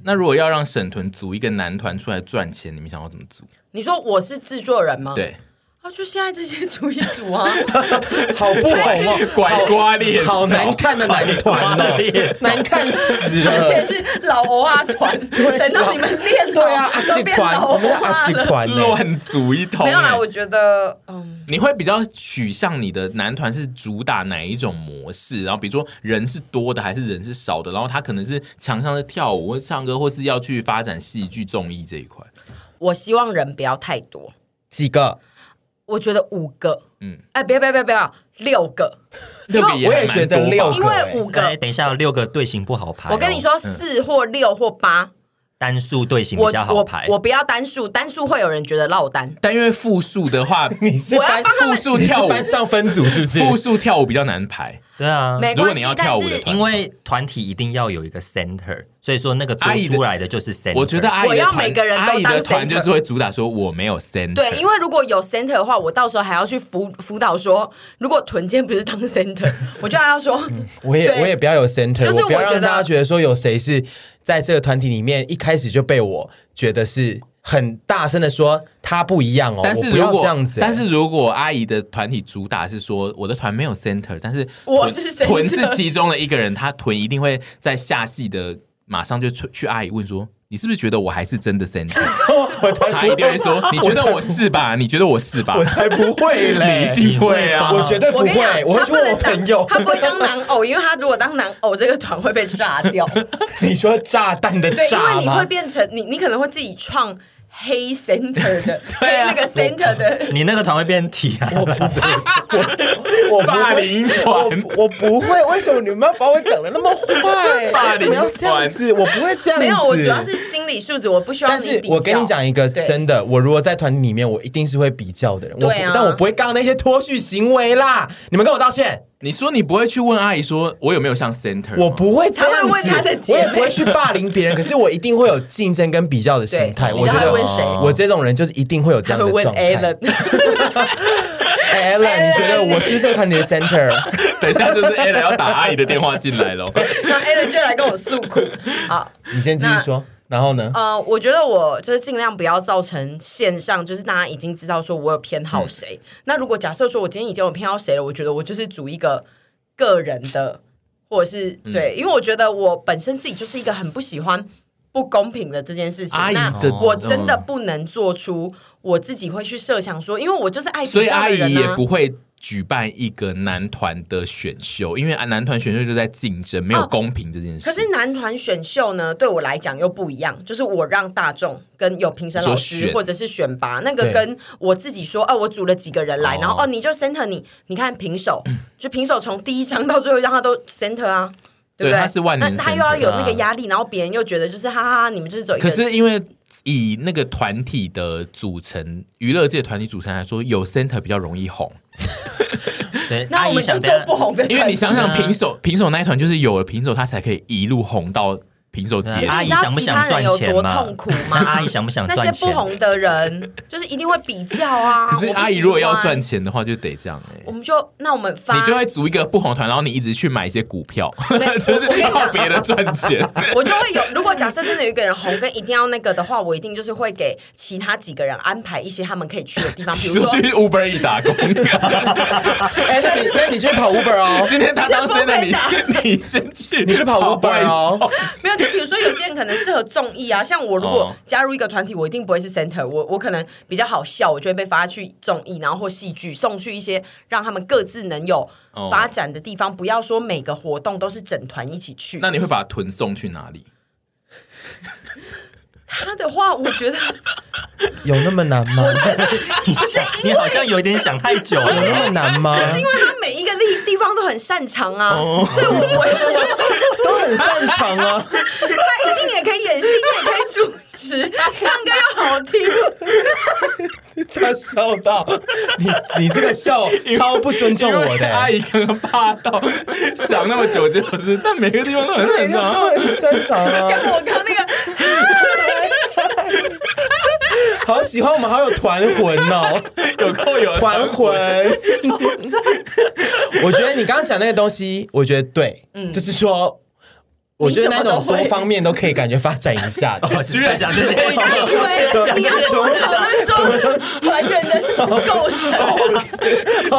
Speaker 1: 那如果要让沈屯组一个男团出来赚钱，你们想要怎么组？
Speaker 3: 你说我是制作人吗？
Speaker 1: 对，
Speaker 3: 啊，就现在这些组一组啊， [laughs]
Speaker 2: 好不红哦，
Speaker 1: 拐瓜裂枣
Speaker 2: 好难看的男团
Speaker 4: 瓜裂
Speaker 2: 哦，难看死
Speaker 3: 而且
Speaker 2: 了。
Speaker 3: 是老欧啊团，等到你们练了，
Speaker 2: 对啊，阿
Speaker 3: 都
Speaker 2: 吉
Speaker 3: 变
Speaker 2: 团，
Speaker 3: 老
Speaker 2: 我们
Speaker 3: 欧
Speaker 2: 是
Speaker 3: 啊
Speaker 2: 阿吉
Speaker 3: 了。
Speaker 2: 团呢。
Speaker 1: 乱组一通、
Speaker 3: 没有啦，
Speaker 1: 欸
Speaker 3: 我觉得，嗯，
Speaker 1: 你会比较取向你的男团是主打哪一种模式？然后比如说人是多的还是人是少的？然后他可能是强项是跳舞、或唱歌，或是要去发展戏剧、综艺这一块。
Speaker 3: 我希望人不要太多，
Speaker 2: 几个，
Speaker 3: 我觉得五个，
Speaker 1: 嗯
Speaker 3: 嗯，哎，别别别别，六个，
Speaker 1: 六个
Speaker 2: 我
Speaker 1: 也还
Speaker 2: 也
Speaker 1: 蛮
Speaker 2: 觉
Speaker 1: 多
Speaker 2: 得
Speaker 1: 吧
Speaker 2: 六个
Speaker 3: 因为五
Speaker 4: 哎
Speaker 3: 个，
Speaker 4: 等一下，有六个队形不好排哦。
Speaker 3: 我跟你说，四或六或八，
Speaker 4: 单数队形
Speaker 3: 我
Speaker 4: 比较好
Speaker 3: 我
Speaker 4: 排。
Speaker 3: 我不要单数，单数会有人觉得落单，
Speaker 1: 但因为复数的话，
Speaker 2: [laughs] 你是
Speaker 3: 我要
Speaker 2: 班
Speaker 3: 帮他
Speaker 1: 复
Speaker 3: 们
Speaker 1: 数
Speaker 2: 你是
Speaker 1: 跳舞，
Speaker 2: 班上分组是不是？
Speaker 1: 复数跳舞比较难排。
Speaker 4: 对啊，
Speaker 3: 没
Speaker 1: 如果
Speaker 3: 关
Speaker 1: 你
Speaker 3: 系
Speaker 1: 要，
Speaker 3: 但
Speaker 1: 跳舞的
Speaker 3: 是
Speaker 1: 团
Speaker 4: 因为团体一定要有一个 center，所以说那个多
Speaker 1: 阿姨的
Speaker 4: 出来的就是
Speaker 2: 哎
Speaker 4: center。
Speaker 1: 我觉得阿姨
Speaker 3: 我
Speaker 1: 的
Speaker 3: 要
Speaker 1: 团，
Speaker 3: 每个人都
Speaker 1: 阿姨的
Speaker 3: 当
Speaker 1: 团
Speaker 3: center
Speaker 1: 就是会主打说我没有 center，
Speaker 3: 对，
Speaker 2: 哦
Speaker 3: 因为如果有 center 的话，我到时候还要去辅辅导说，如果臀尖不是当 center，我就还要说，
Speaker 2: 我也
Speaker 3: 对
Speaker 2: 我也不要有 center，、
Speaker 3: 就是
Speaker 2: 我不要
Speaker 3: 我觉
Speaker 2: 让
Speaker 3: 得
Speaker 2: 大家觉得说有谁是在这个团体里面一开始就被我觉得是很大声的说他不一样哦，
Speaker 1: 但是
Speaker 2: 我不
Speaker 1: 如
Speaker 2: 要
Speaker 1: 果
Speaker 2: 这样子、 [laughs]
Speaker 1: 但是如果阿姨的团体主打是说我的团没有 center，但是
Speaker 3: 我
Speaker 1: 臀
Speaker 3: 是 center
Speaker 1: 臀是其中的一个人，他臀一定会在下戏的马上就去去阿姨问说。你是不是觉得我还是真
Speaker 2: [laughs]
Speaker 1: 的 center？他一定会说：“你觉得我是吧？你觉得我是吧
Speaker 2: 我才不会？”
Speaker 1: 你
Speaker 2: 嘞
Speaker 1: 一，定会啊！
Speaker 2: 我绝对不
Speaker 3: [laughs] 我跟你讲
Speaker 2: 会，，我会
Speaker 3: 他
Speaker 2: 去
Speaker 3: 不
Speaker 2: 问我
Speaker 3: 能
Speaker 2: 朋
Speaker 3: 当，
Speaker 2: 友。
Speaker 3: [laughs] 他不会当男偶，因为他如果当男偶，这个团会被炸掉。
Speaker 2: [laughs] 你说炸弹的
Speaker 3: 对，因
Speaker 2: 炸
Speaker 3: 为你
Speaker 2: 吗
Speaker 3: 会？变成你，你可能会自己创黑
Speaker 2: [laughs]
Speaker 3: center 的，
Speaker 1: 对啊
Speaker 3: 黑那个 center 的，
Speaker 4: 你那个团会变体啊？
Speaker 2: 我不
Speaker 1: 霸
Speaker 2: 会，
Speaker 1: 凌
Speaker 2: 我
Speaker 1: 团，
Speaker 2: 我不会，为什么你们要把我讲的那么坏？
Speaker 1: 霸
Speaker 2: 为
Speaker 1: 凌
Speaker 2: 什么要这样子？我不会这样子。
Speaker 3: 没有，我主要是心理素质，我不需要
Speaker 2: 但
Speaker 3: 你
Speaker 2: 是
Speaker 3: 比较
Speaker 2: 我跟你讲一个
Speaker 3: 对
Speaker 2: 真的，我如果在团体里面，我一定是会比较的人，我不
Speaker 3: 对啊
Speaker 2: 但我不会干那些脱序行为啦。你们跟我道歉，
Speaker 1: 你说你不会去问阿姨说我有没有上 center？吗
Speaker 2: 我不会这样子。
Speaker 3: 他会问他的姐
Speaker 2: 我
Speaker 3: 妹
Speaker 2: 也不会去霸凌别人，可是我一定会有竞争跟比较的心态。
Speaker 3: 对
Speaker 2: 我觉
Speaker 3: 你知道他会问
Speaker 2: 得
Speaker 3: 谁
Speaker 2: 我这种人就是一定会有这
Speaker 3: 他
Speaker 2: 样
Speaker 3: 会
Speaker 2: 的状
Speaker 3: 问
Speaker 2: 态。
Speaker 3: Alan，
Speaker 2: 哎 Alan，你觉得我是不是这个团
Speaker 3: [laughs]
Speaker 2: 体的
Speaker 1: [laughs]
Speaker 2: center？
Speaker 1: 等一下就是 A 来要打阿姨的电话进
Speaker 3: [laughs]
Speaker 1: 来了。
Speaker 3: 那 Alan 就来跟我诉苦。好，
Speaker 2: 你先继续说。然后呢？
Speaker 3: 呃，我觉得我就是尽量不要造成线上，就是大家已经知道说我有偏好谁。
Speaker 1: 嗯
Speaker 3: 那如果假设说我今天已经有偏好谁了，我觉得我就是组一个个人的，或者是、
Speaker 1: 嗯
Speaker 3: 对，因为我觉得我本身自己就是一个很不喜欢不公平的这件事情。
Speaker 1: 阿姨
Speaker 3: 那
Speaker 1: 的哦嗯
Speaker 3: 我真的不能做出我自己会去设想说，因为我就是爱比
Speaker 1: 所以
Speaker 3: 较
Speaker 1: 阿
Speaker 3: 的人
Speaker 1: 姨也
Speaker 3: 啊。
Speaker 1: 不会举办一个男团的选秀，因为啊男团选秀就在竞争，没有
Speaker 3: 哦
Speaker 1: 公平这件事。
Speaker 3: 可是男团选秀呢，对我来讲又不一样，就是我让大众跟有评审老
Speaker 1: 你说
Speaker 3: 师
Speaker 1: 选
Speaker 3: 或者是选拔，那个
Speaker 2: 对
Speaker 3: 跟我自己说，哦、我组了几个人来，
Speaker 1: 哦
Speaker 3: 然后哦，你就 center 你，你看平手，就平手从第一张到最后一张，他都 center 啊，对不
Speaker 1: 对
Speaker 3: 对？
Speaker 1: 他是万年
Speaker 3: 那他
Speaker 1: center
Speaker 3: 又要有那个压力，然后别人又觉得就是哈哈哈，你们就是走一个。
Speaker 1: 啊可是因为以那个团体的组成，娱乐界团体组成来说，有 center 比较容易
Speaker 3: [laughs]
Speaker 1: 红，
Speaker 4: 对，
Speaker 3: 那
Speaker 4: 阿
Speaker 3: 我
Speaker 4: 姨
Speaker 3: 们就
Speaker 4: 想
Speaker 3: 做不红的团体，
Speaker 1: 因为你想想
Speaker 4: 啊
Speaker 1: 平手平手那一团就是有了平手，他才可以一路红到平手
Speaker 4: 对
Speaker 1: 界。
Speaker 4: 啊
Speaker 3: 你知道其他人有多痛苦吗？
Speaker 4: [laughs] 那阿姨想不想
Speaker 3: 那
Speaker 4: 赚
Speaker 3: 些
Speaker 4: 钱
Speaker 3: 不？红的人，就是一定会比较啊。
Speaker 1: 可是
Speaker 3: 我不喜欢
Speaker 1: 阿姨如果要赚，钱的话，就得这样哎、
Speaker 3: 我们就那我们发，
Speaker 1: 你就会组一个不红团，然后你一直去买一些股票，[laughs]
Speaker 3: 对
Speaker 1: 就是
Speaker 3: 我跟你
Speaker 1: 靠
Speaker 3: 讲
Speaker 1: 别的赚钱。
Speaker 3: 我就会有，如果假设真的有一个人红跟一定要那个的话，我一定就是会给其他几个人安排一些他们可以去的地方，比
Speaker 1: 你
Speaker 3: 如说
Speaker 1: 说。去 Uber 一打
Speaker 3: [laughs]
Speaker 1: 工，
Speaker 3: 哦
Speaker 2: 哎，那你那你去跑 Uber 哦，
Speaker 1: 今天他当先的你
Speaker 3: 先不，
Speaker 1: 你先去，
Speaker 2: 你去跑 Uber 哦。
Speaker 3: 没有，就比如说有些人可能适合综艺啊，像我如果
Speaker 1: 哦
Speaker 3: 加入一个团体，我一定不会是 center，我我可能比较好笑，我就会被发去综艺，然后或戏剧，送去一些让他们各自能有
Speaker 1: 哦
Speaker 3: 发展的地方，不要说每个活动都是整团一起去。
Speaker 1: 那你会把臀送去哪里？
Speaker 3: 他的话，我
Speaker 1: [laughs]
Speaker 3: 觉得
Speaker 1: 啊
Speaker 2: 有那么难吗？
Speaker 3: 不是因
Speaker 4: [laughs] 你
Speaker 3: 为
Speaker 4: 好像有一点想太久
Speaker 2: 有 [laughs] 那
Speaker 4: 了。
Speaker 2: 么难吗？
Speaker 3: 就是因为他每一个地地方都很擅长啊，
Speaker 1: 哦
Speaker 3: 所以我不会
Speaker 2: 都很擅长啊。
Speaker 3: 他一定也可以演戏，也可以主持，唱歌又好听。
Speaker 2: 他笑到你，你这个笑超不尊重我
Speaker 1: 因为
Speaker 2: 的、
Speaker 1: 阿
Speaker 2: 欸。
Speaker 1: 姨刚刚霸道，想那么久就是，但每个地方都很
Speaker 2: 对，
Speaker 1: 正
Speaker 2: 都
Speaker 1: 常。
Speaker 2: 很擅长啊，
Speaker 3: 我刚那个，
Speaker 2: 好喜欢我们，好有团魂哦， [laughs]
Speaker 1: 有够有
Speaker 2: 团魂。 [laughs] 我觉得你刚刚讲那个东西，我觉得对，就是说，我觉得那种多方面都可以感觉发展一下的。 [laughs]
Speaker 4: 居然讲这件
Speaker 3: 他以
Speaker 4: 事，
Speaker 3: 为你要跟我讨论说团员的构成，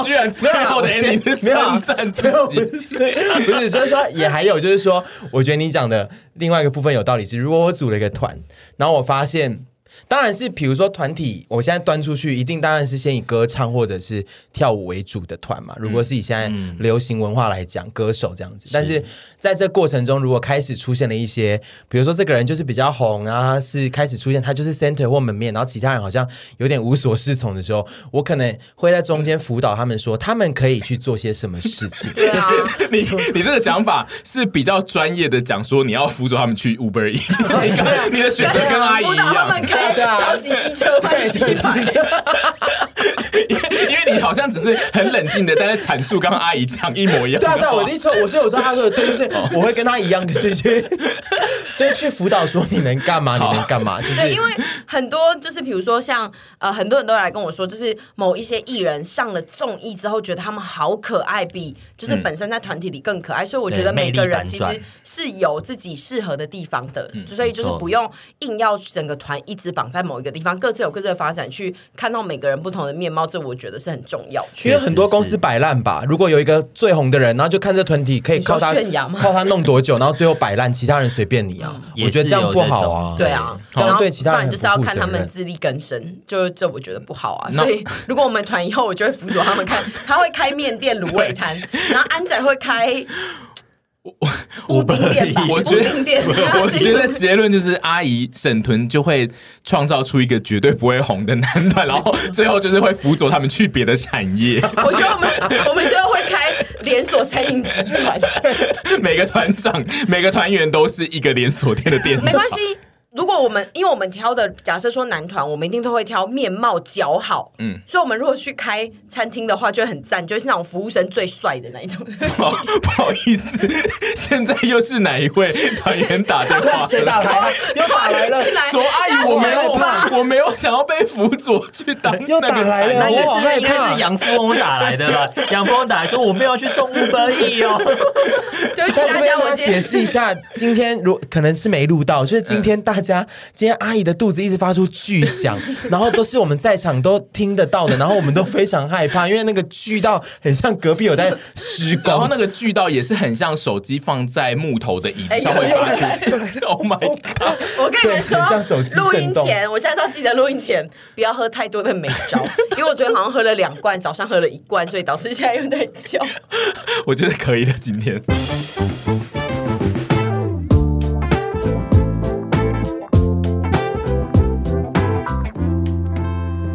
Speaker 1: 居然最后的 ending 是
Speaker 2: 没有
Speaker 1: 称
Speaker 2: 啊
Speaker 1: 赞自
Speaker 2: 没有， [laughs] 不
Speaker 1: 己。
Speaker 2: 是，不是，就是说，也还有就是说，我觉得你讲的另外一个部分有道理是，如果我组了一个团，然后我发现，当然是比如说团体，我现在端出去，一定当然是先以歌唱或者是跳舞为主的团
Speaker 1: 嗯
Speaker 2: 嘛。如果是以现在流行文化来讲，歌手这样子，但是在这过程中，如果开始出现了一些，比如说这个人就是比较红啊，是开始出现他就是 center 或门面，然后其他人好像有点无所适从的时候，我可能会在中间辅导他们说，他们可以去做些什么事情。
Speaker 3: 对啊，
Speaker 1: 你你这个想法是比较专业的，讲说你要辅佐他们去 Uber
Speaker 2: [laughs]
Speaker 1: E，你刚你的选择跟阿姨
Speaker 3: 辅
Speaker 1: 一
Speaker 3: 导他
Speaker 1: 样
Speaker 3: 们，开超级机车派机派，
Speaker 1: 因为你好像只是很冷静的，但是阐述刚刚阿姨讲一模一样的
Speaker 2: 对啊，
Speaker 1: 话。 [laughs]
Speaker 2: 对啊，我的意思说，我所以我说他说的对，就是我会跟他一样，就是 [laughs] 去，就是去辅导说你能干嘛，
Speaker 1: 好
Speaker 2: 你能干嘛，就是
Speaker 3: 对，因为很多就是比如说像呃，很多人都来跟我说，就是某一些艺人上了综艺之后，觉得他们好可爱，比就是本身在团体里更可爱，所以我觉得
Speaker 4: 嗯对
Speaker 3: 每个人
Speaker 4: 魅力
Speaker 3: 其
Speaker 4: 反
Speaker 3: 实
Speaker 4: 转
Speaker 3: 是有自己适合的地方的，所以就是
Speaker 4: 嗯没错
Speaker 3: 不用硬要整个团一直绑在某一个地方，各自有各自的发展，去看到每个人不同的面貌，这我觉得是很重要的。
Speaker 2: 因为很多公司摆烂吧，如果有一个最红的人，然后就看这团体可以靠他
Speaker 3: 你说泫雅吗
Speaker 2: 靠他弄多久，然后最后摆烂，其他人随便你啊，
Speaker 4: 嗯
Speaker 2: 我觉得这样不好啊，
Speaker 3: 对啊，
Speaker 2: 这
Speaker 3: 然
Speaker 2: 样
Speaker 3: 后
Speaker 2: 对其他
Speaker 3: 不
Speaker 2: 人很
Speaker 3: 然就
Speaker 2: 不
Speaker 3: 是要
Speaker 2: 负
Speaker 3: 看他
Speaker 2: 责
Speaker 3: 们
Speaker 2: 任。
Speaker 3: 自力更生，就是这我觉得不好啊。
Speaker 1: 那
Speaker 3: 所以如果我们团以后，我就会辅佐他们看，他会开面店、卤味摊，然后安仔会开固定点吧，
Speaker 1: 我
Speaker 3: 固
Speaker 1: 觉得
Speaker 3: 定点。
Speaker 2: [laughs]
Speaker 1: 我觉得结论就是，阿姨沈屯就会创造出一个绝对不会红的男团，然后最后就是会辅佐他们去别的产
Speaker 2: [laughs]
Speaker 1: 业。
Speaker 3: 我觉得我们 [laughs] 我们就会开连锁餐饮集团，
Speaker 1: 每个团长、每个团员都是一个连锁店的店长，
Speaker 3: 没关系。如果我们因为我们挑的，假设说男团，我们一定都会挑面貌姣好，嗯，所以我们如果去开餐厅的话，就会很赞，就是那种服务生最帅的那一种。
Speaker 1: 不好 [laughs] 不好意思，现在又是哪一位团员打电话？
Speaker 2: 谁打来了？又打来
Speaker 3: [laughs]
Speaker 2: 了。
Speaker 3: 来
Speaker 1: 说阿姨，我没有怕，我没有想要被辅佐去当
Speaker 2: 又
Speaker 1: 那个
Speaker 2: 打来
Speaker 1: 产
Speaker 2: 了
Speaker 1: 业
Speaker 4: 那
Speaker 2: 我好害
Speaker 4: 也是应
Speaker 2: 怕
Speaker 4: 该是杨富翁打来的吧？杨富翁打来说我没有要去送五百亿哦，
Speaker 3: 对
Speaker 2: [laughs] 在
Speaker 3: 不起
Speaker 2: 这
Speaker 3: 大
Speaker 2: 边
Speaker 3: 家，
Speaker 2: 跟大
Speaker 3: 我
Speaker 2: 家
Speaker 3: 今天
Speaker 2: 解释一下，今天如可能是没录到，就是今天大
Speaker 3: 嗯
Speaker 2: 家、今天阿姨的肚子一直发出巨响，然后都是我们在场都听得到的，然后我们都非常害怕，因为那个巨到很像隔壁有在
Speaker 3: [laughs]
Speaker 2: 施
Speaker 1: 然后
Speaker 2: 工。
Speaker 1: 那个锯到也是很像手机放在木头的椅子上
Speaker 3: 哎
Speaker 1: 会发出。Oh [laughs] my god！
Speaker 3: 我跟你们
Speaker 2: 对很像手
Speaker 3: 说，
Speaker 2: 机
Speaker 3: 录音
Speaker 2: 震动
Speaker 3: 前，我现在都记得录音前不要喝太多的美 [laughs] 招，因为我昨天好像喝了两罐，早上喝了一罐，所以导致现在又在 [laughs] 叫。
Speaker 1: 我觉得可以了，今天。然